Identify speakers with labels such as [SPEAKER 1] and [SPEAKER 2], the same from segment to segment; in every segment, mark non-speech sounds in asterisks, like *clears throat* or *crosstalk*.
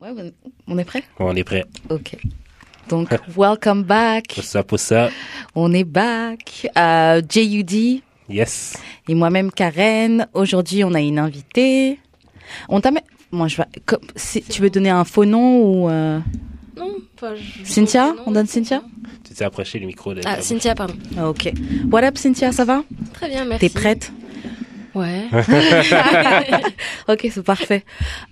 [SPEAKER 1] Ouais, ben, on est prêt
[SPEAKER 2] On est prêt.
[SPEAKER 1] Ok. Donc, welcome back.
[SPEAKER 2] Pour ça, pour ça.
[SPEAKER 1] On est back. Euh, JUD
[SPEAKER 2] Yes.
[SPEAKER 1] et moi-même Karen. Aujourd'hui, on a une invitée. On t'a mis- Moi, je vais. comme- si- tu veux donner un faux nom ou. euh,
[SPEAKER 3] Non, pas je-
[SPEAKER 1] Cynthia
[SPEAKER 3] non,
[SPEAKER 1] On donne
[SPEAKER 3] c'est
[SPEAKER 1] Cynthia
[SPEAKER 3] bon.
[SPEAKER 2] Tu t'es approché du micro. de la
[SPEAKER 3] Ah,
[SPEAKER 2] bouche.
[SPEAKER 3] Cynthia, pardon.
[SPEAKER 1] Ah, Ok. What up, Cynthia Ça va
[SPEAKER 3] Très bien, merci.
[SPEAKER 1] T'es prête
[SPEAKER 3] Ouais.
[SPEAKER 1] Ok, c'est parfait.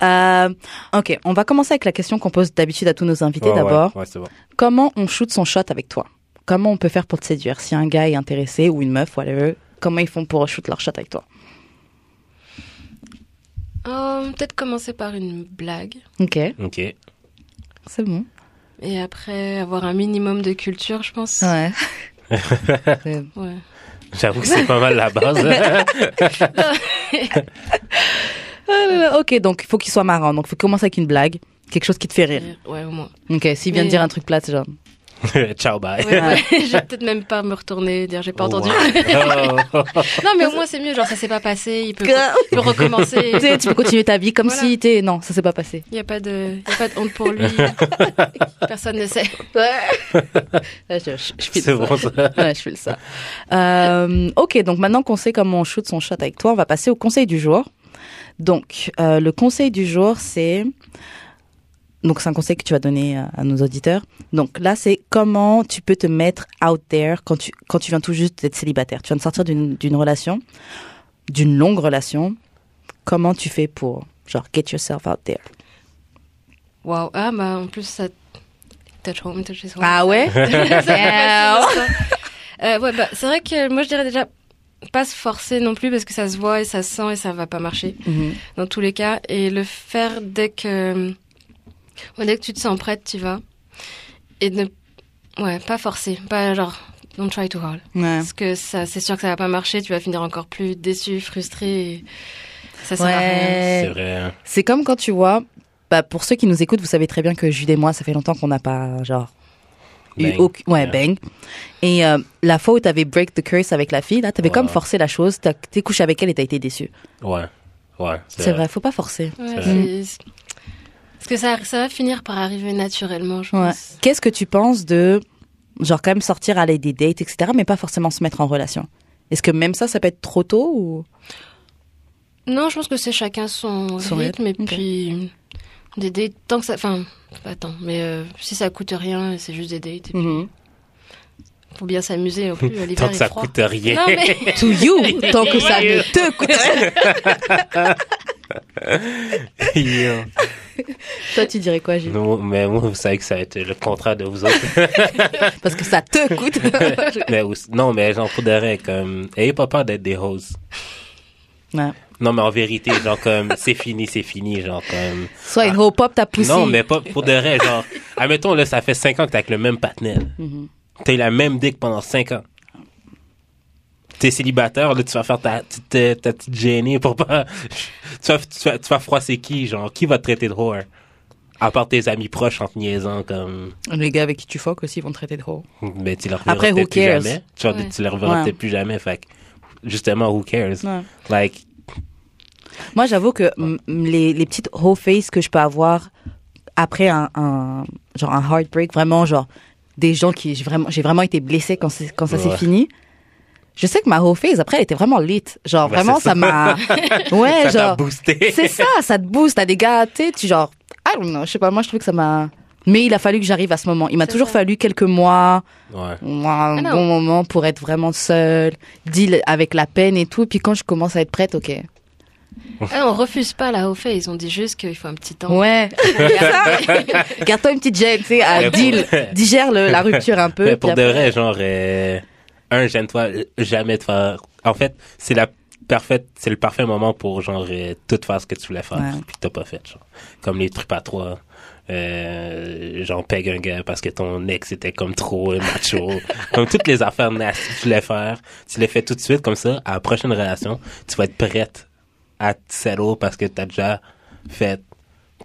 [SPEAKER 1] Euh, ok, on va commencer avec la question qu'on pose d'habitude à tous nos invités
[SPEAKER 2] Ouais, ouais,
[SPEAKER 1] d'abord.
[SPEAKER 2] Ouais, c'est bon.
[SPEAKER 1] Comment on shoot son shot avec toi Comment on peut faire pour te séduire Si un gars est intéressé ou une meuf, whatever, comment ils font pour shoot leur shot avec toi
[SPEAKER 3] Euh, Peut-être commencer par une blague.
[SPEAKER 1] Ok,
[SPEAKER 2] Ok.
[SPEAKER 1] c'est bon.
[SPEAKER 3] Et après, avoir un minimum de culture, je pense.
[SPEAKER 1] Ouais. C'est-
[SPEAKER 3] Ouais.
[SPEAKER 2] J'avoue que c'est pas mal la base.
[SPEAKER 1] Ah là là, ok, donc il faut qu'il soit marrant. Donc il faut commencer avec une blague, quelque chose qui te fait rire.
[SPEAKER 3] Ouais, au moins.
[SPEAKER 1] Ok, s'il vient de
[SPEAKER 3] Mais-
[SPEAKER 1] dire un truc plat, c'est genre.
[SPEAKER 2] *laughs* Ciao, bye.
[SPEAKER 3] Ouais,
[SPEAKER 1] *laughs*
[SPEAKER 3] ouais. je vais peut-être même pas me retourner et dire j'ai pas
[SPEAKER 2] Oh,
[SPEAKER 3] entendu. *laughs*
[SPEAKER 2] wow. Oh.
[SPEAKER 3] Non, mais au moins c'est mieux, genre ça s'est pas passé, il peut, il peut
[SPEAKER 1] *laughs*
[SPEAKER 3] recommencer.
[SPEAKER 1] tu sais, tu peux continuer ta vie comme
[SPEAKER 3] Voilà.
[SPEAKER 1] si t'es. Non, ça s'est pas passé.
[SPEAKER 3] Il n'y a, pas de- y a pas de
[SPEAKER 1] *laughs*
[SPEAKER 3] honte pour lui. Personne ne sait.
[SPEAKER 1] Là, je, je, je file
[SPEAKER 2] c'est
[SPEAKER 1] ça.
[SPEAKER 2] bon ça.
[SPEAKER 1] Ouais, je file ça. Euh, ok, donc maintenant qu'on sait comment on shoot son shot avec toi, on va passer au conseil du jour. Donc, euh, le conseil du jour, c'est. Donc, c'est un conseil que tu vas donner euh, à nos auditeurs. Donc, là, c'est comment tu peux te mettre out there quand tu, quand tu viens tout juste d'être célibataire. Tu viens de sortir d'une d'une relation, d'une longue relation. Comment tu fais pour, genre, get yourself out there
[SPEAKER 3] Waouh. Ah, bah en plus ça. Touch home, touch his home.
[SPEAKER 1] ouais
[SPEAKER 3] Euh, ouais, bah, c'est vrai que moi je dirais déjà pas se forcer non plus parce que ça se voit et ça se sent et ça va pas marcher
[SPEAKER 1] Mhm.
[SPEAKER 3] dans tous les cas et le faire dès que ouais, dès que tu te sens prête tu vas et ne ouais pas forcer pas genre don't try too hard
[SPEAKER 1] Ouais.
[SPEAKER 3] parce que ça c'est sûr que ça va pas marcher tu vas finir encore plus déçu frustré et ça sert à rien
[SPEAKER 1] Ouais.
[SPEAKER 2] C'est vrai. hein.
[SPEAKER 1] C'est comme quand tu vois, bah, pour ceux qui nous écoutent, vous savez très bien que Jules et moi, ça fait longtemps qu'on n'a pas, genre, eu
[SPEAKER 2] Bang.
[SPEAKER 1] aucun- ouais,
[SPEAKER 2] Ouais.
[SPEAKER 1] bang. Et euh, la fois où t'avais break the curse avec la fille, là, t'avais
[SPEAKER 2] Ouais.
[SPEAKER 1] comme forcé la chose, t'as- t'es couché avec elle et t'as été déçu.
[SPEAKER 2] Ouais. Ouais.
[SPEAKER 1] C'est vrai, faut pas forcer.
[SPEAKER 3] Ouais,
[SPEAKER 2] vrai.
[SPEAKER 3] c'est- c'est- parce que ça ça va finir par arriver naturellement je
[SPEAKER 1] Ouais.
[SPEAKER 3] pense
[SPEAKER 1] Qu'est-ce que tu penses de, genre, quand même sortir, aller des dates, etc., mais pas forcément se mettre en relation Est-ce que même ça, ça peut être trop tôt ou
[SPEAKER 3] Non, je pense que c'est chacun son,
[SPEAKER 1] Son
[SPEAKER 3] rythme, et
[SPEAKER 1] rythme, ok.
[SPEAKER 3] puis euh, des dates tant que ça. Enfin, attends, mais euh, si ça coûte rien, c'est juste des dates. Il
[SPEAKER 1] Mm-hmm.
[SPEAKER 3] faut bien s'amuser
[SPEAKER 2] *laughs*
[SPEAKER 3] en plus.
[SPEAKER 2] Tant
[SPEAKER 3] L'hiver
[SPEAKER 2] que
[SPEAKER 3] est
[SPEAKER 2] ça
[SPEAKER 3] froid.
[SPEAKER 2] coûte rien.
[SPEAKER 3] Non mais
[SPEAKER 2] *laughs*
[SPEAKER 3] *laughs*
[SPEAKER 1] To *laughs* you, tant que ça ne te coûte rien.
[SPEAKER 2] *laughs* Yeah.
[SPEAKER 1] *laughs* Toi, tu dirais quoi, Jules
[SPEAKER 2] Non, mais moi, vous savez que ça va être le contrat de vous
[SPEAKER 3] *laughs*
[SPEAKER 2] autres.
[SPEAKER 1] Parce que ça te *laughs* coûte.
[SPEAKER 2] mais aussi- non, mais genre, pour de vrai, comme, ayez pas peur d'être des roses.
[SPEAKER 1] Ouais.
[SPEAKER 2] Non, mais en vérité, genre, comme, c'est fini, c'est fini, genre, comme.
[SPEAKER 1] Soit une hope-up, t'as poussé.
[SPEAKER 2] Ah. Non, mais pas pour de vrai, genre. *laughs* admettons, là, ça fait 5 ans que t'es avec le même partenaire.
[SPEAKER 1] Mm-hmm.
[SPEAKER 2] T'as eu la même dick pendant 5 ans. T'es célibataire, là, tu vas faire ta petite, euh, ta petite gênée pour pas. *laughs* tu, vas, tu, vas, tu vas froisser qui, genre? Qui va te traiter de whore? À part tes amis proches en te niaisant, comme.
[SPEAKER 1] Les gars avec qui tu fuck aussi vont te traiter de gros.
[SPEAKER 2] Ben, tu les reverras
[SPEAKER 1] Après, who
[SPEAKER 2] peut-être plus
[SPEAKER 1] cares?
[SPEAKER 2] jamais. Tu, vas-
[SPEAKER 3] Ouais.
[SPEAKER 2] tu les reverras
[SPEAKER 1] Ouais.
[SPEAKER 2] peut-être plus jamais. Fait que, justement, who cares?
[SPEAKER 1] Ouais.
[SPEAKER 2] Like,
[SPEAKER 1] Moi, j'avoue que mm, les, les petites whole face que je peux avoir après un, un- genre un heartbreak, vraiment, genre des gens qui j'ai vraiment, j'ai vraiment été blessée quand, c'est- quand ça s'est
[SPEAKER 2] Ouais.
[SPEAKER 1] fini. Je sais que ma whole face, après, elle était vraiment lit. Genre,
[SPEAKER 2] Bah,
[SPEAKER 1] vraiment, ça
[SPEAKER 2] c'est ça.
[SPEAKER 1] m'a. Ouais,
[SPEAKER 2] *laughs* ça t'a
[SPEAKER 1] genre.
[SPEAKER 2] boosté. *laughs*
[SPEAKER 1] C'est ça, ça te booste. T'as des gars, tu sais, tu genre. Ah, non, je sais pas, moi, je trouve que ça m'a. Mais il a fallu que j'arrive à ce moment. Il m'a
[SPEAKER 3] C'est
[SPEAKER 1] toujours
[SPEAKER 3] ça.
[SPEAKER 1] fallu quelques mois,
[SPEAKER 2] Ouais.
[SPEAKER 1] un
[SPEAKER 3] Ah non.
[SPEAKER 1] bon moment pour être vraiment seule, deal avec la peine et tout. Puis quand je commence à être prête, ok.
[SPEAKER 3] ah, on refuse pas la haut fait. Ils ont dit juste qu'il faut un petit
[SPEAKER 2] *laughs*
[SPEAKER 3] temps.
[SPEAKER 1] Ouais. Garde-toi une petite gêne, tu sais, à
[SPEAKER 2] Mais pour-
[SPEAKER 1] deal, digère le- la rupture un peu.
[SPEAKER 2] Mais pour
[SPEAKER 1] puis
[SPEAKER 2] de
[SPEAKER 1] après-
[SPEAKER 2] vrai, genre, euh, un, gêne-toi, euh, jamais de faire. En fait, c'est la parfaite, c'est le parfait moment pour, genre, euh, tout faire ce que tu voulais faire,
[SPEAKER 1] Ouais.
[SPEAKER 2] puis que t'as pas fait, genre. Comme les trucs à trois. Euh, genre, pègue un gars parce que ton ex était comme trop euh,
[SPEAKER 1] *laughs*
[SPEAKER 2] macho. comme toutes les affaires nasty que tu voulais faire, tu les fais tout de suite, comme ça, à la prochaine relation, tu vas être prête à te settle parce que t'as déjà fait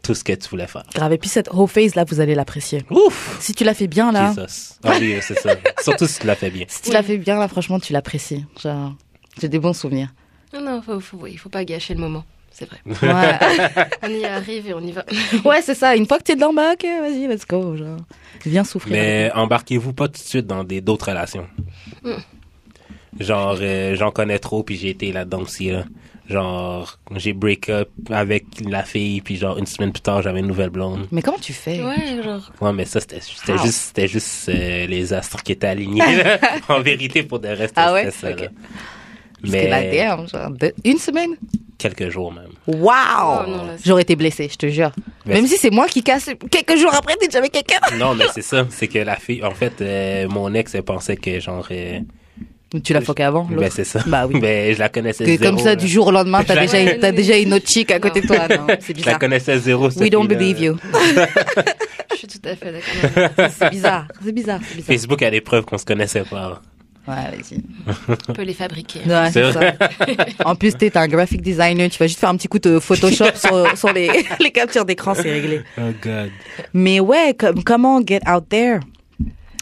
[SPEAKER 2] tout ce que tu voulais faire.
[SPEAKER 1] Grave. Et puis cette whole phase là, vous allez l'apprécier.
[SPEAKER 2] Ouf!
[SPEAKER 1] Si tu la fais bien là,
[SPEAKER 2] Jesus. Ah oui, c'est
[SPEAKER 1] *laughs*
[SPEAKER 2] ça. Surtout si tu l'as fait bien.
[SPEAKER 1] si tu la fais
[SPEAKER 2] *laughs*
[SPEAKER 1] bien là, franchement, tu l'apprécies. Genre, j'ai des bons souvenirs.
[SPEAKER 3] Non, non, faut, faut, ouais, il faut pas gâcher le moment. c'est vrai.
[SPEAKER 1] Ouais,
[SPEAKER 3] On y arrive et
[SPEAKER 1] *laughs*
[SPEAKER 3] on y va.
[SPEAKER 1] Ouais, c'est ça. Une fois que t'es dedans, bah ok, vas-y, let's go. Genre. Viens souffrir.
[SPEAKER 2] Mais embarquez-vous pas tout de suite dans des d'autres relations.
[SPEAKER 3] Mm.
[SPEAKER 2] Genre, euh, j'en connais trop, puis j'ai été là-dedans aussi. là. Genre, j'ai break-up avec la fille, puis genre, une semaine plus tard, j'avais une nouvelle blonde.
[SPEAKER 1] Mais comment tu fais
[SPEAKER 3] Ouais, genre.
[SPEAKER 2] Ouais, mais ça, c'était c'était
[SPEAKER 1] Wow.
[SPEAKER 2] juste, c'était juste euh, les astres qui étaient alignés,
[SPEAKER 1] *laughs*
[SPEAKER 2] là. en vérité, pour de reste.
[SPEAKER 1] Ah ouais?
[SPEAKER 2] c'était ça,
[SPEAKER 1] Ok.
[SPEAKER 2] là.
[SPEAKER 1] Parce que la
[SPEAKER 2] Mais
[SPEAKER 1] DM, genre, de- une semaine
[SPEAKER 2] quelques jours même.
[SPEAKER 1] Waouh
[SPEAKER 3] Oh, non, là, c'est-
[SPEAKER 1] J'aurais été blessée, je te jure.
[SPEAKER 2] Mais
[SPEAKER 1] Même
[SPEAKER 2] c'est-
[SPEAKER 1] si c'est moi qui casse, quelques jours après, t'es déjà avec quelqu'un.
[SPEAKER 2] Non, mais c'est ça. C'est que la fille, en fait, euh, mon ex, elle pensait que genre. euh,
[SPEAKER 1] Tu l'as foqué avant, l'autre.
[SPEAKER 2] ben, c'est ça.
[SPEAKER 1] Bah oui.
[SPEAKER 2] *laughs* Ben, je la connaissais
[SPEAKER 1] Que
[SPEAKER 2] zéro.
[SPEAKER 1] comme ça,
[SPEAKER 2] là.
[SPEAKER 1] du jour au lendemain, t'as
[SPEAKER 2] Je la-
[SPEAKER 1] déjà, une- t'as déjà une autre chick à côté de toi. Non, c'est
[SPEAKER 2] Je la
[SPEAKER 1] bizarre.
[SPEAKER 2] connaissais zéro.
[SPEAKER 1] We
[SPEAKER 2] cette
[SPEAKER 1] don't
[SPEAKER 2] fille-là.
[SPEAKER 1] believe you.
[SPEAKER 3] Je suis tout à fait d'accord.
[SPEAKER 1] C'est bizarre. C'est bizarre. C'est bizarre.
[SPEAKER 2] Facebook a des preuves qu'on se connaissait pas.
[SPEAKER 1] Ouais, vas-y.
[SPEAKER 3] On peut les fabriquer. hein.
[SPEAKER 1] Ouais, c'est
[SPEAKER 2] C'est
[SPEAKER 1] ça. En plus, t'es un graphic designer, tu vas juste faire un petit coup de Photoshop sur, sur les, *laughs* les captures d'écran, c'est réglé.
[SPEAKER 2] Oh God.
[SPEAKER 1] Mais ouais, comme, comment get out there?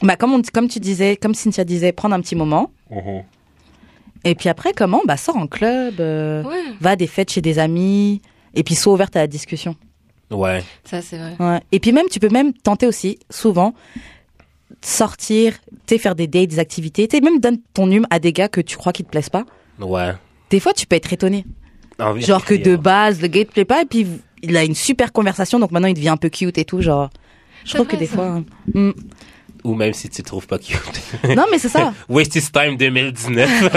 [SPEAKER 1] Bah, comme, on, comme tu disais, comme Cynthia disait, prendre un petit moment.
[SPEAKER 2] Uh-huh.
[SPEAKER 1] Et puis après, comment? Bah, sors en club, euh,
[SPEAKER 3] Ouais,
[SPEAKER 1] va à des fêtes chez des amis, et puis sois ouverte à la discussion.
[SPEAKER 2] Ouais.
[SPEAKER 3] ça c'est vrai.
[SPEAKER 1] Ouais. Et puis même, tu peux même tenter aussi, souvent, sortir, tu sais, faire des dates, des activités, tu sais, même donne ton hume à des gars que tu crois qu'ils te plaisent pas.
[SPEAKER 2] Ouais.
[SPEAKER 1] Des fois, tu peux être étonné.
[SPEAKER 2] Envie
[SPEAKER 1] Genre que de
[SPEAKER 2] crier.
[SPEAKER 1] base, le gars il te plaît pas, et puis il a une super conversation, donc maintenant il devient un peu cute et tout, genre. Je
[SPEAKER 3] C'est
[SPEAKER 1] trouve que
[SPEAKER 3] vrai,
[SPEAKER 1] des
[SPEAKER 3] ça.
[SPEAKER 1] fois. hein. Mm.
[SPEAKER 2] Ou même si tu trouves pas *laughs* cute.
[SPEAKER 1] Non, mais c'est ça.
[SPEAKER 2] Waste his time 2019.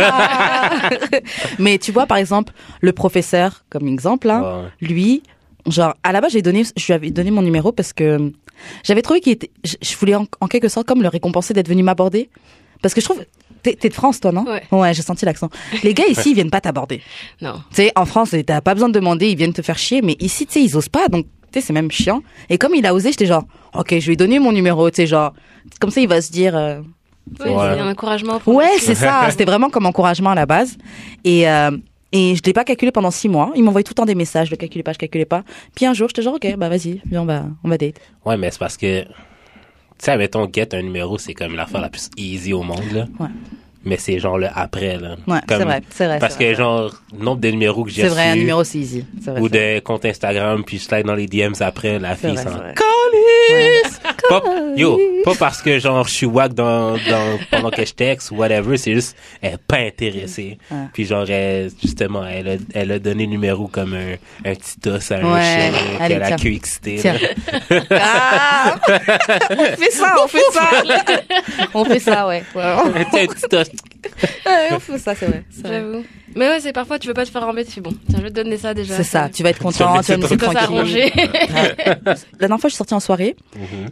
[SPEAKER 1] mais tu vois, par exemple, le professeur, comme exemple, *laughs* hein,
[SPEAKER 2] Ouais.
[SPEAKER 1] lui, genre, à la base, j'ai donné, je lui avais donné mon numéro parce que j'avais trouvé qu'il était. Je je voulais en, en quelque sorte comme le récompenser d'être venu m'aborder. Parce que je trouve. T'es t'es de France, toi, non
[SPEAKER 3] Ouais.
[SPEAKER 1] j'ai senti l'accent. Les gars ici, ils viennent pas t'aborder.
[SPEAKER 3] Non.
[SPEAKER 1] Tu sais, en France, t'as pas besoin de demander, ils viennent te faire chier, mais ici, tu sais, ils osent pas, donc, tu sais, c'est même chiant. Et comme il a osé, j'étais genre, ok, je vais donner mon numéro, tu sais, genre, comme ça, il va se dire, euh,
[SPEAKER 3] Ouais,
[SPEAKER 2] Ouais.
[SPEAKER 3] c'est un encouragement. pour
[SPEAKER 1] ouais,
[SPEAKER 3] les
[SPEAKER 1] c'est ça, c'était vraiment comme encouragement à la base. Et, euh, et je l'ai pas calculé pendant six mois. Il m'envoyait tout le temps des messages, je le calculais pas, je calculais pas. Puis un jour, j'étais genre, ok, bah vas-y, viens, on va, on va date.
[SPEAKER 2] Ouais, mais c'est parce que, tu sais, mettons, get un numéro, c'est comme l'affaire la plus easy au monde, là.
[SPEAKER 1] Ouais.
[SPEAKER 2] Mais c'est genre le après, là.
[SPEAKER 1] Ouais,
[SPEAKER 2] Comme-
[SPEAKER 1] c'est vrai, c'est vrai.
[SPEAKER 2] Parce
[SPEAKER 1] c'est vrai.
[SPEAKER 2] que, genre, nombre de numéros que j'ai
[SPEAKER 1] c'est vrai, un
[SPEAKER 2] reçus,
[SPEAKER 1] numéro, c'est easy. C'est vrai.
[SPEAKER 2] ou
[SPEAKER 1] c'est vrai.
[SPEAKER 2] de compte Instagram, puis je slide dans les DMs après, la
[SPEAKER 1] C'est
[SPEAKER 2] fille
[SPEAKER 1] vrai, c'est
[SPEAKER 2] s'en-
[SPEAKER 1] vrai.
[SPEAKER 2] Pas- yo, pas parce que genre je suis wack dans, dans- pendant que je texte ou whatever, c'est juste elle est pas intéressée.
[SPEAKER 1] Ouais.
[SPEAKER 2] Puis genre elle, justement, elle a, elle a donné le numéro comme un, un petit os à un
[SPEAKER 1] Ouais.
[SPEAKER 2] chien
[SPEAKER 1] Allez,
[SPEAKER 2] qu'elle a
[SPEAKER 1] tiens.
[SPEAKER 2] QXT. *laughs*
[SPEAKER 1] Tiens. Ah on fait ça, on fait ça. on fait ça, ouais. ouais.
[SPEAKER 2] Un petit os.
[SPEAKER 1] Ouais, on fait ça, c'est vrai. c'est
[SPEAKER 3] gens.
[SPEAKER 1] vrai.
[SPEAKER 3] J'avoue. Mais ouais, c'est parfois tu veux pas te faire embêter. Tu fais bon, tiens, je vais te donner ça déjà.
[SPEAKER 1] C'est ça, tu vas être
[SPEAKER 2] Tu vas
[SPEAKER 1] content,
[SPEAKER 2] me
[SPEAKER 1] tu vas me
[SPEAKER 2] laisser
[SPEAKER 1] laisser
[SPEAKER 3] On peut
[SPEAKER 1] tranquille.
[SPEAKER 3] s'arranger. *laughs*
[SPEAKER 1] La dernière fois, je suis sortie en soirée,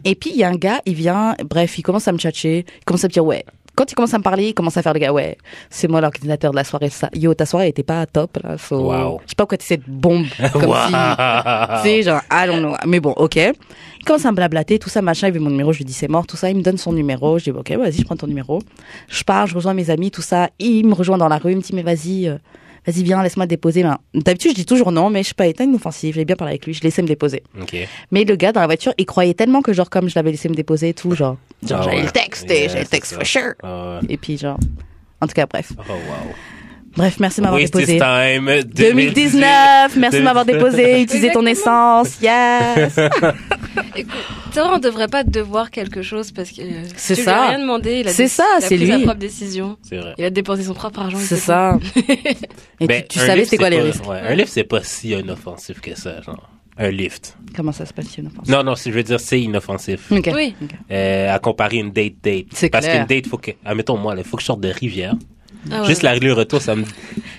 [SPEAKER 1] et puis il y a un gars, il vient, bref, il commence à me tchatcher, il commence à me dire ouais. Quand il commence à me parler, il commence à faire le gars, ouais, c'est moi l'organisateur de la soirée, ça. Yo, ta soirée était pas top, là. Faut...
[SPEAKER 2] Wow.
[SPEAKER 1] Je sais pas pourquoi t'es cette bombe. Comme si... Tu
[SPEAKER 2] Waouh.
[SPEAKER 1] sais, genre, I don't know. Mais bon, ok. Il commence à me blablater, tout ça, machin. Il veut mon numéro, je lui dis c'est mort, tout ça. Il me donne son numéro. Je dis ok, vas-y, je prends ton numéro. Je pars, je rejoins mes amis, tout ça. Il me rejoint dans la rue, il me dit mais vas-y, euh, vas-y, viens, laisse-moi te déposer. Ben, D'habitude, je dis toujours non, mais je sais pas, il était inoffensif. J'ai bien parlé avec lui, je laissais me déposer.
[SPEAKER 2] Ok.
[SPEAKER 1] Mais le gars dans la voiture, il croyait tellement que, genre, comme je l'avais laissé me déposer et tout, genre, genre
[SPEAKER 2] Ah
[SPEAKER 1] j'avais
[SPEAKER 2] ouais.
[SPEAKER 1] le texte,
[SPEAKER 2] Yeah,
[SPEAKER 1] et j'avais le
[SPEAKER 2] c'est
[SPEAKER 1] texte
[SPEAKER 2] ça.
[SPEAKER 1] for sure.
[SPEAKER 2] Ah ouais.
[SPEAKER 1] Et puis, genre, en tout cas, bref.
[SPEAKER 2] Oh, wow.
[SPEAKER 1] Bref, merci de m'avoir
[SPEAKER 2] Waste his
[SPEAKER 1] déposé.
[SPEAKER 2] time.
[SPEAKER 1] 2019, merci de m'avoir déposé, utilisez ton essence, *laughs* yes!
[SPEAKER 3] C'est vrai, on devrait pas devoir quelque chose parce que euh,
[SPEAKER 1] C'est
[SPEAKER 3] tu lui
[SPEAKER 1] ça.
[SPEAKER 3] as rien demandé. il a
[SPEAKER 1] C'est
[SPEAKER 3] dé-
[SPEAKER 1] ça,
[SPEAKER 3] il a
[SPEAKER 1] c'est
[SPEAKER 3] pris
[SPEAKER 1] lui.
[SPEAKER 3] sa propre décision.
[SPEAKER 2] C'est vrai.
[SPEAKER 3] Il a dépensé son propre argent. il
[SPEAKER 1] C'est
[SPEAKER 3] s'est
[SPEAKER 1] ça. *laughs* Et
[SPEAKER 2] Ben,
[SPEAKER 1] tu, tu
[SPEAKER 2] un
[SPEAKER 1] savais
[SPEAKER 2] lift,
[SPEAKER 1] c'était quoi les
[SPEAKER 2] pas-
[SPEAKER 1] risques
[SPEAKER 2] ouais, un lift, c'est pas si inoffensif que ça, genre. Un lift.
[SPEAKER 1] Comment ça se passe une offense
[SPEAKER 2] Non, non, si je veux dire, c'est inoffensif.
[SPEAKER 1] Ok.
[SPEAKER 3] fait. Oui.
[SPEAKER 2] euh, à comparer une date date
[SPEAKER 1] Mm. C'est
[SPEAKER 2] parce
[SPEAKER 1] clair.
[SPEAKER 2] qu'une date faut que admettons moi il faut que je sorte de rivière
[SPEAKER 3] Ah ouais.
[SPEAKER 2] juste la le retour ça me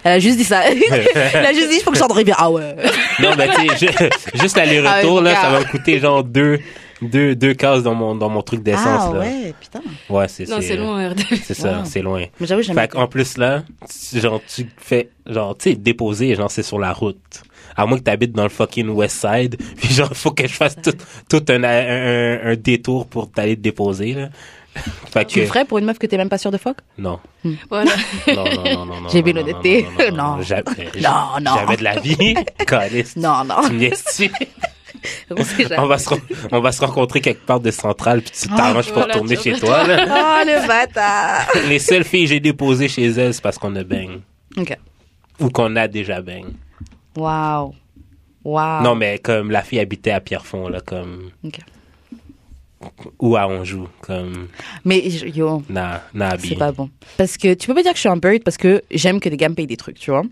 [SPEAKER 1] Elle a juste dit ça. *laughs* Elle a juste dit, il faut que je sorte de rivière. Ah ouais.
[SPEAKER 2] non mais tu sais
[SPEAKER 1] *laughs*
[SPEAKER 2] ju- *laughs* juste l'aller-retour
[SPEAKER 1] Ah ouais,
[SPEAKER 2] là ça va
[SPEAKER 1] regarde.
[SPEAKER 2] me coûter genre deux deux deux cases dans mon dans mon truc d'essence là ouais,
[SPEAKER 1] Ah putain.
[SPEAKER 2] c'est
[SPEAKER 3] Non, c'est long. euh, *laughs*
[SPEAKER 2] c'est ça
[SPEAKER 1] Wow.
[SPEAKER 2] c'est loin
[SPEAKER 1] Mais j'avoue, j'aime
[SPEAKER 2] fait qu'en plus là tu- genre tu fais genre tu sais déposer genre c'est sur la route à moins que t'habites dans le fucking west side *laughs* puis genre faut que je fasse tout tout un un, un- un détour pour t'aller te déposer là *laughs* fait
[SPEAKER 1] Tu le
[SPEAKER 2] que
[SPEAKER 1] ferais pour une meuf que t'es même pas sûr de fuck
[SPEAKER 2] non
[SPEAKER 3] Voilà.
[SPEAKER 2] Non, non, non, non,
[SPEAKER 1] *laughs*
[SPEAKER 2] non.
[SPEAKER 1] J'ai
[SPEAKER 2] non,
[SPEAKER 1] bien
[SPEAKER 2] non,
[SPEAKER 1] honnêteté.
[SPEAKER 2] Non, non, non,
[SPEAKER 1] Non.
[SPEAKER 2] non, jamais.
[SPEAKER 1] *laughs* Non, non.
[SPEAKER 2] Jamais de
[SPEAKER 1] *laughs*
[SPEAKER 2] la vie. Caliste.
[SPEAKER 1] Non, non.
[SPEAKER 2] Tu me niaises-tu?
[SPEAKER 1] *laughs* On sait jamais.
[SPEAKER 2] *laughs* on, va se re- on va se rencontrer quelque part de centrale, puis
[SPEAKER 1] Ah,
[SPEAKER 2] tu t'arranges pour
[SPEAKER 3] voilà,
[SPEAKER 2] retourner
[SPEAKER 3] tu
[SPEAKER 2] chez
[SPEAKER 3] vois.
[SPEAKER 2] toi. là.
[SPEAKER 1] Oh le bâtard. *laughs*
[SPEAKER 2] Les seules filles que j'ai déposées chez elles, c'est parce qu'on a bang.
[SPEAKER 1] Ok.
[SPEAKER 2] Ou qu'on a déjà bang.
[SPEAKER 1] Waouh. Waouh.
[SPEAKER 2] Non, mais comme la fille habitait à Pierrefonds, là, comme.
[SPEAKER 1] Ok.
[SPEAKER 2] Ou à Anjou, comme.
[SPEAKER 1] Mais je- yo,
[SPEAKER 2] Na, Nabi.
[SPEAKER 1] c'est pas bon. Parce que tu peux pas dire que je suis un bird parce que j'aime que les gars me payent des trucs, tu vois.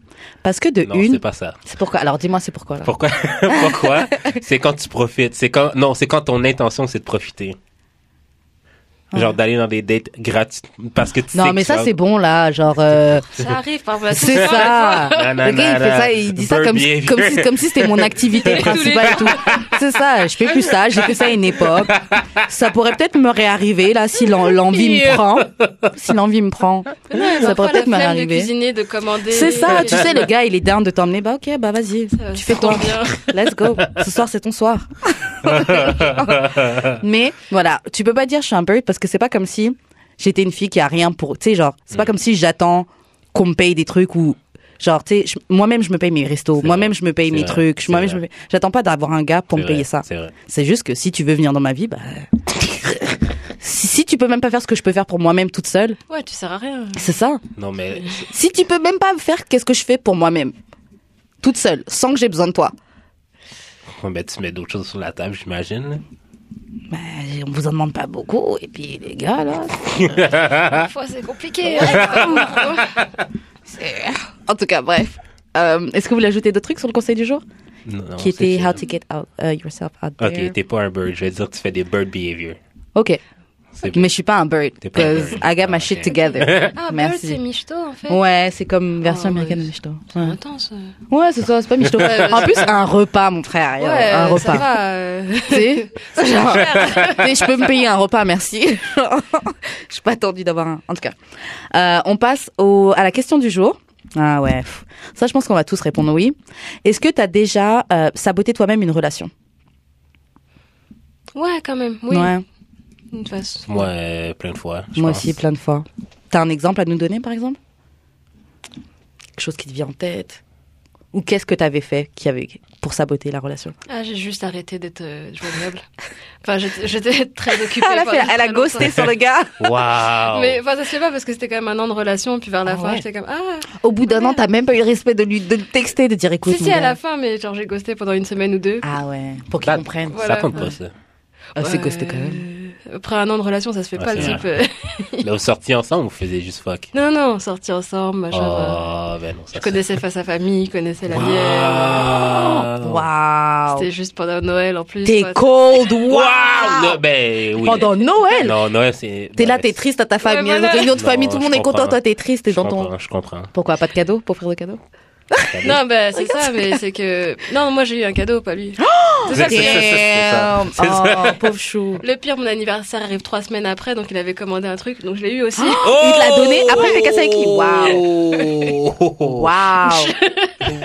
[SPEAKER 1] Parce que de
[SPEAKER 2] Non, c'est
[SPEAKER 1] une,
[SPEAKER 2] pas ça.
[SPEAKER 1] c'est pourquoi. Alors dis-moi, c'est pourquoi là.
[SPEAKER 2] Pourquoi? *laughs* Pourquoi? C'est quand tu profites. C'est quand, non, c'est quand ton intention, c'est de profiter. Genre d'aller dans des dates gratuites parce que tu sais
[SPEAKER 1] Non,
[SPEAKER 2] que
[SPEAKER 1] mais
[SPEAKER 2] tu
[SPEAKER 1] ça
[SPEAKER 2] vas-
[SPEAKER 1] c'est bon là, genre.
[SPEAKER 2] *laughs*
[SPEAKER 1] euh,
[SPEAKER 3] Ça arrive par la
[SPEAKER 1] C'est ça.
[SPEAKER 2] Na, na,
[SPEAKER 1] Le gars, il
[SPEAKER 2] na,
[SPEAKER 1] fait
[SPEAKER 2] na.
[SPEAKER 1] ça et il dit ça
[SPEAKER 2] Bird
[SPEAKER 1] comme si,
[SPEAKER 2] behavior.
[SPEAKER 1] comme si, comme si c'était
[SPEAKER 2] *laughs*
[SPEAKER 1] mon activité
[SPEAKER 3] Tous les
[SPEAKER 1] principale et tout. C'est ça, je fais plus ça, j'ai fait ça à une époque. Ça pourrait peut-être me réarriver, là, si l'en- l'envie me prend. Si l'envie me prend. Ça pourrait peut-être me
[SPEAKER 3] De
[SPEAKER 1] réarriver.
[SPEAKER 3] cuisiner, de commander. Euh,
[SPEAKER 1] C'est ça,
[SPEAKER 3] *laughs*
[SPEAKER 1] tu sais, le gars, il est down de t'emmener. Bah, ok, bah, vas-y.
[SPEAKER 3] Ça-
[SPEAKER 1] Tu fais
[SPEAKER 3] ça
[SPEAKER 1] quoi? *laughs*
[SPEAKER 3] tombe bien.
[SPEAKER 1] Let's go. Ce soir, c'est ton
[SPEAKER 2] *laughs*
[SPEAKER 1] soir. Mais, voilà. Tu peux pas dire je suis un bird parce que c'est pas comme si j'étais une fille qui a rien pour, tu sais, genre, c'est
[SPEAKER 2] Mm.
[SPEAKER 1] pas comme si j'attends qu'on me paye des trucs ou, genre, tu sais, je- moi-même, je me paye mes restos.
[SPEAKER 2] C'est
[SPEAKER 1] Moi-même,
[SPEAKER 2] vrai.
[SPEAKER 1] je me paye
[SPEAKER 2] C'est
[SPEAKER 1] mes
[SPEAKER 2] vrai.
[SPEAKER 1] trucs.
[SPEAKER 2] C'est
[SPEAKER 1] Moi-même,
[SPEAKER 2] vrai.
[SPEAKER 1] je me paye- J'attends pas d'avoir un gars pour
[SPEAKER 2] C'est
[SPEAKER 1] me payer
[SPEAKER 2] vrai,
[SPEAKER 1] ça.
[SPEAKER 2] C'est vrai.
[SPEAKER 1] C'est juste que si tu veux venir dans ma vie, bah, si, si tu peux même pas faire ce que je peux faire pour moi-même toute seule,
[SPEAKER 3] Ouais, tu sers à rien.
[SPEAKER 1] c'est ça.
[SPEAKER 2] Non, mais
[SPEAKER 1] Si tu peux même pas me faire qu'est-ce que je fais pour moi-même, toute seule, sans que j'ai besoin de toi.
[SPEAKER 2] Ouais, mais tu mets d'autres choses sur la table, j'imagine. là.
[SPEAKER 1] Bah, on vous en demande pas beaucoup. Et puis les gars là.
[SPEAKER 2] Ah.
[SPEAKER 3] Parfois, c'est compliqué. hein.
[SPEAKER 1] c'est- En tout cas, bref. Euh, Est-ce que vous voulez ajouter d'autres trucs sur le conseil du jour
[SPEAKER 2] Non, non,
[SPEAKER 1] Qui
[SPEAKER 2] c'est
[SPEAKER 1] était
[SPEAKER 2] chill.
[SPEAKER 1] How to get out, euh, yourself out there.
[SPEAKER 2] Ok, t'es pas un bird. Je vais dire que tu fais des bird behavior.
[SPEAKER 1] Ok.
[SPEAKER 2] C'est-
[SPEAKER 1] Mais je suis pas un bird.
[SPEAKER 2] T'es pas un
[SPEAKER 1] Because
[SPEAKER 2] bird.
[SPEAKER 1] I got my
[SPEAKER 2] Ah,
[SPEAKER 1] shit
[SPEAKER 2] ok. *laughs*
[SPEAKER 1] together.
[SPEAKER 3] Ah, Bird,
[SPEAKER 1] Merci.
[SPEAKER 3] c'est Michto, en fait.
[SPEAKER 1] Ouais, c'est comme version
[SPEAKER 3] Oh,
[SPEAKER 1] américaine
[SPEAKER 3] ouais.
[SPEAKER 1] de Michto.
[SPEAKER 3] C'est
[SPEAKER 1] Ouais,
[SPEAKER 3] intense.
[SPEAKER 1] Ouais, c'est ça, c'est pas Michto.
[SPEAKER 3] Ouais,
[SPEAKER 1] en plus, un repas, mon frère.
[SPEAKER 3] Ouais,
[SPEAKER 1] un
[SPEAKER 3] ça
[SPEAKER 1] repas.
[SPEAKER 3] va. euh.
[SPEAKER 1] Tu *laughs* sais, genre, tu sais, je peux me payer un repas, merci. *laughs* Je suis pas attendue d'avoir un. En tout cas, Euh, on passe au, à la question du jour. Ah ouais, pff. ça je pense qu'on va tous répondre oui. Est-ce que t'as déjà euh, saboté toi-même une relation
[SPEAKER 3] Ouais, quand même. Oui.
[SPEAKER 1] Ouais,
[SPEAKER 3] Une façon.
[SPEAKER 2] Moi, euh, plein de fois. je
[SPEAKER 1] moi
[SPEAKER 2] pense.
[SPEAKER 1] aussi plein de fois. T'as un exemple à nous donner par exemple Quelque chose qui te vient en tête Ou qu'est-ce que t'avais fait qui avait pour saboter la relation
[SPEAKER 3] Ah, j'ai juste arrêté d'être euh, joignable. enfin, j'étais j'étais *laughs* très occupée.
[SPEAKER 1] Ah, Elle a,
[SPEAKER 3] pendant
[SPEAKER 1] fait, elle a
[SPEAKER 3] très
[SPEAKER 1] ghosté
[SPEAKER 3] longtemps.
[SPEAKER 1] sur le gars.
[SPEAKER 2] Waouh!
[SPEAKER 3] Mais enfin, ça se fait pas parce que c'était quand même un an de relation, puis vers la
[SPEAKER 1] Ah
[SPEAKER 3] fin,
[SPEAKER 1] ouais.
[SPEAKER 3] j'étais comme ah.
[SPEAKER 1] *laughs* Au bout d'un an, t'as même pas eu le respect de lui de le texter, de dire écoute.
[SPEAKER 3] si
[SPEAKER 1] mon
[SPEAKER 3] si, à
[SPEAKER 1] gars.
[SPEAKER 3] la fin, mais genre j'ai ghosté pendant une semaine ou deux.
[SPEAKER 1] Ah ouais, pour qu'ils
[SPEAKER 2] Bah,
[SPEAKER 1] comprennent.
[SPEAKER 3] Voilà.
[SPEAKER 2] Ça compte
[SPEAKER 3] Ouais.
[SPEAKER 1] *laughs*
[SPEAKER 2] pas, ça.
[SPEAKER 1] Ah, c'est
[SPEAKER 3] Ouais.
[SPEAKER 1] ghosté quand même.
[SPEAKER 3] Après un an de relation, ça se fait
[SPEAKER 2] Ouais,
[SPEAKER 3] pas le
[SPEAKER 2] c'est
[SPEAKER 3] type. euh. *laughs*
[SPEAKER 2] Mais vous sortiez ensemble ou vous faisiez juste fuck?
[SPEAKER 3] Non non, sorti ensemble,
[SPEAKER 1] Ah,
[SPEAKER 2] Oh,
[SPEAKER 3] machin. euh,
[SPEAKER 2] ben non, ça
[SPEAKER 3] Je
[SPEAKER 2] c'est-
[SPEAKER 3] connaissais pas sa famille, je connaissais la mienne.
[SPEAKER 2] Waouh!
[SPEAKER 1] Waouh.
[SPEAKER 3] C'était juste pendant Noël en plus.
[SPEAKER 1] T'es
[SPEAKER 3] quoi.
[SPEAKER 1] cold,
[SPEAKER 2] Waouh!
[SPEAKER 1] Oh, waouh.
[SPEAKER 2] Non, Ben oui.
[SPEAKER 1] Pendant Noël.
[SPEAKER 2] Non, Noël, c'est.
[SPEAKER 1] T'es
[SPEAKER 2] non,
[SPEAKER 1] là,
[SPEAKER 2] mais
[SPEAKER 1] t'es triste à ta famille,
[SPEAKER 3] Ouais, voilà.
[SPEAKER 1] réunion de
[SPEAKER 2] Non,
[SPEAKER 1] famille, tout le
[SPEAKER 2] je
[SPEAKER 1] monde est content,
[SPEAKER 2] comprends.
[SPEAKER 1] toi t'es triste, t'es
[SPEAKER 2] Je
[SPEAKER 1] dans ton.
[SPEAKER 2] comprends,
[SPEAKER 1] *laughs*
[SPEAKER 2] je comprends.
[SPEAKER 1] Pourquoi pas de cadeau pour offrir de cadeau
[SPEAKER 3] Non, bah c'est ça, mais c'est que non, moi j'ai eu un cadeau, pas
[SPEAKER 1] Oh
[SPEAKER 3] lui. C'est
[SPEAKER 2] *laughs*
[SPEAKER 3] ça,
[SPEAKER 2] C'est- c'est-
[SPEAKER 3] c'est-
[SPEAKER 2] c'est- c'est ça.
[SPEAKER 1] Damn.
[SPEAKER 2] C'est ça.
[SPEAKER 1] Oh, pauvre chou.
[SPEAKER 3] le pire, mon anniversaire arrive trois semaines après, donc il avait commandé un truc, donc je l'ai eu aussi.
[SPEAKER 1] Il te l'a donné, après, t'as cassé avec lui.
[SPEAKER 2] Waouh! *laughs*
[SPEAKER 1] Waouh.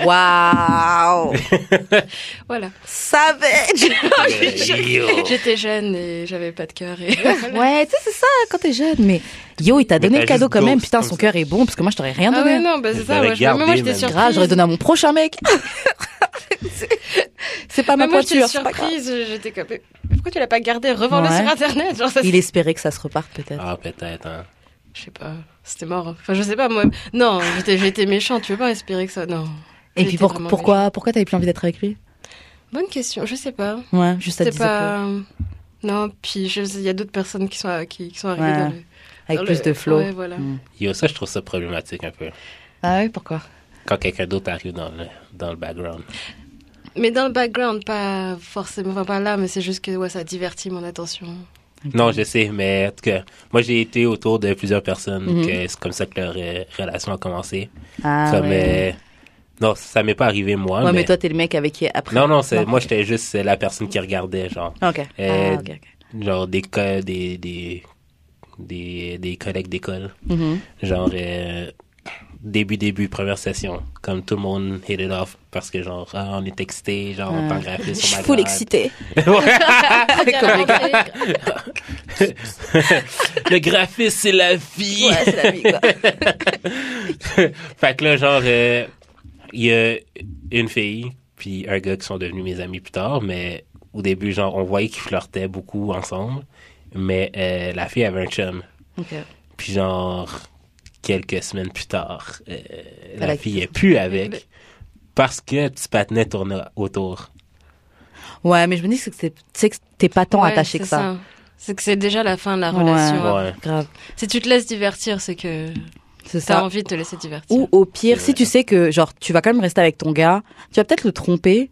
[SPEAKER 1] Waouh. *laughs*
[SPEAKER 3] Voilà.
[SPEAKER 1] Savage.
[SPEAKER 3] *laughs*
[SPEAKER 2] Ben,
[SPEAKER 1] *laughs*
[SPEAKER 3] J'étais jeune et j'avais pas de cœur. Et...
[SPEAKER 1] Ah Ouais, tu sais, c'est ça quand t'es jeune, mais yo, il t'a donné
[SPEAKER 2] t'as
[SPEAKER 1] le cadeau
[SPEAKER 2] juste
[SPEAKER 1] quand même.
[SPEAKER 2] ghost
[SPEAKER 1] Putain,
[SPEAKER 2] comme
[SPEAKER 1] son
[SPEAKER 2] ça.
[SPEAKER 1] cœur est bon parce que moi je t'aurais rien
[SPEAKER 3] Ah ouais,
[SPEAKER 1] donné. hein.
[SPEAKER 3] non, bah
[SPEAKER 2] Je
[SPEAKER 3] c'est ça.
[SPEAKER 2] l'avais
[SPEAKER 3] Moi, je- mais moi
[SPEAKER 2] gardé,
[SPEAKER 3] j'étais
[SPEAKER 2] même.
[SPEAKER 3] surprise.
[SPEAKER 1] Grave, j'aurais donné à mon prochain
[SPEAKER 3] *laughs*
[SPEAKER 1] mec. C'est- C'est pas ma
[SPEAKER 3] Mais moi j'étais
[SPEAKER 1] voiture, c'est pas grave.
[SPEAKER 3] surprise, j'étais comme. mais Pourquoi tu l'as pas gardé Revends-le
[SPEAKER 1] Ouais.
[SPEAKER 3] sur internet. Genre, ça,
[SPEAKER 1] Il espérait que ça se reparte peut-être.
[SPEAKER 2] Ah, peut-être, hein.
[SPEAKER 3] Je sais pas, c'était mort. Enfin, je sais pas, moi. Non, j'étais j'étais méchant, tu veux pas espérer que ça. Non.
[SPEAKER 1] Et puis
[SPEAKER 3] J'étais
[SPEAKER 1] pour-
[SPEAKER 3] vraiment
[SPEAKER 1] pourquoi, pourquoi t'avais plus envie d'être avec lui
[SPEAKER 3] Bonne question, je sais pas.
[SPEAKER 1] Ouais, juste à
[SPEAKER 3] C'était
[SPEAKER 1] dire
[SPEAKER 3] pas. Non, puis je- il y a d'autres personnes qui sont, à- qui, qui sont arrivées
[SPEAKER 1] Ouais.
[SPEAKER 3] dans le-
[SPEAKER 1] avec
[SPEAKER 3] dans
[SPEAKER 1] plus
[SPEAKER 3] le-
[SPEAKER 1] de flow.
[SPEAKER 3] Ah Ouais, voilà.
[SPEAKER 1] Mm.
[SPEAKER 2] Yo, ça, je trouve ça problématique un peu.
[SPEAKER 1] Ah oui, pourquoi
[SPEAKER 2] Quand quelqu'un d'autre arrive dans le, dans le background.
[SPEAKER 3] Mais dans le background, pas forcément, enfin pas là, mais c'est juste que ouais, ça divertit mon
[SPEAKER 1] *laughs*
[SPEAKER 3] attention.
[SPEAKER 2] Non, je sais, mais en tout cas, moi, j'ai été autour de plusieurs personnes
[SPEAKER 1] Mhm.
[SPEAKER 2] que c'est comme ça que leur euh, relation a commencé.
[SPEAKER 1] Ah
[SPEAKER 2] ça
[SPEAKER 1] ouais.
[SPEAKER 2] m'est- Non, ça m'est pas arrivé, moi.
[SPEAKER 1] Ouais,
[SPEAKER 2] mais...
[SPEAKER 1] mais toi t'es le mec avec qui après.
[SPEAKER 2] Non, non, c'est... moi,
[SPEAKER 1] ok.
[SPEAKER 2] j'étais juste euh, la personne qui regardait, genre.
[SPEAKER 1] Ok.
[SPEAKER 2] Euh,
[SPEAKER 1] Ah, ok, ok.
[SPEAKER 2] Genre des, co- des, des, des, des collègues d'école.
[SPEAKER 1] Mhm.
[SPEAKER 2] Genre, euh, début, début, première session. Comme tout le monde hit it off parce que, genre, ah, on est excité, genre, on
[SPEAKER 1] Ah.
[SPEAKER 2] parle rapide
[SPEAKER 1] Je
[SPEAKER 2] sur ma
[SPEAKER 1] suis full
[SPEAKER 2] grade.
[SPEAKER 1] excitée.
[SPEAKER 3] Comme les gars.
[SPEAKER 2] Le graphisme, c'est la vie!
[SPEAKER 1] Ouais, c'est la vie
[SPEAKER 3] *laughs*
[SPEAKER 1] quoi.
[SPEAKER 2] Fait que là, genre, euh, il y a une fille puis un gars qui sont devenus mes amis plus tard, mais au début, genre, on voyait qu'ils flirtaient beaucoup ensemble, mais euh, la fille avait un chum.
[SPEAKER 1] Ok.
[SPEAKER 2] Puis genre, quelques semaines plus tard, euh,
[SPEAKER 1] Elle a
[SPEAKER 2] la fille est plus avec. parce que petit patinet tournait autour.
[SPEAKER 1] Ouais, mais je me dis que c'est que c'est- c'est que t'es pas tant
[SPEAKER 3] Ouais,
[SPEAKER 1] attaché que
[SPEAKER 3] c'est
[SPEAKER 1] ça.
[SPEAKER 3] C'est que c'est déjà la fin de la relation. hein.
[SPEAKER 1] Ouais.
[SPEAKER 2] Ouais.
[SPEAKER 1] Grave.
[SPEAKER 3] Si tu te laisses divertir, c'est que
[SPEAKER 1] C'est
[SPEAKER 3] t'as
[SPEAKER 1] ça.
[SPEAKER 3] envie de te laisser divertir.
[SPEAKER 1] Ou au pire,
[SPEAKER 2] C'est
[SPEAKER 1] si
[SPEAKER 2] vrai.
[SPEAKER 1] tu sais que genre tu vas quand même rester avec ton gars, tu vas peut-être le tromper,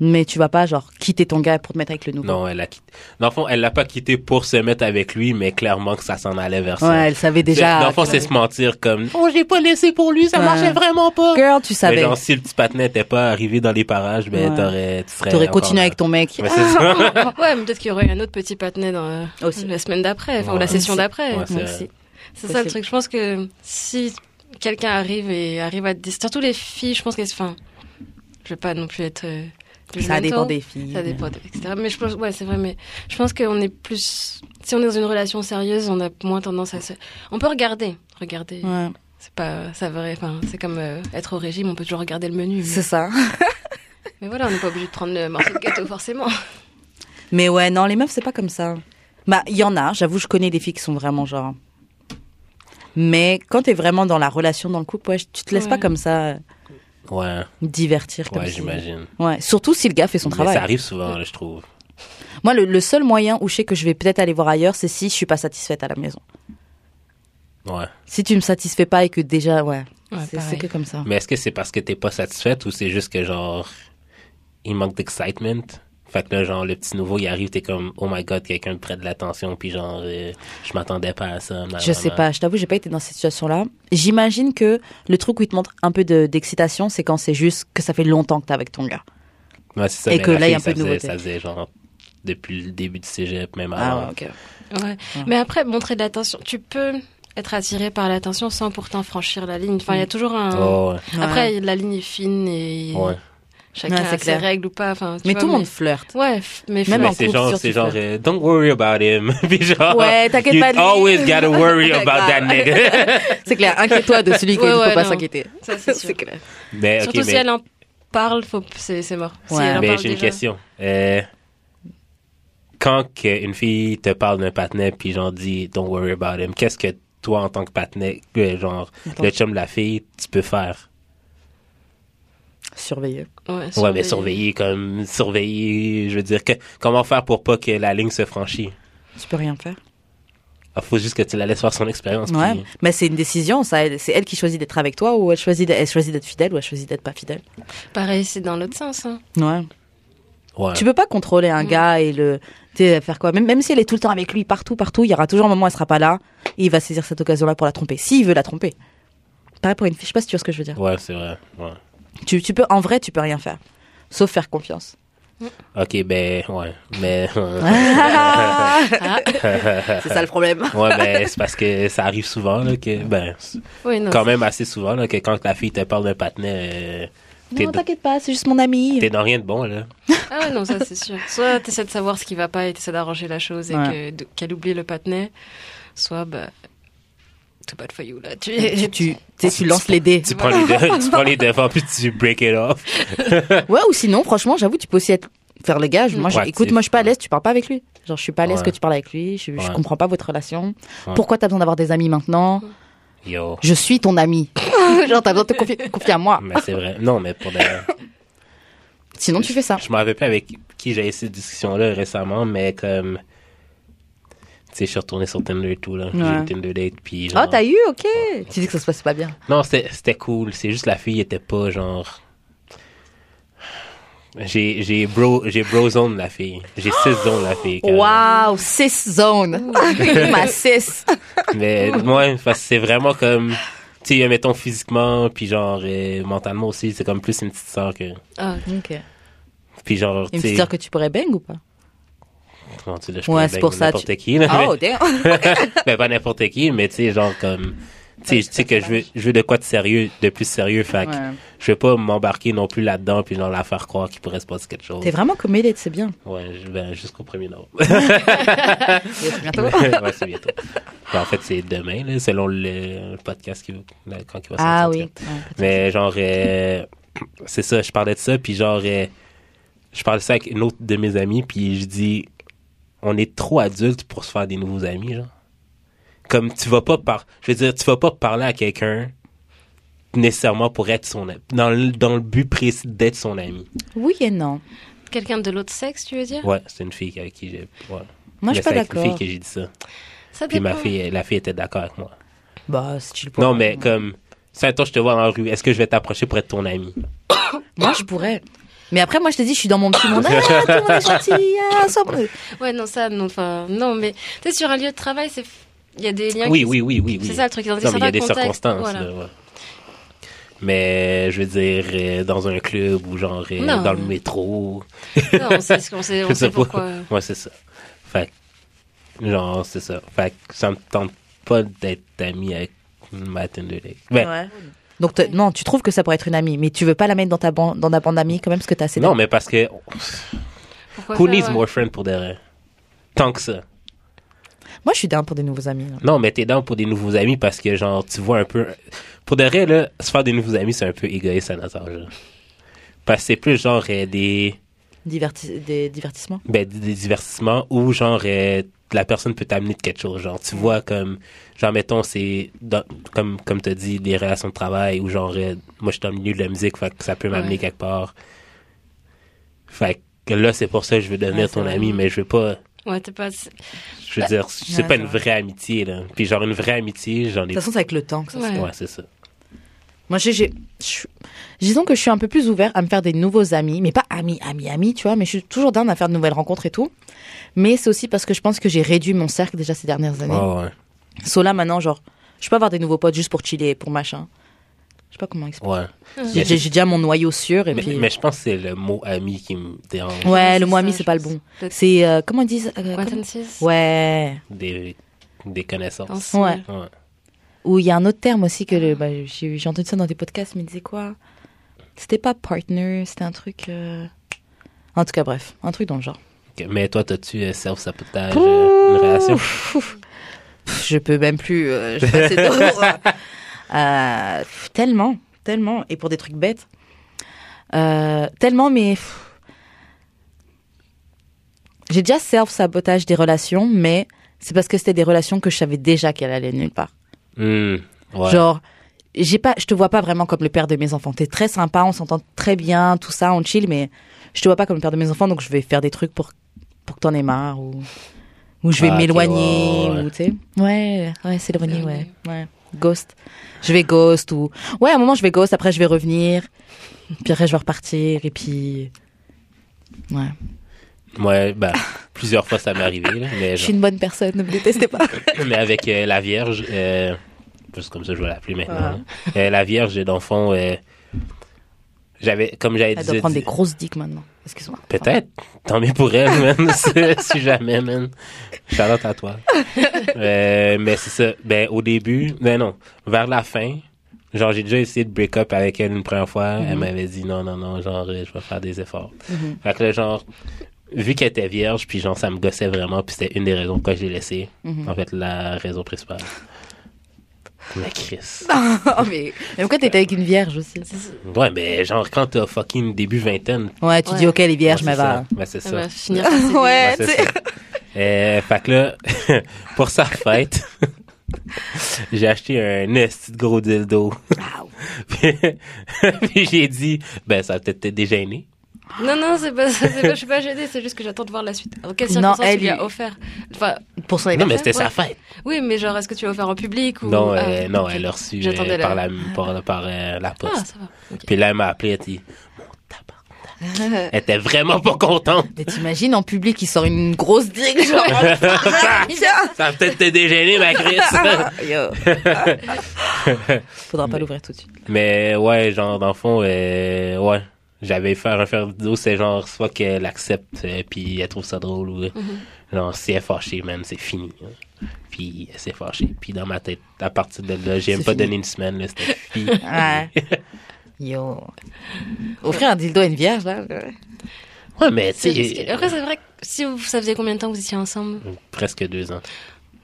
[SPEAKER 1] mais tu vas pas genre quitter ton gars pour te mettre avec le nouveau.
[SPEAKER 2] Non, elle a quitté. Dans le fond, elle l'a pas quitté pour se mettre avec lui, mais clairement que ça s'en allait vers ça.
[SPEAKER 1] Ouais, elle savait déjà.
[SPEAKER 2] Dans le fond,
[SPEAKER 1] que-
[SPEAKER 2] c'est se mentir comme Oh, j'ai pas laissé pour lui, ça
[SPEAKER 1] Ouais.
[SPEAKER 2] marchait vraiment pas.
[SPEAKER 1] Girl, tu
[SPEAKER 2] Mais
[SPEAKER 1] savais.
[SPEAKER 2] genre, si le petit patinet n'était pas arrivé dans les parages, ben,
[SPEAKER 1] Ouais.
[SPEAKER 2] t'aurais, tu serais.
[SPEAKER 1] T'aurais
[SPEAKER 2] encore
[SPEAKER 1] continué
[SPEAKER 2] là.
[SPEAKER 1] avec ton mec.
[SPEAKER 2] Ouais, *laughs*
[SPEAKER 1] *laughs*
[SPEAKER 2] c'est ça.
[SPEAKER 3] *laughs* ouais, mais peut-être qu'il y aurait un autre petit patinet dans euh,
[SPEAKER 1] Aussi.
[SPEAKER 3] la semaine d'après, enfin, ou
[SPEAKER 2] Ouais.
[SPEAKER 3] la session
[SPEAKER 1] Aussi.
[SPEAKER 3] d'après.
[SPEAKER 2] Ouais, c'est
[SPEAKER 3] Donc,
[SPEAKER 2] vrai.
[SPEAKER 3] c'est- C'est ça
[SPEAKER 1] Possible.
[SPEAKER 3] le truc. Je pense que si quelqu'un arrive et arrive à te dire, surtout les filles, je pense qu'elles, enfin, je vais pas non plus être. euh,
[SPEAKER 1] Ça
[SPEAKER 3] judgmental.
[SPEAKER 1] dépend des filles.
[SPEAKER 3] Ça dépend, de- etc. Mais je pense, ouais, c'est vrai, mais je pense qu'on est plus. Si on est dans une relation sérieuse, on a moins tendance à se. On peut regarder. Regarder.
[SPEAKER 1] Ouais,
[SPEAKER 3] C'est pas. Ça vrai. Enfin, c'est comme euh, être au régime, on peut toujours regarder le menu.
[SPEAKER 1] c'est
[SPEAKER 3] Mais,
[SPEAKER 1] ça.
[SPEAKER 3] mais voilà, on n'est pas obligé de prendre le morceau de gâteau, forcément.
[SPEAKER 1] Mais ouais, non, les meufs, c'est pas comme ça. Bah, il y en a, j'avoue, je connais des filles qui sont vraiment genre. Mais quand t'es vraiment dans la relation, dans le couple, ouais, tu te laisses
[SPEAKER 3] Ouais.
[SPEAKER 1] pas comme ça euh,
[SPEAKER 2] Ouais,
[SPEAKER 1] divertir comme
[SPEAKER 2] ouais,
[SPEAKER 1] si-
[SPEAKER 2] j'imagine.
[SPEAKER 1] Ouais, surtout si le gars fait son
[SPEAKER 2] Mais
[SPEAKER 1] travail.
[SPEAKER 2] ça arrive souvent, là, je trouve.
[SPEAKER 1] Moi, le, le seul moyen où je sais que je vais peut-être aller voir ailleurs, c'est si je suis pas satisfaite à la maison.
[SPEAKER 2] Ouais.
[SPEAKER 1] Si tu me satisfais pas et que déjà, *laughs* ouais,
[SPEAKER 3] Ouais,
[SPEAKER 1] c'est- c'est
[SPEAKER 3] pareil.
[SPEAKER 1] que comme ça.
[SPEAKER 2] *laughs* Mais est-ce que c'est parce que t'es pas satisfaite ou c'est juste que genre il manque d'excitement? Fait que là, genre, le petit nouveau, il arrive, t'es comme, oh my god, quelqu'un me prête de l'attention, puis genre, euh, je m'attendais pas à ça.
[SPEAKER 1] Je sais pas, je t'avoue, j'ai pas été dans cette situation-là. J'imagine que le truc où il te montre un peu de- d'excitation, c'est quand c'est juste que ça fait longtemps que t'es avec ton gars.
[SPEAKER 2] Ouais, c'est ça,
[SPEAKER 1] Et
[SPEAKER 2] mais
[SPEAKER 1] que
[SPEAKER 2] la
[SPEAKER 1] là, il y a
[SPEAKER 2] fille,
[SPEAKER 1] un peu de
[SPEAKER 2] ça
[SPEAKER 1] nouveauté.
[SPEAKER 2] faisait- Ça faisait genre depuis le début du cégep, même
[SPEAKER 1] Ah,
[SPEAKER 2] avant.
[SPEAKER 1] ouais, ok.
[SPEAKER 3] Ouais. Mais après, montrer de l'attention. Tu peux être attiré par l'attention sans pourtant franchir la ligne. Enfin, il y a toujours un.
[SPEAKER 2] Oh, ouais.
[SPEAKER 1] Mm. Ouais.
[SPEAKER 3] Après, la ligne est fine et
[SPEAKER 1] Mmh.
[SPEAKER 2] Ouais.
[SPEAKER 3] chacun
[SPEAKER 1] Ouais, c'est
[SPEAKER 3] a ses
[SPEAKER 1] clair.
[SPEAKER 3] règles ou pas. Enfin, tu
[SPEAKER 1] mais
[SPEAKER 3] vois,
[SPEAKER 1] tout le monde flirte.
[SPEAKER 3] Ouais, f- mais
[SPEAKER 1] Même
[SPEAKER 2] Mais
[SPEAKER 1] en
[SPEAKER 2] c'est
[SPEAKER 1] couple,
[SPEAKER 2] genre,
[SPEAKER 1] surtout
[SPEAKER 2] c'est genre,
[SPEAKER 1] que-
[SPEAKER 2] euh, don't worry about him. *laughs* puis genre,
[SPEAKER 1] *laughs* Ouais, t'inquiète
[SPEAKER 2] you
[SPEAKER 1] pas de lui. Oh
[SPEAKER 2] always
[SPEAKER 1] *laughs*
[SPEAKER 2] gotta worry about that
[SPEAKER 1] Grave.
[SPEAKER 2] nigga.
[SPEAKER 1] C'est clair, inquiète-toi de celui qui
[SPEAKER 3] Ouais,
[SPEAKER 1] ne
[SPEAKER 3] ouais,
[SPEAKER 1] faut pas
[SPEAKER 3] non.
[SPEAKER 1] s'inquiéter.
[SPEAKER 3] Ça, c'est sûr.
[SPEAKER 1] clair.
[SPEAKER 2] mais, Eh, ok,
[SPEAKER 3] Surtout si
[SPEAKER 2] mais-
[SPEAKER 3] elle en parle, faut... c'est c'est mort. Si
[SPEAKER 1] Ouais.
[SPEAKER 3] elle en
[SPEAKER 2] Mais
[SPEAKER 3] parle
[SPEAKER 2] Ah, ben, j'ai une
[SPEAKER 3] déjà.
[SPEAKER 2] question. Euh, quand que une fille te parle d'un patinet puis genre dit don't worry about him, qu'est-ce que toi en tant que patinet, euh, genre
[SPEAKER 1] Attends.
[SPEAKER 2] le chum de la fille, tu peux faire
[SPEAKER 1] Surveiller.
[SPEAKER 3] Ouais,
[SPEAKER 2] Ouais, mais surveiller comme surveiller, je veux dire que comment faire pour pas que la ligne se franchit
[SPEAKER 1] Tu peux rien faire.
[SPEAKER 2] Il faut juste que tu la laisses faire son expérience.
[SPEAKER 1] Ouais.
[SPEAKER 2] puis-
[SPEAKER 1] Mais c'est une décision, ça. Elle- C'est elle qui choisit d'être avec toi ou elle choisit d'être- elle choisit d'être fidèle ou elle choisit d'être pas fidèle.
[SPEAKER 3] Pareil, c'est dans l'autre
[SPEAKER 2] *laughs*
[SPEAKER 3] sens. hein.
[SPEAKER 1] Ouais.
[SPEAKER 2] Ouais.
[SPEAKER 1] Tu peux pas contrôler un
[SPEAKER 3] Mm.
[SPEAKER 1] gars et le tu sais, faire quoi même, même si elle est tout le temps avec lui partout partout, il y aura toujours un moment où elle sera pas là et il va saisir cette occasion là pour la tromper s'il veut la tromper. Pareil pour une fille, je sais pas si tu vois ce que je veux dire.
[SPEAKER 2] Ouais, c'est vrai. Ouais.
[SPEAKER 1] Tu, tu peux en vrai, tu peux rien faire sauf faire confiance.
[SPEAKER 2] Ok, ben ouais, mais *laughs* Ah!
[SPEAKER 1] *laughs* c'est
[SPEAKER 3] Ah,
[SPEAKER 1] ça le problème.
[SPEAKER 2] ouais, ben c'est parce que ça arrive souvent là que ben
[SPEAKER 3] Oui, non.
[SPEAKER 2] quand même assez souvent là, que quand la fille te parle d'un patinet, euh, t'es
[SPEAKER 1] Non, t'inquiète pas, c'est juste mon ami.
[SPEAKER 2] t'es dans rien de bon là.
[SPEAKER 3] Ah ouais, non, ça c'est sûr. Soit t'essaies de savoir ce qui va pas et t'essaies d'arranger la chose et
[SPEAKER 1] Ouais.
[SPEAKER 3] que- de- qu'elle oublie le patinet, soit bah tout pas de you là. Tu
[SPEAKER 1] tu, tu, tu, tu lances les dés.
[SPEAKER 2] Tu prends les deux, tu prends
[SPEAKER 1] *laughs*
[SPEAKER 2] les devants puis tu break it off.
[SPEAKER 1] Ouais, ou sinon, franchement, j'avoue, tu peux aussi être, faire le gage. Moi, je-
[SPEAKER 2] Proactif,
[SPEAKER 1] écoute, moi, je suis pas à
[SPEAKER 2] ouais.
[SPEAKER 1] l'aise, tu parles pas avec lui. Genre, je suis pas à l'aise
[SPEAKER 2] Ouais.
[SPEAKER 1] que tu parles avec lui, je, je
[SPEAKER 2] Ouais.
[SPEAKER 1] comprends pas votre relation.
[SPEAKER 2] Ouais.
[SPEAKER 1] Pourquoi t'as besoin d'avoir des amis maintenant
[SPEAKER 2] Yo,
[SPEAKER 1] Je suis ton *laughs* ami. Genre, t'as besoin de te confier, confier à moi.
[SPEAKER 2] mais c'est vrai. Non, mais pour de
[SPEAKER 1] Sinon, tu fais ça.
[SPEAKER 2] Je m'en rappelle plus avec qui j'ai eu cette discussion là récemment, mais comme tu sais, je suis retourné sur Tinder et tout là, j'ai
[SPEAKER 1] Ouais.
[SPEAKER 2] eu Tinder date puis genre.
[SPEAKER 1] Ah, t'as eu, ok. Tu dis que ça se passe pas bien.
[SPEAKER 2] Non, c'était c'était cool. C'est juste la fille était pas genre. J'ai j'ai bro j'ai bro zone la fille. J'ai six zones la fille. quand même.
[SPEAKER 1] Waouh, 6 *laughs* zones. Ma 6.
[SPEAKER 2] Mais moi, parce que c'est vraiment comme tu sais, mettons physiquement puis genre euh, mentalement aussi, c'est comme plus une petite sœur que
[SPEAKER 3] Ah,
[SPEAKER 1] Ok.
[SPEAKER 2] puis genre
[SPEAKER 1] Il
[SPEAKER 2] tu
[SPEAKER 1] me dit
[SPEAKER 2] sais.
[SPEAKER 1] dire que tu pourrais bang ou pas
[SPEAKER 2] Comment tu dis, je
[SPEAKER 1] Ouais,
[SPEAKER 2] pourrais
[SPEAKER 1] c'est
[SPEAKER 2] bang
[SPEAKER 1] pour ça,
[SPEAKER 2] N'importe qui, là,
[SPEAKER 1] Oh,
[SPEAKER 2] mais-
[SPEAKER 1] damn.
[SPEAKER 2] *laughs* mais pas n'importe qui, mais tu sais, genre comme. Tu sais, je sais que je veux, je veux de quoi de sérieux, de plus sérieux, fait que
[SPEAKER 1] Ouais.
[SPEAKER 2] je veux pas m'embarquer non plus là-dedans puis genre la faire croire qu'il pourrait se passer quelque chose.
[SPEAKER 1] *laughs* T'es vraiment comêlée, c'est bien.
[SPEAKER 2] Ouais, je- ben, jusqu'au 1er novembre.
[SPEAKER 1] C'est *laughs* bientôt.
[SPEAKER 2] ouais, c'est bientôt. Ben, en fait, c'est demain, là, selon le podcast qui, va- là, quand il va sortir.
[SPEAKER 1] Ah oui.
[SPEAKER 2] Mais genre, euh, c'est ça, je parlais de ça, puis genre, euh, je parlais de ça avec une autre de mes amies, puis je dis, on est trop adultes pour se faire des nouveaux amis, genre. Comme tu vas pas par, je veux dire, tu vas pas parler à quelqu'un nécessairement pour être son ami. Dans le, dans le but précis d'être son ami.
[SPEAKER 1] Oui et non.
[SPEAKER 3] Quelqu'un de l'autre sexe, tu veux dire
[SPEAKER 2] Ouais, c'est une fille avec qui j'ai. ouais.
[SPEAKER 1] Moi, je
[SPEAKER 2] Mais
[SPEAKER 1] suis pas
[SPEAKER 2] c'est avec une
[SPEAKER 1] d'accord.
[SPEAKER 2] fille que j'ai dit ça.
[SPEAKER 3] Ça
[SPEAKER 2] Puis ma
[SPEAKER 3] dépend.
[SPEAKER 2] fille, la fille était d'accord avec moi.
[SPEAKER 1] Bah, c'est chill pour
[SPEAKER 2] Non,
[SPEAKER 1] moi.
[SPEAKER 2] mais comme, si un temps je te vois dans la rue, est-ce que je vais t'approcher pour être ton ami?
[SPEAKER 1] Moi, je pourrais. Mais après, moi, je te dis, je suis dans mon petit
[SPEAKER 2] *laughs*
[SPEAKER 1] monde. Ah, tout le monde est gentil. Ah, sois bon.
[SPEAKER 3] Ouais, non, ça, non, enfin, non, mais tu sais, sur un lieu de travail, c'est. Il y a des liens
[SPEAKER 2] Oui,
[SPEAKER 3] qui-
[SPEAKER 2] oui, oui, oui. oui.
[SPEAKER 3] C'est ça le truc. Dans
[SPEAKER 2] Non, mais il y a des
[SPEAKER 3] certains contextes,
[SPEAKER 2] circonstances.
[SPEAKER 3] voilà.
[SPEAKER 2] là, ouais. Mais je veux dire, euh, dans un club ou genre euh,
[SPEAKER 3] Non.
[SPEAKER 2] dans le métro.
[SPEAKER 3] Non, on sait, ce qu'on sait, on
[SPEAKER 2] *laughs* Je
[SPEAKER 3] sait
[SPEAKER 2] sais pas.
[SPEAKER 3] pourquoi.
[SPEAKER 2] Ouais, c'est ça. Fait que, genre, c'est ça. Fait que ça me tente pas d'être ami avec ma Tinder date. Ben,
[SPEAKER 1] Donc, te- non, tu trouves que ça pourrait être une amie, mais tu veux pas la mettre dans ta bande, dans ta bande d'amis quand même, parce que t'as assez
[SPEAKER 2] non,
[SPEAKER 1] d'amis.
[SPEAKER 2] mais parce que
[SPEAKER 3] Pourquoi
[SPEAKER 2] who
[SPEAKER 3] ça,
[SPEAKER 2] needs
[SPEAKER 3] ouais.
[SPEAKER 2] more friends pour derrière? Tant que ça.
[SPEAKER 1] Moi, je suis down pour des nouveaux amis. hein. là.
[SPEAKER 2] Non, mais t'es down pour des nouveaux amis parce que, genre, tu vois un peu. Pour de vrai, là, se faire des nouveaux amis, c'est un peu égoïste à notre âge. là. Parce que c'est plus genre euh, des,
[SPEAKER 1] Diverti- des divertissements.
[SPEAKER 2] ben, des- des divertissements où, genre, euh, la personne peut t'amener de quelque chose. Genre, tu vois, comme, genre, mettons, c'est, dans- comme, comme t'as dit, des relations de travail ou, genre, euh, moi, je suis dans le milieu de la musique, fait que ça peut m'amener
[SPEAKER 3] Ouais.
[SPEAKER 2] quelque part. Fait que là, c'est pour ça que je veux devenir
[SPEAKER 1] Ouais, c'est
[SPEAKER 2] ton
[SPEAKER 1] vrai. Ben,
[SPEAKER 2] ami, mais je veux pas.
[SPEAKER 3] Ouais, t'es pas.
[SPEAKER 2] Je veux dire, c'est
[SPEAKER 1] ouais,
[SPEAKER 2] pas
[SPEAKER 1] c'est
[SPEAKER 2] une
[SPEAKER 1] vrai.
[SPEAKER 2] vraie amitié, là. Puis, genre, une vraie amitié, j'en
[SPEAKER 1] De
[SPEAKER 2] ai.
[SPEAKER 1] toute façon, c'est avec le temps que ça se hein.
[SPEAKER 3] Ouais.
[SPEAKER 2] Ouais, c'est ça.
[SPEAKER 1] Moi, j'ai, j'ai- je suis- disons que je suis un peu plus ouvert à me faire des nouveaux amis, mais pas amis, amis, amis, tu vois, mais je suis toujours down à faire de nouvelles rencontres et tout. Mais c'est aussi parce que je pense que j'ai réduit mon cercle déjà ces dernières années.
[SPEAKER 2] Ouais, ouais.
[SPEAKER 1] So là, maintenant, genre, je peux avoir des nouveaux potes juste pour chiller, pour machin. Je sais pas comment expliquer.
[SPEAKER 2] Ouais.
[SPEAKER 1] J'ai, j'ai déjà mon noyau sûr et
[SPEAKER 2] Mais,
[SPEAKER 1] puis.
[SPEAKER 2] mais je pense que c'est le mot ami qui me dérange.
[SPEAKER 1] Ouais, le
[SPEAKER 3] C'est
[SPEAKER 1] mot
[SPEAKER 3] ça,
[SPEAKER 1] ami,
[SPEAKER 3] je
[SPEAKER 1] c'est pas le
[SPEAKER 3] pense.
[SPEAKER 1] bon.
[SPEAKER 3] Peut-être-
[SPEAKER 1] C'est, euh, comment ils disent euh, comment-
[SPEAKER 3] Acquaintances
[SPEAKER 1] Ouais.
[SPEAKER 2] Des, des connaissances.
[SPEAKER 3] Ensemble.
[SPEAKER 1] Ouais.
[SPEAKER 2] Ouais.
[SPEAKER 1] Ou il y a un autre terme aussi que le- bah, j'ai j'ai entendu ça dans des podcasts, mais il disait quoi C'était pas partner, c'était un truc. euh, En tout cas, bref, un truc dans le genre.
[SPEAKER 2] Ok, Mais toi, t'as-tu euh, self-sabotage, euh, une relation?
[SPEAKER 1] Pff, je peux même plus. euh, je passe dans- Euh, pff, tellement, tellement. Et pour des trucs bêtes. Euh, tellement, mais. pff. J'ai déjà self-sabotage des relations, mais c'est parce que c'était des relations que je savais déjà qu'elles allaient nulle part.
[SPEAKER 2] Hmm, ouais.
[SPEAKER 1] Genre, j'ai pas, je te vois pas vraiment comme le père de mes enfants. T'es très sympa, on s'entend très bien, tout ça, on chill, mais je te vois pas comme le père de mes enfants, donc je vais faire des trucs pour, pour que t'en aies marre ou, ou je vais
[SPEAKER 2] Ah, ok,
[SPEAKER 1] m'éloigner
[SPEAKER 2] ouais, ouais, ouais.
[SPEAKER 1] ou tu sais. Ouais, ouais, s'éloigner, ouais, ouais. Ghost. Je vais ghost ou ouais, à un moment je vais ghost, après je vais revenir, puis après je vais repartir et puis ouais.
[SPEAKER 2] Ouais, ben, plusieurs fois, ça m'est arrivé, là, mais,
[SPEAKER 1] Je
[SPEAKER 2] genre-
[SPEAKER 1] suis une bonne personne, ne me détestez pas.
[SPEAKER 2] mais avec euh, la Vierge, euh, juste comme ça, je vais l'appeler maintenant.
[SPEAKER 1] Ah.
[SPEAKER 2] là. Euh, la Vierge, dans le fond, euh, j'avais, comme j'avais
[SPEAKER 1] Elle
[SPEAKER 2] dit...
[SPEAKER 1] doit prendre
[SPEAKER 2] dit-
[SPEAKER 1] des grosses dicks maintenant. Excuse-moi.
[SPEAKER 2] Peut-être. Tant mieux pour elle, man. si si jamais, man. Charlotte à toi. Euh, mais c'est ça. Ben, au début, ben non, vers la fin, genre, j'ai déjà essayé de break up avec elle une première fois. Elle m'avait dit non, non, non, genre, euh, je vais faire des efforts. Fait que là, genre, vu qu'elle était vierge, puis genre, ça me gossait vraiment, puis c'était une des raisons pourquoi je l'ai laissée. En fait, la raison principale. Mais Chris.
[SPEAKER 1] *laughs* Oh, mais, mais pourquoi t'étais avec une vierge aussi
[SPEAKER 2] Ouais, mais genre, quand t'as fucking début vingtaine.
[SPEAKER 1] Ouais, tu
[SPEAKER 3] Ouais.
[SPEAKER 1] dis ok les vierges,
[SPEAKER 2] ouais,
[SPEAKER 1] mais
[SPEAKER 2] c'est ça.
[SPEAKER 1] va.
[SPEAKER 2] Ben, c'est ça.
[SPEAKER 3] Elle
[SPEAKER 1] *laughs*
[SPEAKER 3] va Ah bah, finir par céder.
[SPEAKER 1] Ouais,
[SPEAKER 2] Ouais, c'est ça. *laughs* Euh, fait que là, *laughs* pour sa fête, *laughs* j'ai acheté un esti de gros dildo. *laughs* Puis, puis j'ai dit, ben, ça va peut-être te déjeuner.
[SPEAKER 3] Non, non, c'est pas, ça, c'est pas, je suis pas gênée, c'est juste que j'attends de voir la suite. En quelles
[SPEAKER 1] Non,
[SPEAKER 3] circonstances
[SPEAKER 1] elle,
[SPEAKER 3] tu lui
[SPEAKER 1] il-
[SPEAKER 3] as offert Enfin,
[SPEAKER 1] Pour son
[SPEAKER 2] Non, mais
[SPEAKER 1] anniversaire.
[SPEAKER 2] c'était sa
[SPEAKER 3] ouais.
[SPEAKER 2] fête.
[SPEAKER 3] oui, mais genre, est-ce que tu l'as offert en public ou...
[SPEAKER 2] Non,
[SPEAKER 3] Ah,
[SPEAKER 2] euh, non,
[SPEAKER 3] ok.
[SPEAKER 2] elle a reçu euh,
[SPEAKER 3] J'attendais
[SPEAKER 2] par
[SPEAKER 3] la-
[SPEAKER 2] la, par, par, euh, la poste.
[SPEAKER 3] Ah, ça va. ok.
[SPEAKER 2] Puis là, elle m'a appelé, elle dit, mon tabarnak. Elle était vraiment pas
[SPEAKER 3] *laughs*
[SPEAKER 2] contente. *laughs*
[SPEAKER 1] Mais t'imagines en public, il sort une grosse digue, genre. *laughs*
[SPEAKER 2] Ça va peut-être te déjeuner, ma
[SPEAKER 3] *laughs*
[SPEAKER 2] Chris. *laughs*
[SPEAKER 1] Yo. Faudra pas l'ouvrir tout de suite.
[SPEAKER 2] Mais ouais, genre, dans le fond, euh, ouais. J'avais fait un faire vidéo, c'est genre, soit qu'elle accepte, euh, puis elle trouve ça drôle, ou euh,
[SPEAKER 1] Mhm.
[SPEAKER 2] genre, si elle est fâchée, man, c'est fini. hein. Puis elle s'est fâchée. Puis dans ma tête, à partir de là, j'ai
[SPEAKER 1] C'est
[SPEAKER 2] même pas
[SPEAKER 1] fini.
[SPEAKER 2] donné une semaine, là, c'était fini.
[SPEAKER 1] *laughs* Ouais. Yo. Offrir un dildo à une vierge, là.
[SPEAKER 2] Ouais, mais tu
[SPEAKER 3] C'est risqué.
[SPEAKER 2] sais,
[SPEAKER 3] Après, c'est vrai que si vous, ça faisait combien de temps que vous étiez ensemble
[SPEAKER 2] euh, presque deux ans.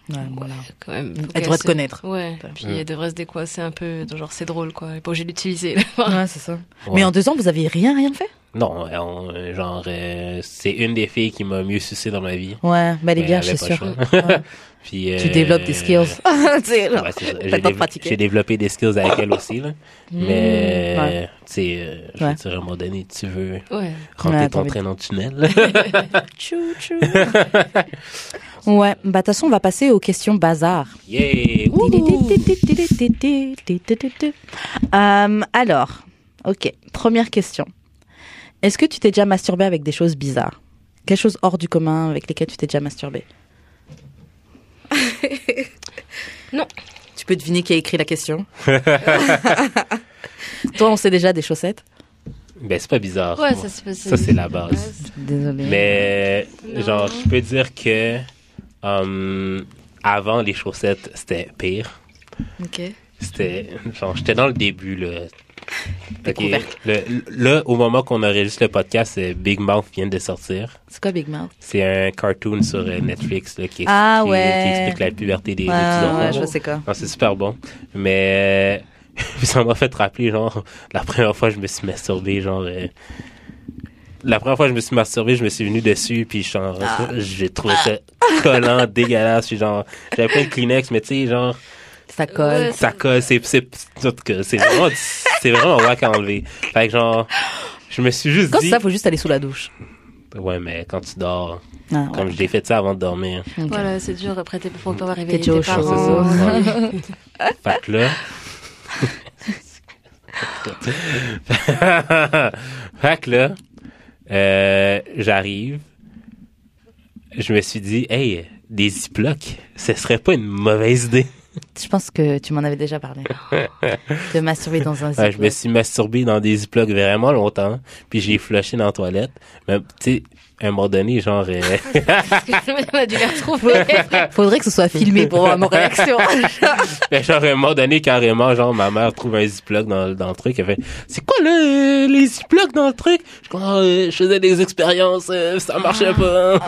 [SPEAKER 1] Ouais, voilà.
[SPEAKER 3] quand même, faut
[SPEAKER 1] Elle devrait
[SPEAKER 3] se-
[SPEAKER 1] te connaître.
[SPEAKER 3] Ouais, puis
[SPEAKER 2] Mm.
[SPEAKER 3] elle devrait se décoincer un peu, genre c'est drôle quoi, et pas obligé d'utiliser. *laughs*
[SPEAKER 1] Ouais, c'est ça.
[SPEAKER 2] Ouais.
[SPEAKER 1] Mais en deux ans, vous aviez rien, rien fait
[SPEAKER 2] Non, euh, on- genre, euh, c'est une des filles qui m'a mieux sucé dans ma vie.
[SPEAKER 1] Ouais, mais les
[SPEAKER 2] Mais
[SPEAKER 1] gars,
[SPEAKER 2] elle
[SPEAKER 1] je suis
[SPEAKER 2] avait
[SPEAKER 1] sûre.
[SPEAKER 2] pas le
[SPEAKER 1] Ouais.
[SPEAKER 2] *laughs* Puis,
[SPEAKER 1] Tu
[SPEAKER 2] euh,
[SPEAKER 1] développes des skills. *laughs* Tu sais, genre,
[SPEAKER 2] Ouais, c'est ça. J'ai
[SPEAKER 1] T'as pas
[SPEAKER 2] dév-
[SPEAKER 1] pratiqué.
[SPEAKER 2] J'ai développé des skills avec elle aussi, là. Mais,
[SPEAKER 1] Mm, ouais.
[SPEAKER 2] tu sais, euh, je
[SPEAKER 1] Ouais.
[SPEAKER 2] veux dire, à un moment donné, tu veux
[SPEAKER 3] Ouais.
[SPEAKER 2] rentrer
[SPEAKER 1] Ouais, t'as
[SPEAKER 2] ton
[SPEAKER 1] envie de-
[SPEAKER 2] train dans le tunnel.
[SPEAKER 1] *laughs*
[SPEAKER 2] *laughs*
[SPEAKER 1] Tchou, tchou. *laughs* ouais, bah, de toute façon, on va passer aux questions bazar.
[SPEAKER 2] Yay!
[SPEAKER 1] Euh, alors, ok, première question. Est-ce que tu t'es déjà masturbé avec des choses bizarres Quelque chose hors du commun avec lesquelles tu t'es déjà masturbé
[SPEAKER 3] *laughs* Non.
[SPEAKER 1] Tu peux deviner qui a écrit la question *laughs* Toi, on sait déjà des chaussettes
[SPEAKER 2] Ben, c'est pas bizarre.
[SPEAKER 3] Ouais,
[SPEAKER 2] moi.
[SPEAKER 3] ça c'est
[SPEAKER 2] Ça, Ah, c'est la base.
[SPEAKER 1] Désolée.
[SPEAKER 2] Mais,
[SPEAKER 3] Non.
[SPEAKER 2] genre, je peux dire que hum, avant les chaussettes, c'était pire.
[SPEAKER 3] Ok.
[SPEAKER 2] C'était, genre, j'étais dans le
[SPEAKER 1] *laughs*
[SPEAKER 2] début, là. Ok,
[SPEAKER 1] Découverte.
[SPEAKER 2] le- Là, au moment qu'on enregistre le podcast, euh, Big Mouth vient de sortir.
[SPEAKER 1] C'est quoi Big Mouth
[SPEAKER 2] C'est un cartoon sur euh, Netflix là, qui,
[SPEAKER 1] Ah,
[SPEAKER 2] qui- qui
[SPEAKER 1] ouais.
[SPEAKER 2] explique la puberté des, des
[SPEAKER 1] Ouais,
[SPEAKER 2] petits enfants.
[SPEAKER 1] ouais, Euh, je vois c'est quoi.
[SPEAKER 2] Non, Ah, c'est super bon. Mais euh, *laughs* ça m'a fait rappeler, genre, la première fois que je me suis masturbé, genre. euh, la première fois que je me suis masturbé, je me suis venu dessus, puis genre, j'ai trouvé ça collant, *laughs* dégueulasse, puis genre, j'avais plein de Kleenex, mais tu sais, genre,
[SPEAKER 1] Ça colle.
[SPEAKER 3] Ouais.
[SPEAKER 2] ça colle, c'est, c'est, en tout cas, c'est vraiment, c'est vraiment wack à enlever. Fait que genre, je me suis juste
[SPEAKER 1] Quand
[SPEAKER 2] dit,
[SPEAKER 1] ça, faut juste aller sous la douche.
[SPEAKER 2] ouais, mais quand tu dors,
[SPEAKER 1] Ah, ouais.
[SPEAKER 2] comme je l'ai fait ça avant de dormir,
[SPEAKER 1] Ok.
[SPEAKER 3] Voilà, c'est dur après t'es pour pas réveiller
[SPEAKER 1] déjà au
[SPEAKER 3] tes
[SPEAKER 1] chaud,
[SPEAKER 3] parents.
[SPEAKER 1] c'est
[SPEAKER 2] Ouais. Oh. *laughs* fait que là. fait que là, euh, j'arrive. Je me suis dit, hey, des ziplocs, ce serait pas une mauvaise idée.
[SPEAKER 1] Je pense que tu m'en avais déjà parlé. De masturber dans un
[SPEAKER 2] Ouais, je
[SPEAKER 1] ziploc.
[SPEAKER 2] me suis masturbé dans des ziplocs vraiment longtemps, puis j'ai flushé dans la toilette. Mais tu sais, à un moment donné, genre, euh,
[SPEAKER 3] On a dû les retrouver.
[SPEAKER 1] Faudrait que ce soit filmé pour voir mon réaction.
[SPEAKER 2] *laughs* mais genre, à un moment donné, carrément, genre, ma mère trouve un ziploc dans, dans le truc. Elle fait, c'est quoi là, euh, les ziplocs dans le truc? Je crois, euh, je faisais des expériences, euh, ça marchait pas.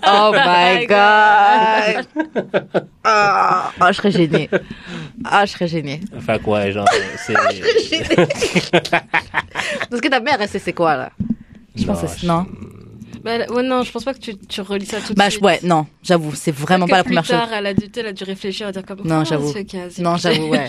[SPEAKER 1] Ah, oh my god. Ah, ah, je serais gênée. Ah, je serais gênée.
[SPEAKER 2] *laughs* Fait que ouais, genre, euh, c'est.
[SPEAKER 1] Parce que ta mère, elle sait c'est quoi là Je pense que c'est- non.
[SPEAKER 3] Bah, là- ouais, non, je pense pas que tu, tu relis ça tout de
[SPEAKER 1] Bah je-
[SPEAKER 3] suite.
[SPEAKER 1] ouais, non, j'avoue, c'est vraiment
[SPEAKER 3] Peut-être
[SPEAKER 1] pas la
[SPEAKER 3] que plus
[SPEAKER 1] première chose.
[SPEAKER 3] tard, elle a dû, elle a dû réfléchir à dire comme.
[SPEAKER 1] Non,
[SPEAKER 3] Ah,
[SPEAKER 1] j'avoue.
[SPEAKER 3] c'est ok, c'est-
[SPEAKER 1] Non, j'avoue, ouais.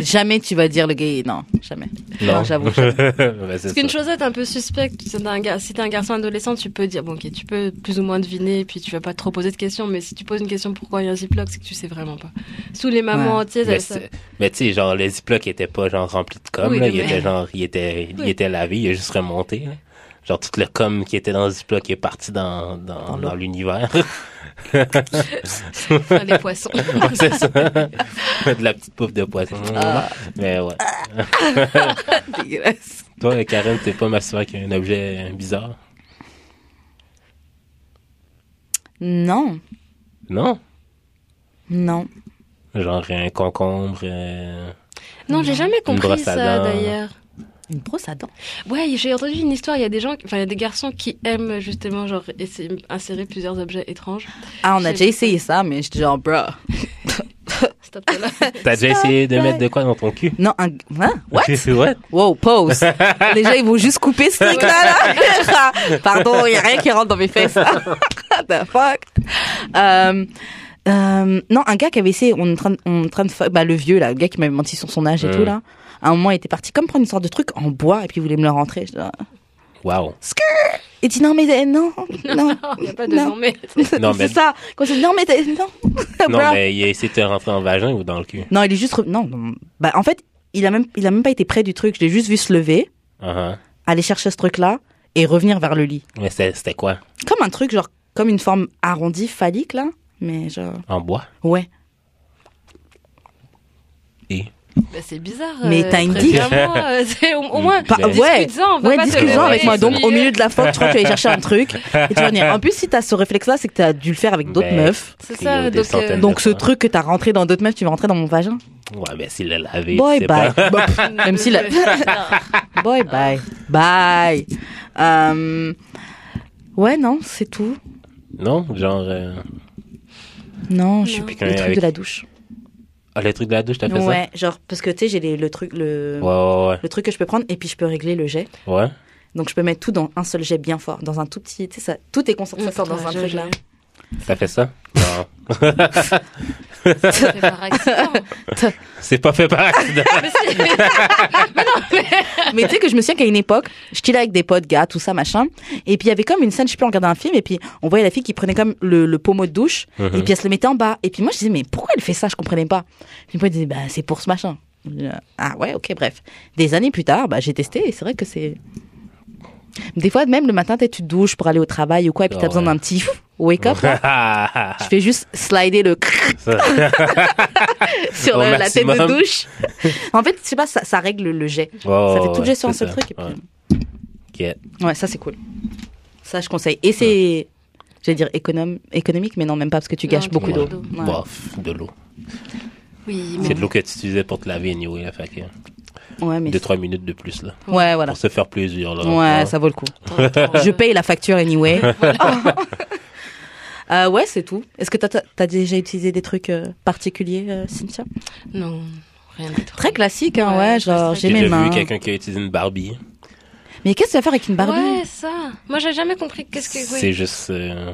[SPEAKER 1] Jamais tu vas dire le gay, non, jamais. Non, j'avoue.
[SPEAKER 2] *laughs* Ben, c'est
[SPEAKER 3] Parce qu'une
[SPEAKER 2] ça.
[SPEAKER 3] chosette un peu suspecte, c'est d'un gar- si t'es un garçon adolescent, tu peux dire, bon, ok, tu peux plus ou moins deviner, puis tu vas pas trop poser de questions, mais si tu poses une question pourquoi il y a un ziploc, c'est que tu sais vraiment pas. Sous les mamans
[SPEAKER 1] Ouais.
[SPEAKER 3] entières,
[SPEAKER 2] Mais
[SPEAKER 3] elles savent.
[SPEAKER 2] c'est- mais tu sais, genre, le Ziploc était pas genre rempli de com,
[SPEAKER 3] Oui,
[SPEAKER 2] là.
[SPEAKER 3] non,
[SPEAKER 2] Il
[SPEAKER 3] mais-
[SPEAKER 2] était genre, il était, il
[SPEAKER 3] Oui.
[SPEAKER 2] était lavé, il a juste remonté, là. Genre, tout le com qui était dans le Ziploc est parti dans, dans,
[SPEAKER 1] Dans l'eau.
[SPEAKER 2] dans l'univers. *laughs*
[SPEAKER 3] Ah, les poissons.
[SPEAKER 2] Ouais, c'est ça. *laughs* de la petite pouffe de poisson. Mais ouais.
[SPEAKER 1] Dégueulasse.
[SPEAKER 2] Toi, Karen, t'es pas masturbée avec un objet bizarre?
[SPEAKER 1] Non,
[SPEAKER 2] Non?
[SPEAKER 1] non.
[SPEAKER 2] Genre, un concombre, euh,
[SPEAKER 3] non, j'ai jamais compris
[SPEAKER 2] brosse à
[SPEAKER 3] ça
[SPEAKER 2] dents.
[SPEAKER 3] d'ailleurs.
[SPEAKER 1] Une brosse à dents.
[SPEAKER 3] Ouais, j'ai entendu une histoire, il y a des gens, enfin, il y a des garçons qui aiment justement, genre, essayer, insérer plusieurs objets étranges.
[SPEAKER 1] Ah, on a
[SPEAKER 3] J'ai-
[SPEAKER 1] déjà essayé ça, mais j'étais genre, bruh.
[SPEAKER 3] Stop là.
[SPEAKER 1] *laughs*
[SPEAKER 2] T'as déjà
[SPEAKER 1] Stop
[SPEAKER 2] essayé de
[SPEAKER 1] that.
[SPEAKER 2] mettre de quoi dans ton cul?
[SPEAKER 1] Non, un. Hein? What?
[SPEAKER 2] *laughs* What?
[SPEAKER 1] Wow,
[SPEAKER 2] *laughs*
[SPEAKER 1] pause. Déjà, ils vont juste couper ce truc-là.
[SPEAKER 2] *laughs*
[SPEAKER 1] là. Pardon, il n'y a rien qui rentre dans mes fesses. What the fuck? Euh, euh, non, un gars qui avait essayé, on est en train, de- on est en train de, fa- bah, le vieux là, le gars qui m'avait menti sur son âge et
[SPEAKER 2] Mm.
[SPEAKER 1] tout là. À un moment, il était parti comme prendre une sorte de truc en bois et puis il voulait me le rentrer. J'étais là,
[SPEAKER 2] Wow.
[SPEAKER 1] Il dit non mais euh, non non,
[SPEAKER 3] Il n'y a pas de
[SPEAKER 1] Non.
[SPEAKER 3] non, mais.
[SPEAKER 2] Non,
[SPEAKER 1] *laughs*
[SPEAKER 2] mais-
[SPEAKER 1] c'est ça. Quand il dit non mais t'es- non
[SPEAKER 2] Non,
[SPEAKER 1] Bruh.
[SPEAKER 2] mais il a essayé de te rentrer en vagin ou dans le cul?
[SPEAKER 1] non il est juste re- non non. bah en fait il a même il a même pas été près du truc. Je l'ai juste vu se lever,
[SPEAKER 2] Uh-huh.
[SPEAKER 1] aller chercher ce truc là et revenir vers le lit.
[SPEAKER 2] Mais c'était c'était quoi?
[SPEAKER 1] comme un truc genre comme une forme arrondie phallique là mais genre
[SPEAKER 2] En bois?
[SPEAKER 1] ouais
[SPEAKER 2] Et?
[SPEAKER 3] Bah, c'est bizarre.
[SPEAKER 1] Mais t'as une dick.
[SPEAKER 3] préviens-moi, euh, c'est au, au moins.
[SPEAKER 2] Bah,
[SPEAKER 3] discute-en,
[SPEAKER 1] ouais.
[SPEAKER 3] on va
[SPEAKER 1] ouais
[SPEAKER 3] pas te
[SPEAKER 1] discute-en
[SPEAKER 3] leurrer,
[SPEAKER 1] avec moi donc au
[SPEAKER 3] puis,
[SPEAKER 1] milieu de la forme tu crois que tu vas aller chercher un truc
[SPEAKER 3] *laughs*
[SPEAKER 1] et tu vas venir en plus si t'as ce réflexe là c'est que t'as dû le faire avec d'autres
[SPEAKER 2] Ben,
[SPEAKER 1] meufs
[SPEAKER 3] C'est
[SPEAKER 2] Puis,
[SPEAKER 3] ça,
[SPEAKER 2] euh, des
[SPEAKER 3] donc, euh,
[SPEAKER 2] centaines de
[SPEAKER 1] donc ce
[SPEAKER 2] fois.
[SPEAKER 1] truc que t'as rentré dans d'autres meufs tu vas rentrer dans mon vagin
[SPEAKER 2] Ouais, mais s'il l'a lavé,
[SPEAKER 1] boy
[SPEAKER 2] tu sais
[SPEAKER 1] bye
[SPEAKER 2] pas. *laughs*
[SPEAKER 1] Bah, pff, même si la-
[SPEAKER 3] euh, *laughs*
[SPEAKER 1] boy bye bye Euh, ouais non c'est tout
[SPEAKER 2] Non, genre... euh,
[SPEAKER 1] non je suis
[SPEAKER 3] Non.
[SPEAKER 1] plus
[SPEAKER 2] Quelqu'un
[SPEAKER 1] les trucs
[SPEAKER 2] avec-
[SPEAKER 1] de la douche
[SPEAKER 2] Ah, le truc de la douche, t'as fait ça?
[SPEAKER 1] Ouais, genre, parce que tu sais, j'ai les- le truc, le,
[SPEAKER 2] Ouais, ouais,
[SPEAKER 1] le truc que je peux prendre et puis je peux régler le jet.
[SPEAKER 2] ouais. Ouais.
[SPEAKER 1] Donc je peux mettre tout dans un seul jet bien fort, dans un tout petit, tu sais, ça, tout est
[SPEAKER 3] Mmh,
[SPEAKER 1] concentré, ça sort dans un truc
[SPEAKER 3] *laughs*
[SPEAKER 1] là.
[SPEAKER 2] T'as fait ça? Non.
[SPEAKER 3] Ça fait par accident.
[SPEAKER 2] *laughs* C'est pas fait par accident. *laughs*
[SPEAKER 1] Mais tu sais que je me souviens qu'à une époque, je chillais avec des potes, gars, tout ça, machin. Et puis il y avait comme une scène, je sais plus, on regardait un film, et puis on voyait la fille qui prenait comme le, le pommeau de douche,
[SPEAKER 2] Uh-huh.
[SPEAKER 1] et puis elle se le mettait en bas. Et puis moi, je disais, mais pourquoi elle fait ça Je comprenais pas. Puis moi, je disais, bah, c'est pour ce machin. Je dis, Ah ouais, ok, bref. Des années plus tard, bah, j'ai testé, et c'est vrai que c'est. Des fois, même le matin, t'es- tu te douches pour aller au travail ou quoi, et puis
[SPEAKER 2] Ah
[SPEAKER 1] t'as besoin
[SPEAKER 2] ouais.
[SPEAKER 1] d'un petit wake-up. là.
[SPEAKER 2] Ah,
[SPEAKER 1] Je fais juste slider le *laughs* crrr
[SPEAKER 2] *laughs* ça.
[SPEAKER 1] sur
[SPEAKER 2] Au
[SPEAKER 1] le- la tête de
[SPEAKER 2] Oh, maximum.
[SPEAKER 1] douche. en fait, je sais pas, ça, ça règle le jet. ça
[SPEAKER 2] Ouais,
[SPEAKER 1] fait
[SPEAKER 2] ouais,
[SPEAKER 1] tout le
[SPEAKER 2] Oh, ouais,
[SPEAKER 1] jet sur un
[SPEAKER 2] c'est
[SPEAKER 1] seul
[SPEAKER 2] ça.
[SPEAKER 1] truc. Et puis...
[SPEAKER 2] Ouais. Ok.
[SPEAKER 1] Ouais, ça c'est cool. Ça je conseille. Et c'est, j'allais dire économe, économique, mais non même pas parce que tu
[SPEAKER 3] Non,
[SPEAKER 1] gâches
[SPEAKER 3] tu
[SPEAKER 1] beaucoup d'eau.
[SPEAKER 3] gâches d'eau.
[SPEAKER 1] Ouais.
[SPEAKER 2] Bof, de l'eau.
[SPEAKER 3] Oui,
[SPEAKER 2] C'est *laughs*
[SPEAKER 3] mais
[SPEAKER 2] de l'eau que tu utilisais pour te laver, anyway. là, Fait que
[SPEAKER 1] Ouais, mais
[SPEAKER 2] 2-3 minutes de plus, là.
[SPEAKER 1] c'est- ouais, voilà.
[SPEAKER 2] Pour se faire plaisir, là.
[SPEAKER 1] Ouais, ça vaut le coup.
[SPEAKER 3] t'en- t'en-
[SPEAKER 1] Je paye la facture
[SPEAKER 2] *laughs*
[SPEAKER 1] anyway. *laughs* Euh, ouais, c'est tout. Est-ce que t'as as déjà utilisé des trucs euh, particuliers, euh, Cynthia
[SPEAKER 3] Non, rien du tout.
[SPEAKER 1] Très classique, hein, ouais,
[SPEAKER 3] Ouais,
[SPEAKER 1] genre
[SPEAKER 3] très
[SPEAKER 1] j'ai
[SPEAKER 2] J'ai
[SPEAKER 1] mes
[SPEAKER 2] déjà
[SPEAKER 1] mains.
[SPEAKER 2] vu quelqu'un qui a utilisé une Barbie.
[SPEAKER 1] Mais qu'est-ce que tu vas faire avec une Barbie
[SPEAKER 3] Ouais, ça. Moi, j'ai jamais compris qu'est-ce que. oui.
[SPEAKER 2] C'est juste euh,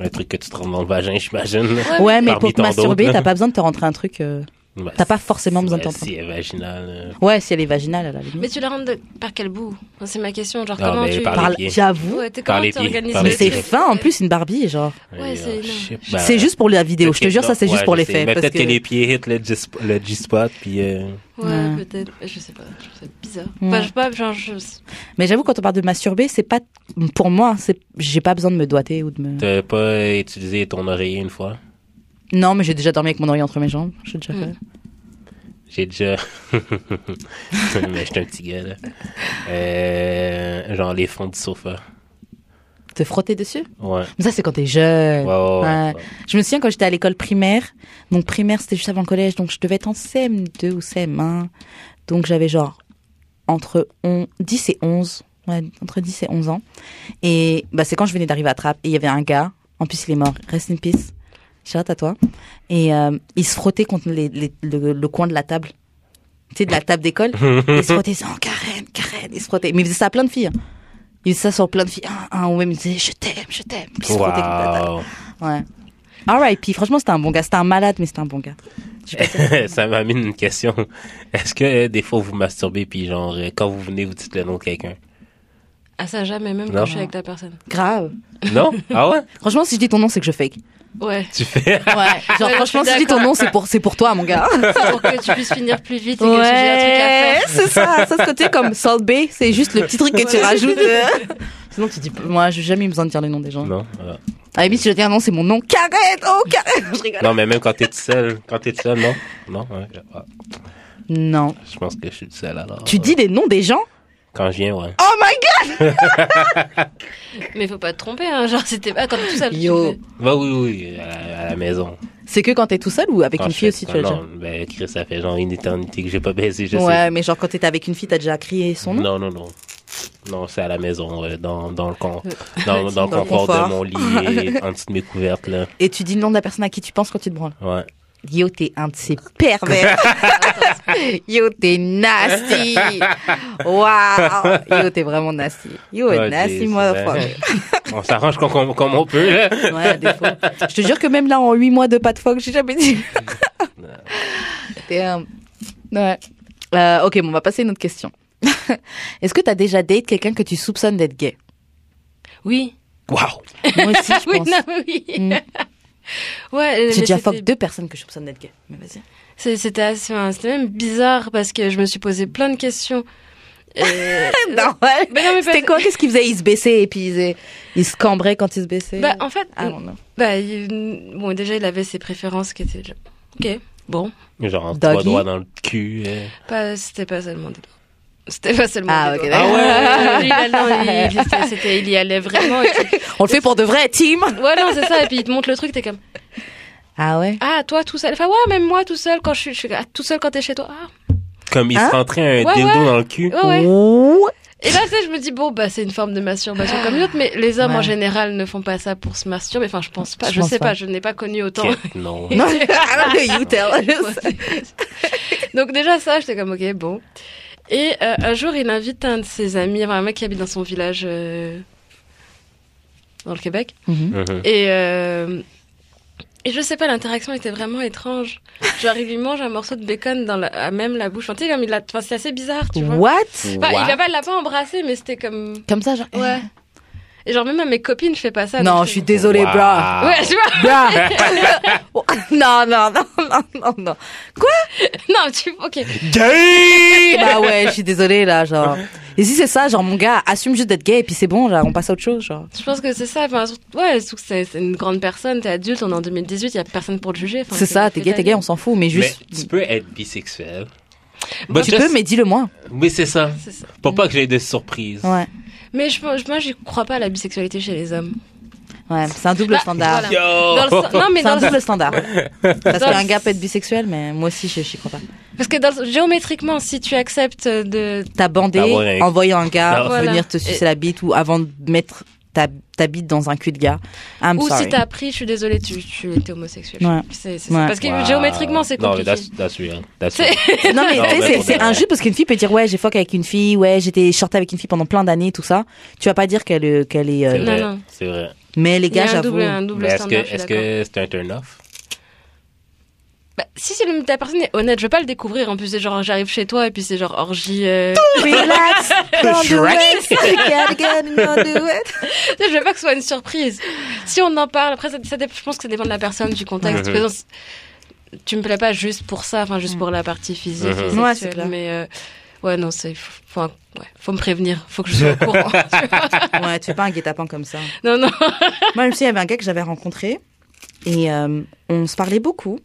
[SPEAKER 2] un truc que tu te rends dans le vagin, *laughs* j'imagine.
[SPEAKER 1] Ouais, mais
[SPEAKER 2] Barbie
[SPEAKER 1] pour te
[SPEAKER 2] tant
[SPEAKER 1] masturber,
[SPEAKER 2] d'autres. *laughs*
[SPEAKER 1] t'as pas besoin de te rentrer un truc. euh,
[SPEAKER 2] Bah,
[SPEAKER 1] T'as pas forcément besoin de
[SPEAKER 2] ouais,
[SPEAKER 1] t'entendre.
[SPEAKER 2] Si elle est vaginale. euh,
[SPEAKER 1] Ouais, si elle est vaginale, à la limite.
[SPEAKER 3] Mais tu la rentres de- par quel bout Enfin, C'est ma question. Genre,
[SPEAKER 2] Ah,
[SPEAKER 3] comment
[SPEAKER 2] mais
[SPEAKER 3] tu.
[SPEAKER 2] par
[SPEAKER 1] Par
[SPEAKER 2] les
[SPEAKER 1] là-
[SPEAKER 2] pieds.
[SPEAKER 1] J'avoue.
[SPEAKER 3] Ouais, t'es-
[SPEAKER 2] Par
[SPEAKER 3] comment
[SPEAKER 2] les
[SPEAKER 3] tu
[SPEAKER 2] pieds,
[SPEAKER 3] organises
[SPEAKER 2] par
[SPEAKER 1] Mais
[SPEAKER 2] les
[SPEAKER 3] le
[SPEAKER 1] c'est
[SPEAKER 2] pieds.
[SPEAKER 3] truc
[SPEAKER 1] fin en plus une Barbie, genre.
[SPEAKER 3] Ouais,
[SPEAKER 2] et,
[SPEAKER 3] c'est
[SPEAKER 2] euh,
[SPEAKER 3] énorme.
[SPEAKER 2] je sais pas.
[SPEAKER 1] c'est juste pour la vidéo,
[SPEAKER 2] Ok,
[SPEAKER 1] je te jure, ça
[SPEAKER 2] non,
[SPEAKER 1] c'est
[SPEAKER 2] ouais,
[SPEAKER 1] juste pour
[SPEAKER 2] je
[SPEAKER 1] les
[SPEAKER 2] sais.
[SPEAKER 1] faits.
[SPEAKER 2] Mais
[SPEAKER 1] parce
[SPEAKER 2] peut-être que...
[SPEAKER 1] que-
[SPEAKER 2] les pieds hit le G- le G-spot, puis... euh,
[SPEAKER 3] Ouais,
[SPEAKER 1] Ouais.
[SPEAKER 3] peut-être. Je sais pas. Je trouve ça bizarre.
[SPEAKER 1] Ouais.
[SPEAKER 3] Enfin, je sais pas. Genre, je.
[SPEAKER 1] Mais j'avoue, quand on parle de masturber, c'est pas pour moi. C'est j'ai pas besoin de me doiter ou de me.
[SPEAKER 2] T'as pas utilisé ton oreiller une fois?
[SPEAKER 1] Non, mais j'ai déjà dormi avec mon oreille entre mes jambes. J'ai déjà fait.
[SPEAKER 3] Mm.
[SPEAKER 2] J'ai déjà... *laughs* Mais j'étais un petit gars, là. Euh, genre les fonds du sofa.
[SPEAKER 1] Te frotter dessus.
[SPEAKER 2] Ouais.
[SPEAKER 1] Mais ça, c'est quand t'es jeune.
[SPEAKER 2] Ouais, ouais, ouais,
[SPEAKER 1] Ouais.
[SPEAKER 2] ouais.
[SPEAKER 1] Je me souviens quand j'étais à l'école primaire. Donc primaire, c'était juste avant le collège. Donc je devais être en CM2 ou CM1. Donc j'avais genre entre on- 10 et 11. Ouais, entre 10 et 11 ans. Et bah, c'est quand je venais d'arriver à Trappes. Et il y avait un gars. En plus, il est mort. Rest in peace. Shout à toi. Et euh, il se frottait contre les- les- le, le coin de la table. Tu sais, de la table d'école. *laughs*
[SPEAKER 2] Mhm.
[SPEAKER 1] il se frottait. Il disait, oh, Karen, Karen. Il se frottait. Mais il faisait ça à plein de filles. hein. Il faisait ça sur plein de filles. Ah, ah, ou même il disait, je t'aime, je t'aime. Puis il se frottait contre la table.
[SPEAKER 2] Wow.
[SPEAKER 1] Ouais. R.I.P. Franchement, c'était un bon gars. C'était un malade, mais c'était un bon gars. J'ai pas ça.
[SPEAKER 2] *laughs* ça m'amène une question. Est-ce que euh, des fois vous masturbez, puis genre, euh, quand vous venez, vous dites le nom de quelqu'un?
[SPEAKER 3] Ah, ça jamais, même
[SPEAKER 2] Non.
[SPEAKER 3] quand je suis avec la personne.
[SPEAKER 1] *laughs* Grave.
[SPEAKER 2] Non? Ah ouais?
[SPEAKER 1] Franchement, si je dis ton nom, c'est que je fake.
[SPEAKER 3] Ouais.
[SPEAKER 2] Tu fais...
[SPEAKER 1] *laughs* Ouais. Genre,
[SPEAKER 3] Ouais,
[SPEAKER 1] franchement,
[SPEAKER 3] je
[SPEAKER 1] si
[SPEAKER 3] suis
[SPEAKER 1] je dis ton
[SPEAKER 3] d'accord.
[SPEAKER 1] nom, c'est pour, c'est pour toi, mon gars. *laughs*
[SPEAKER 3] C'est pour que tu puisses finir plus vite et que si j'ai un truc à faire.
[SPEAKER 1] c'est ça. Ça, ce côté comme Salt Bay, c'est juste le petit truc que tu rajoutes. *laughs* Sinon, tu dis, moi, j'ai jamais eu besoin de dire les noms des gens.
[SPEAKER 2] Non? Ah.
[SPEAKER 1] À la limite, si je dis un nom, c'est mon nom. Carrette! Oh, carrette! Je rigole.
[SPEAKER 2] Non, mais même quand t'es tout seul, quand t'es tout seul, non? Non? ouais. Ah,
[SPEAKER 1] Non.
[SPEAKER 2] Je pense que je suis tout seul, alors. euh,
[SPEAKER 1] Tu dis des noms des gens?
[SPEAKER 2] Quand je viens, ouais.
[SPEAKER 1] Oh my god!
[SPEAKER 3] Mais faut pas te tromper, hein. Genre, c'était pas quand t'es tout seul. tu
[SPEAKER 1] Yo.
[SPEAKER 3] fais-
[SPEAKER 2] Bah oui, oui, à la, à la maison.
[SPEAKER 1] C'est que quand t'es tout seul ou avec
[SPEAKER 2] Quand
[SPEAKER 1] une
[SPEAKER 2] Ah, je
[SPEAKER 1] fille
[SPEAKER 2] fais-
[SPEAKER 1] aussi, tu as déjà?
[SPEAKER 2] Non, ben, Chris, ça fait genre une éternité que j'ai pas baisé, je
[SPEAKER 1] Ouais, mais genre, quand t'étais avec une fille, t'as déjà crié
[SPEAKER 2] sais.
[SPEAKER 1] son nom?
[SPEAKER 2] Non, non, non. Non, c'est à la maison, ouais, dans, dans le con,
[SPEAKER 1] *laughs* Euh,
[SPEAKER 2] dans, dans
[SPEAKER 1] Dans
[SPEAKER 2] le
[SPEAKER 1] le
[SPEAKER 2] confort
[SPEAKER 1] confort.
[SPEAKER 2] de mon lit,
[SPEAKER 1] *laughs*
[SPEAKER 2] et en dessous de mes couvertes, là.
[SPEAKER 1] Et tu dis le nom de la personne à qui tu penses quand tu te branles?
[SPEAKER 2] Ouais.
[SPEAKER 1] Yo, t'es un de ces
[SPEAKER 3] *laughs*
[SPEAKER 1] pervers. Yo, t'es nasty. Waouh. Yo, t'es vraiment nasty. Yo,
[SPEAKER 2] Ouais,
[SPEAKER 1] nasty,
[SPEAKER 2] c'est-
[SPEAKER 1] moi.
[SPEAKER 2] c'est vrai. On s'arrange comme, comme, comme on peut, là.
[SPEAKER 1] Ouais, à défaut. Je te jure que même là, en 8 mois de pas de phoque, j'ai jamais
[SPEAKER 3] *laughs*
[SPEAKER 1] dit. T'es un- Ouais. Euh, ok, bon, on va passer à une autre question. *laughs* Est-ce que t'as déjà date quelqu'un que tu soupçonnes d'être gay
[SPEAKER 3] Oui.
[SPEAKER 2] Waouh!
[SPEAKER 1] Moi aussi, je
[SPEAKER 3] *laughs* Oui,
[SPEAKER 1] pense.
[SPEAKER 3] non, mais oui.
[SPEAKER 1] Mm.
[SPEAKER 3] *laughs* Ouais, euh, mais
[SPEAKER 1] J'ai déjà
[SPEAKER 3] c'était-
[SPEAKER 1] fuck deux personnes que je soupçonne d'être gay. Mais vas-y.
[SPEAKER 3] c'est- C'était assez, enfin, c'était même bizarre parce que je me suis posé plein de questions. Euh,
[SPEAKER 1] *laughs* Non, ouais.
[SPEAKER 3] mais non, mais
[SPEAKER 1] C'était
[SPEAKER 3] pas-
[SPEAKER 1] quoi Qu'est-ce qu'ils faisaient Ils se baissaient et puis ils, se- ils se cambraient quand ils se baissaient
[SPEAKER 3] Bah, en fait,
[SPEAKER 1] I don't know.
[SPEAKER 3] bah, il- bon, déjà, il avait ses préférences qui étaient. genre, Ok, bon.
[SPEAKER 2] Genre,
[SPEAKER 1] Doggy.
[SPEAKER 2] trois doigts dans le cul. euh.
[SPEAKER 3] Pas, c'était pas seulement des doigts. C'était pas seulement
[SPEAKER 1] Ah,
[SPEAKER 3] des
[SPEAKER 1] ok,
[SPEAKER 3] doigts.
[SPEAKER 1] d'accord.
[SPEAKER 3] Ah *laughs* ouais, ouais, ouais, lui, non, il, c'était- c'était- il y allait vraiment. et tout.
[SPEAKER 1] On le fait pour de vrai, team
[SPEAKER 3] Ouais, non, c'est ça. Et puis, il te montre le truc, t'es comme.
[SPEAKER 1] Ah ouais
[SPEAKER 3] Ah, toi tout seul. Enfin, ouais, même moi tout seul quand je suis, je suis ah, tout seul quand t'es chez toi. Ah.
[SPEAKER 2] Comme il
[SPEAKER 1] Hein?
[SPEAKER 2] se rentrait un
[SPEAKER 3] Ouais,
[SPEAKER 2] dildo
[SPEAKER 3] ouais.
[SPEAKER 2] dans le
[SPEAKER 1] *laughs*
[SPEAKER 2] cul.
[SPEAKER 3] Ouais, ouais.
[SPEAKER 1] What
[SPEAKER 3] Et là, tu sais, je me dis, bon, bah, c'est une forme de masturbation comme une autre, mais les hommes
[SPEAKER 1] Ouais.
[SPEAKER 3] en général ne font pas ça pour se masturber. Enfin, je pense pas,
[SPEAKER 1] Je
[SPEAKER 3] je,
[SPEAKER 1] pense
[SPEAKER 3] sais
[SPEAKER 1] pas.
[SPEAKER 3] pas, je n'ai pas connu autant.
[SPEAKER 2] Quête,
[SPEAKER 3] *laughs*
[SPEAKER 2] non.
[SPEAKER 1] Non, I don't know, Ah, you tell.
[SPEAKER 3] Donc, déjà, ça, j'étais comme, ok, bon. Et euh, un jour, il invite un de ses amis, enfin, un mec qui habite dans son village euh, dans le Québec.
[SPEAKER 1] Mhm.
[SPEAKER 2] Mhm.
[SPEAKER 3] Et, euh, et je sais pas, l'interaction était vraiment étrange. Genre, il lui mange un morceau de bacon dans la, à même la bouche. Enfin, tu sais, comme il a, enfin, c'est assez bizarre, tu vois.
[SPEAKER 1] What?
[SPEAKER 3] Enfin, Bah, il
[SPEAKER 2] What?
[SPEAKER 3] a pas, l'a pas embrassé, mais c'était comme.
[SPEAKER 1] Comme ça, genre.
[SPEAKER 3] Ouais. Et genre, même à mes copines, je fais pas ça.
[SPEAKER 1] Non,
[SPEAKER 3] donc
[SPEAKER 1] je suis désolée,
[SPEAKER 2] Wow.
[SPEAKER 1] bra.
[SPEAKER 3] *laughs* Ouais, tu vois. *laughs*
[SPEAKER 1] *laughs* Bra. non, non, non, non, non, non.
[SPEAKER 3] Non, tu.
[SPEAKER 2] *laughs*
[SPEAKER 3] Ok.
[SPEAKER 2] Gay!
[SPEAKER 1] Bah ouais, je suis désolée, là, genre. Et si c'est ça, genre, mon gars, assume juste d'être gay, et puis c'est bon, genre, on passe à autre chose, genre.
[SPEAKER 3] Je pense que c'est ça. Enfin, surtout- ouais, surtout que c'est c'est une grande personne, t'es adulte, on est en 2018, y a personne pour te juger. Enfin,
[SPEAKER 1] C'est ça, t'es
[SPEAKER 3] fais
[SPEAKER 1] gay,
[SPEAKER 3] ta
[SPEAKER 1] t'es
[SPEAKER 3] vie.
[SPEAKER 1] gay, on s'en fout, mais juste.
[SPEAKER 2] Mais tu peux être bisexuel.
[SPEAKER 3] Bah,
[SPEAKER 2] But
[SPEAKER 1] Tu
[SPEAKER 2] just-
[SPEAKER 1] peux, mais dis-le moi.
[SPEAKER 2] Oui, c'est ça.
[SPEAKER 3] C'est ça.
[SPEAKER 2] Pour pas que j'ai de surprises.
[SPEAKER 1] Ouais.
[SPEAKER 3] Mais je, pense- moi, je crois pas à la bisexualité chez les hommes.
[SPEAKER 1] Ouais, c'est un double
[SPEAKER 3] Bah,
[SPEAKER 1] standard.
[SPEAKER 3] voilà.
[SPEAKER 1] Oh.
[SPEAKER 2] *laughs* Yo!
[SPEAKER 3] Dans le sen- non, mais
[SPEAKER 1] C'est
[SPEAKER 3] dans
[SPEAKER 1] un
[SPEAKER 3] le
[SPEAKER 1] double *laughs* standard. Parce
[SPEAKER 3] Dans le-
[SPEAKER 1] qu'un gars peut être bisexuel, mais moi aussi, je j'y crois pas.
[SPEAKER 3] Parce que dans le- géométriquement, si tu acceptes de.
[SPEAKER 1] T'as bandé
[SPEAKER 2] Ah ouais.
[SPEAKER 1] en voyant un gars
[SPEAKER 2] Ah
[SPEAKER 3] ouais.
[SPEAKER 1] venir te sucer
[SPEAKER 3] Et-
[SPEAKER 1] la bite ou avant de mettre ta, ta bite dans un cul de gars. I'm
[SPEAKER 3] ou
[SPEAKER 1] sorry.
[SPEAKER 3] si t'as appris, je suis désolée, tu, tu étais homosexuel.
[SPEAKER 1] Ouais.
[SPEAKER 3] C'est, c'est-
[SPEAKER 1] Ouais.
[SPEAKER 3] Parce que
[SPEAKER 2] Wow.
[SPEAKER 3] géométriquement, c'est
[SPEAKER 2] Non, mais
[SPEAKER 3] compliqué.
[SPEAKER 2] that's, that's real. That's
[SPEAKER 3] C'est-
[SPEAKER 2] real.
[SPEAKER 1] non mais
[SPEAKER 2] Non,
[SPEAKER 1] tu sais,
[SPEAKER 2] mais
[SPEAKER 1] c'est-
[SPEAKER 2] pour
[SPEAKER 1] c'est
[SPEAKER 2] de vrai.
[SPEAKER 1] injuste parce qu'une fille peut dire ouais j'ai fuck avec une fille, ouais j'étais short avec une fille pendant plein d'années tout ça. Tu vas pas dire qu'elle euh, qu'elle est. euh,
[SPEAKER 2] C'est vrai.
[SPEAKER 3] *laughs* non.
[SPEAKER 2] C'est vrai.
[SPEAKER 1] Mais les
[SPEAKER 3] Il y a
[SPEAKER 1] gars
[SPEAKER 3] un
[SPEAKER 1] j'avoue.
[SPEAKER 3] double, un double
[SPEAKER 2] Mais est-ce que
[SPEAKER 3] standard. je suis
[SPEAKER 2] est-ce
[SPEAKER 3] d'accord.
[SPEAKER 2] que c'est un turn-off?
[SPEAKER 3] Bah, si c'est le- la personne est honnête, je vais pas le découvrir. En plus, c'est genre, j'arrive chez toi et puis c'est genre orgie.
[SPEAKER 2] *laughs*
[SPEAKER 3] euh,
[SPEAKER 1] Relax. don't do
[SPEAKER 2] Shrek.
[SPEAKER 1] it, you gotta get it, don't do
[SPEAKER 2] *laughs*
[SPEAKER 1] it.
[SPEAKER 3] tu sais, je veux pas que ce soit une surprise. Si on en parle, après, ça, ça dé- je pense que ça dépend de la personne, du contexte.
[SPEAKER 2] Mhm.
[SPEAKER 3] Par exemple, Tu me plais pas juste pour ça, enfin,
[SPEAKER 2] Mm.
[SPEAKER 3] juste pour la partie physique.
[SPEAKER 2] Mhm.
[SPEAKER 3] et
[SPEAKER 1] Ouais,
[SPEAKER 3] sexuelle,
[SPEAKER 1] c'est clair.
[SPEAKER 3] Mais euh, ouais, non, c'est. Faut, faut un- ouais, faut me prévenir, faut que je sois au
[SPEAKER 2] *laughs*
[SPEAKER 3] courant. *laughs* tu vois.
[SPEAKER 1] Ouais tu fais pas un guet-apens comme ça.
[SPEAKER 3] non, non.
[SPEAKER 1] Moi, je me souviens, il y avait un gars que j'avais rencontré et euh, on se parlait beaucoup.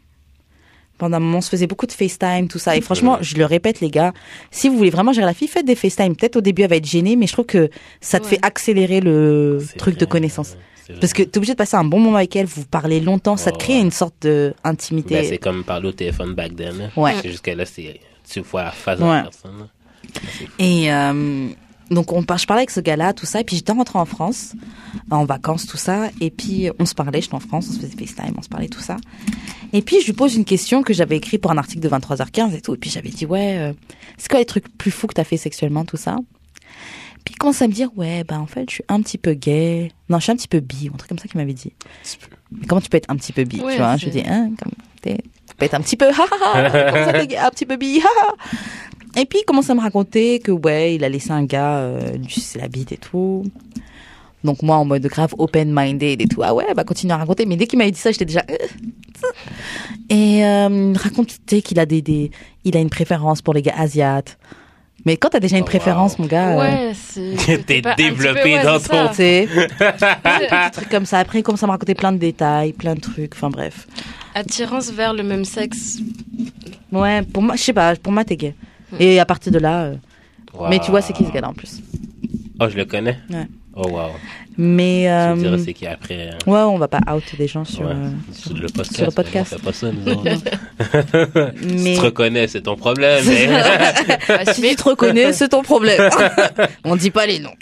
[SPEAKER 1] Pendant un moment, on se faisait beaucoup de FaceTime, tout ça. Et franchement, je le répète, les gars, si vous voulez vraiment gérer la fille, faites des FaceTime. Peut-être au début, elle va être gênée, mais je trouve que ça te
[SPEAKER 3] Ouais.
[SPEAKER 1] fait accélérer le
[SPEAKER 2] C'est
[SPEAKER 1] truc de
[SPEAKER 2] vrai,
[SPEAKER 1] connaissance.
[SPEAKER 2] c'est vrai.
[SPEAKER 1] Parce que t'es obligé de passer un bon moment avec elle, vous parlez longtemps, ça te
[SPEAKER 2] Ouais,
[SPEAKER 1] crée
[SPEAKER 2] ouais.
[SPEAKER 1] une sorte d'intimité.
[SPEAKER 2] Ben, c'est comme parler au téléphone back then. là.
[SPEAKER 1] Ouais.
[SPEAKER 2] C'est juste que là, c'est, tu vois la face de
[SPEAKER 1] Ouais.
[SPEAKER 2] la personne. là.
[SPEAKER 1] Et euh, donc, on par- je parlais avec ce gars-là, tout ça. Et puis, j'étais rentrée en France, en vacances, tout ça. Et puis, on se parlait, j'étais en France, on se faisait FaceTime, on se parlait, tout ça. Et puis, je lui pose une question que j'avais écrite pour un article de 23h15 et tout. Et puis, j'avais dit, ouais, euh, c'est quoi les trucs plus fous que t'as fait sexuellement, tout ça Puis, il commence à me dire, ouais, bah, en fait, je suis un petit peu gay. Non, je suis un petit peu bi, ou un truc comme ça qu'il m'avait dit.
[SPEAKER 2] Tu peux-
[SPEAKER 1] Mais comment tu peux être un petit peu bi
[SPEAKER 3] Ouais,
[SPEAKER 1] Tu vois,
[SPEAKER 3] c'est-
[SPEAKER 1] je dis, hein, comme t'es, tu peux être un petit peu, *laughs* ha, ha, ha, comme ça,
[SPEAKER 3] *laughs*
[SPEAKER 1] t'es un petit peu bi, ha, ha. Et puis, il commence à me raconter que, ouais, il a laissé un gars euh, lui sucer la bite et tout. Donc, moi, en mode grave open-minded et tout. Ah ouais, bah, continue à raconter. Mais dès qu'il m'avait dit ça, j'étais déjà. euh, Et euh, il raconte, tu sais, qu'il a des, des- Il a une préférence pour les gars asiates. Mais quand t'as déjà une
[SPEAKER 2] Oh,
[SPEAKER 1] préférence,
[SPEAKER 2] wow.
[SPEAKER 1] mon gars. euh,
[SPEAKER 3] Ouais,
[SPEAKER 2] *laughs*
[SPEAKER 3] c'est.
[SPEAKER 2] T'es
[SPEAKER 3] pas un petit peu-
[SPEAKER 2] développé
[SPEAKER 3] ouais,
[SPEAKER 2] dans
[SPEAKER 3] c'est
[SPEAKER 2] ton-
[SPEAKER 3] ça.
[SPEAKER 1] tu sais,
[SPEAKER 2] *laughs*
[SPEAKER 3] C'est-
[SPEAKER 1] des trucs comme ça. Après, il commence à me raconter plein de détails, plein de trucs. Enfin, bref.
[SPEAKER 3] Attirance vers le même sexe.
[SPEAKER 1] Ouais, pour moi, je sais pas, pour moi, t'es gay. Et à partir de là. euh, Mais tu vois, c'est qui ce
[SPEAKER 2] Hmm. Wow.
[SPEAKER 1] gars-là en plus
[SPEAKER 2] Oh, je le connais?
[SPEAKER 1] Ouais.
[SPEAKER 2] Oh, wow.
[SPEAKER 1] Mais.
[SPEAKER 2] Tu
[SPEAKER 1] euh,
[SPEAKER 2] me diras c'est qui après. euh,
[SPEAKER 1] ouais, on va pas out des gens sur.
[SPEAKER 2] ouais,
[SPEAKER 1] euh,
[SPEAKER 2] sur le podcast.
[SPEAKER 1] sur le podcast.
[SPEAKER 2] On fait pas ça,
[SPEAKER 1] *laughs*
[SPEAKER 2] nous autres.
[SPEAKER 1] mais
[SPEAKER 2] Tu te reconnais, c'est ton problème. mais- *laughs*
[SPEAKER 1] *laughs*
[SPEAKER 3] Ah,
[SPEAKER 1] si
[SPEAKER 3] mais-
[SPEAKER 1] tu te reconnais, c'est ton problème. on dit pas les noms.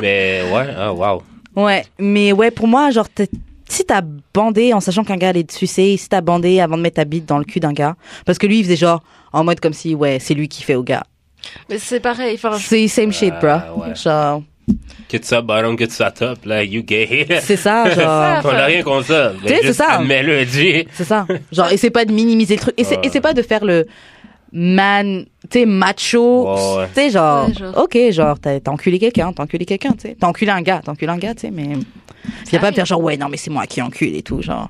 [SPEAKER 2] Mais ouais, ah, wow.
[SPEAKER 1] Ouais, mais ouais, pour moi, genre, t'es- si t'as bandé en sachant qu'un gars allait te sucer, si t'as bandé avant de mettre ta bite dans le cul d'un gars, parce que lui, il faisait genre en mode comme si, ouais, c'est lui qui fait au gars.
[SPEAKER 3] Mais c'est pareil. Enfin, je-
[SPEAKER 1] C'est same shit,
[SPEAKER 2] Ah,
[SPEAKER 1] bro.
[SPEAKER 2] Oh. ouais.
[SPEAKER 1] Genre,
[SPEAKER 2] Que tu sois bottom, que tu sois top, là, you gay.
[SPEAKER 1] c'est ça,
[SPEAKER 2] *laughs*
[SPEAKER 1] genre.
[SPEAKER 2] On n'a rien contre ça. mais
[SPEAKER 1] Tu sais, c'est
[SPEAKER 2] juste
[SPEAKER 1] ça.
[SPEAKER 2] Admets-le, dis. *laughs*
[SPEAKER 1] C'est ça. Genre, essaie pas de minimiser le truc. Essaie,
[SPEAKER 2] Ouais.
[SPEAKER 1] essaie pas de faire le man, tu sais, macho.
[SPEAKER 2] Ouais, ouais.
[SPEAKER 1] Tu sais, genre,
[SPEAKER 3] Ouais, genre.
[SPEAKER 1] ok, genre, t'as t'as enculé quelqu'un, t'as enculé quelqu'un, tu sais. T'as enculé un gars, t'as enculé un gars, tu sais, mais. Viens pas me
[SPEAKER 3] arrive.
[SPEAKER 1] faire genre, ouais, non, mais c'est moi qui encule et tout, genre.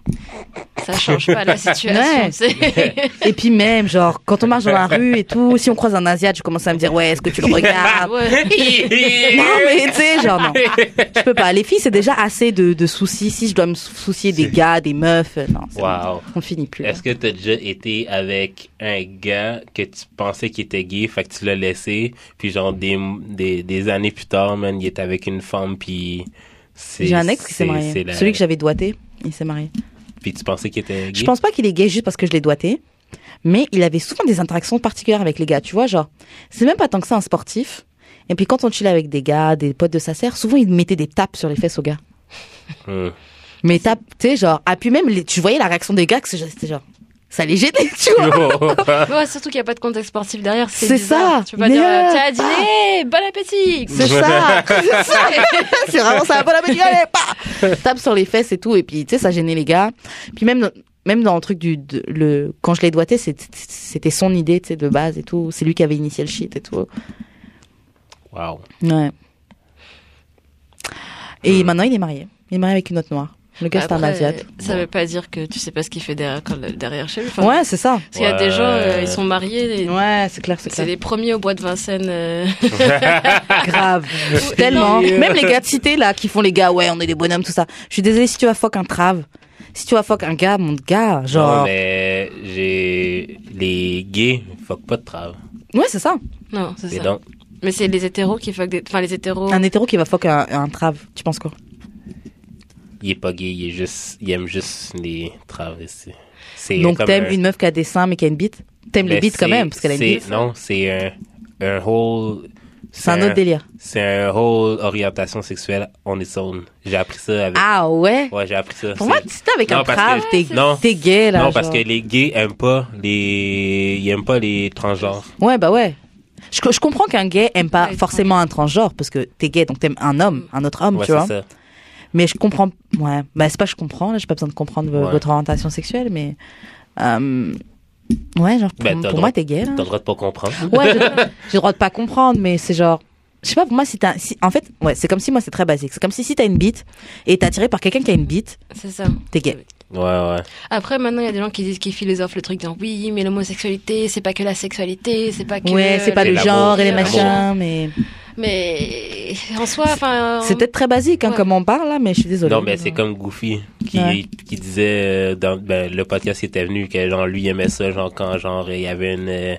[SPEAKER 3] ça change pas la situation.
[SPEAKER 1] Ouais.
[SPEAKER 3] c'est-
[SPEAKER 2] *laughs*
[SPEAKER 1] Et puis même, genre, quand on marche dans la rue et tout, si on croise un Asiat, je commence à me dire, ouais, est-ce que tu le
[SPEAKER 2] Ah.
[SPEAKER 1] regardes?
[SPEAKER 3] *laughs* Ouais.
[SPEAKER 1] *laughs* Non, mais tu sais, genre, non. Je peux pas. Les filles, c'est déjà assez de, de soucis. Si je dois me sou- soucier des gars, des meufs, euh, non. c'est bon.
[SPEAKER 2] Wow.
[SPEAKER 1] On finit plus. hein. là.
[SPEAKER 2] Est-ce que t'as déjà été avec un gars que tu pensais qu'il était gay, fait que tu l'as laissé, puis genre des, des, des années plus tard, man, il est avec une femme, puis c'est...
[SPEAKER 1] J'ai un ex qui s'est
[SPEAKER 2] c'est-
[SPEAKER 1] marié.
[SPEAKER 2] c'est la-
[SPEAKER 1] Celui que j'avais doigté, il s'est marié.
[SPEAKER 2] Puis tu pensais qu'il était gay?
[SPEAKER 1] Je pense pas qu'il est gay juste parce que je l'ai doigté, mais il avait souvent des interactions particulières avec les gars, tu vois, genre, c'est même pas tant que ça un sportif. Et puis quand on chill avec des gars, des potes de sa sœur, souvent ils mettaient des tapes sur les fesses aux gars.
[SPEAKER 2] Hum.
[SPEAKER 1] Mais tapes, tu sais, genre, ah puis même, les- tu voyais la réaction des gars, que c'est- c'était genre, ça les gênait, tu vois.
[SPEAKER 3] Ouais, surtout qu'il n'y a pas de contexte sportif derrière.
[SPEAKER 1] C'est
[SPEAKER 3] bizarre.
[SPEAKER 1] ça.
[SPEAKER 3] Tu peux pas dire,
[SPEAKER 1] Mais,
[SPEAKER 3] euh, t'as
[SPEAKER 1] euh,
[SPEAKER 3] à dîner, bon appétit.
[SPEAKER 1] C'est ça, c'est ça. C'est vraiment ça, bon appétit, allez, pa Tape sur les fesses et tout, et puis tu sais, ça gênait les gars. Puis même, dans- même dans le truc du, de- le, quand je l'ai doigté, c'est- c'était son idée, tu sais, de base et tout. C'est lui qui avait initié le shit et tout.
[SPEAKER 2] *laughs* Wow.
[SPEAKER 1] Ouais.
[SPEAKER 2] Euh.
[SPEAKER 1] Et maintenant, il est marié. Il est marié avec une autre noire. Le gars, c'est un
[SPEAKER 3] Après,
[SPEAKER 1] asiate.
[SPEAKER 3] Ça veut pas dire que tu sais pas ce qu'il fait derrière, quand- derrière chez lui. Enfin,
[SPEAKER 1] Ouais, c'est ça.
[SPEAKER 3] Parce qu'il y a
[SPEAKER 2] Ouais.
[SPEAKER 3] des gens, euh, ils sont mariés. et
[SPEAKER 1] Ouais, c'est clair, c'est
[SPEAKER 3] C'est
[SPEAKER 1] clair.
[SPEAKER 3] les premiers au bois de Vincennes. euh, *laughs*
[SPEAKER 1] grave. *laughs* Tellement.
[SPEAKER 2] Et, euh,
[SPEAKER 1] Même les gars de cité, là, qui font les gars, ouais, on est des bonhommes, tout ça. Je suis désolée si tu vas fuck un trave. Si tu vas fuck un gars, mon gars,
[SPEAKER 2] Non,
[SPEAKER 1] genre.
[SPEAKER 2] mais j'ai. Les gays, fuck pas de trave.
[SPEAKER 1] Ouais, c'est ça.
[SPEAKER 3] Non, c'est
[SPEAKER 2] Mais
[SPEAKER 3] ça.
[SPEAKER 2] donc,
[SPEAKER 3] Mais c'est les hétéros qui fuck des. Enfin, les hétéros.
[SPEAKER 1] Un hétéro qui va fuck un, un trave, tu penses quoi
[SPEAKER 2] il est pas gay, il, est juste... il aime juste les travestis. C'est
[SPEAKER 1] Donc
[SPEAKER 2] comme
[SPEAKER 1] t'aimes
[SPEAKER 2] un-
[SPEAKER 1] une meuf qui a des seins mais qui a une bite T'aimes les
[SPEAKER 2] Mais
[SPEAKER 1] bites quand
[SPEAKER 2] c'est-
[SPEAKER 1] même, parce qu'elle a une
[SPEAKER 2] c'est-
[SPEAKER 1] bite.
[SPEAKER 2] Non, c'est un, un whole.
[SPEAKER 1] C'est un autre délire.
[SPEAKER 2] C'est un whole orientation sexuelle on its own. J'ai appris ça avec.
[SPEAKER 1] Ah ouais
[SPEAKER 2] Ouais, j'ai appris ça.
[SPEAKER 1] Pour moi,
[SPEAKER 2] C'est-
[SPEAKER 1] si t'es avec
[SPEAKER 2] Non,
[SPEAKER 1] un
[SPEAKER 2] parce
[SPEAKER 1] trave,
[SPEAKER 2] que-
[SPEAKER 1] t'es
[SPEAKER 2] non.
[SPEAKER 1] t'es gay, là.
[SPEAKER 2] non, parce
[SPEAKER 1] genre.
[SPEAKER 2] que les gays aiment pas les. Ils aiment pas les transgenres.
[SPEAKER 1] Ouais, bah ouais. Je, je comprends qu'un gay aime pas
[SPEAKER 3] Ouais,
[SPEAKER 1] forcément un transgenre parce que t'es gay donc t'aimes un homme, un autre homme,
[SPEAKER 2] ouais,
[SPEAKER 1] tu
[SPEAKER 2] c'est
[SPEAKER 1] vois.
[SPEAKER 2] ça.
[SPEAKER 1] Mais je comprends. Ouais. Bah c'est pas que je comprends. Là, j'ai pas besoin de comprendre vo-
[SPEAKER 2] Ouais.
[SPEAKER 1] votre orientation sexuelle, mais euh, ouais, genre pour, pour
[SPEAKER 2] Ben, t'as le
[SPEAKER 1] moi
[SPEAKER 2] droit-
[SPEAKER 1] t'es gay.
[SPEAKER 2] T'as
[SPEAKER 1] Là.
[SPEAKER 2] le droit de pas comprendre.
[SPEAKER 1] Ouais, j'ai j'ai le droit de pas comprendre, mais c'est genre. Je sais pas, pour moi, si t'as. Si, en fait, ouais, c'est comme si moi, c'est très basique. C'est comme si si t'as une bite et t'es attiré par quelqu'un qui a une bite,
[SPEAKER 3] C'est ça.
[SPEAKER 1] t'es gay.
[SPEAKER 2] Ouais, ouais.
[SPEAKER 3] Après, maintenant, il y a des gens qui disent qu'ils philosophent le truc, disant oui, mais l'homosexualité, c'est pas que la sexualité, c'est pas que.
[SPEAKER 1] Ouais, c'est pas
[SPEAKER 2] Et
[SPEAKER 1] le
[SPEAKER 2] l'amour,
[SPEAKER 1] genre et les
[SPEAKER 2] l'amour.
[SPEAKER 1] machins, mais.
[SPEAKER 3] Mais en soi, enfin.
[SPEAKER 1] C'est peut-être très basique, hein,
[SPEAKER 3] Ouais.
[SPEAKER 1] comme on parle là, mais je suis désolée.
[SPEAKER 2] Non, mais c'est comme Goofy qui,
[SPEAKER 1] Ouais.
[SPEAKER 2] qui disait euh, dans ben, le podcast qui était venu que genre lui aimait ça, genre quand genre il y avait une. euh,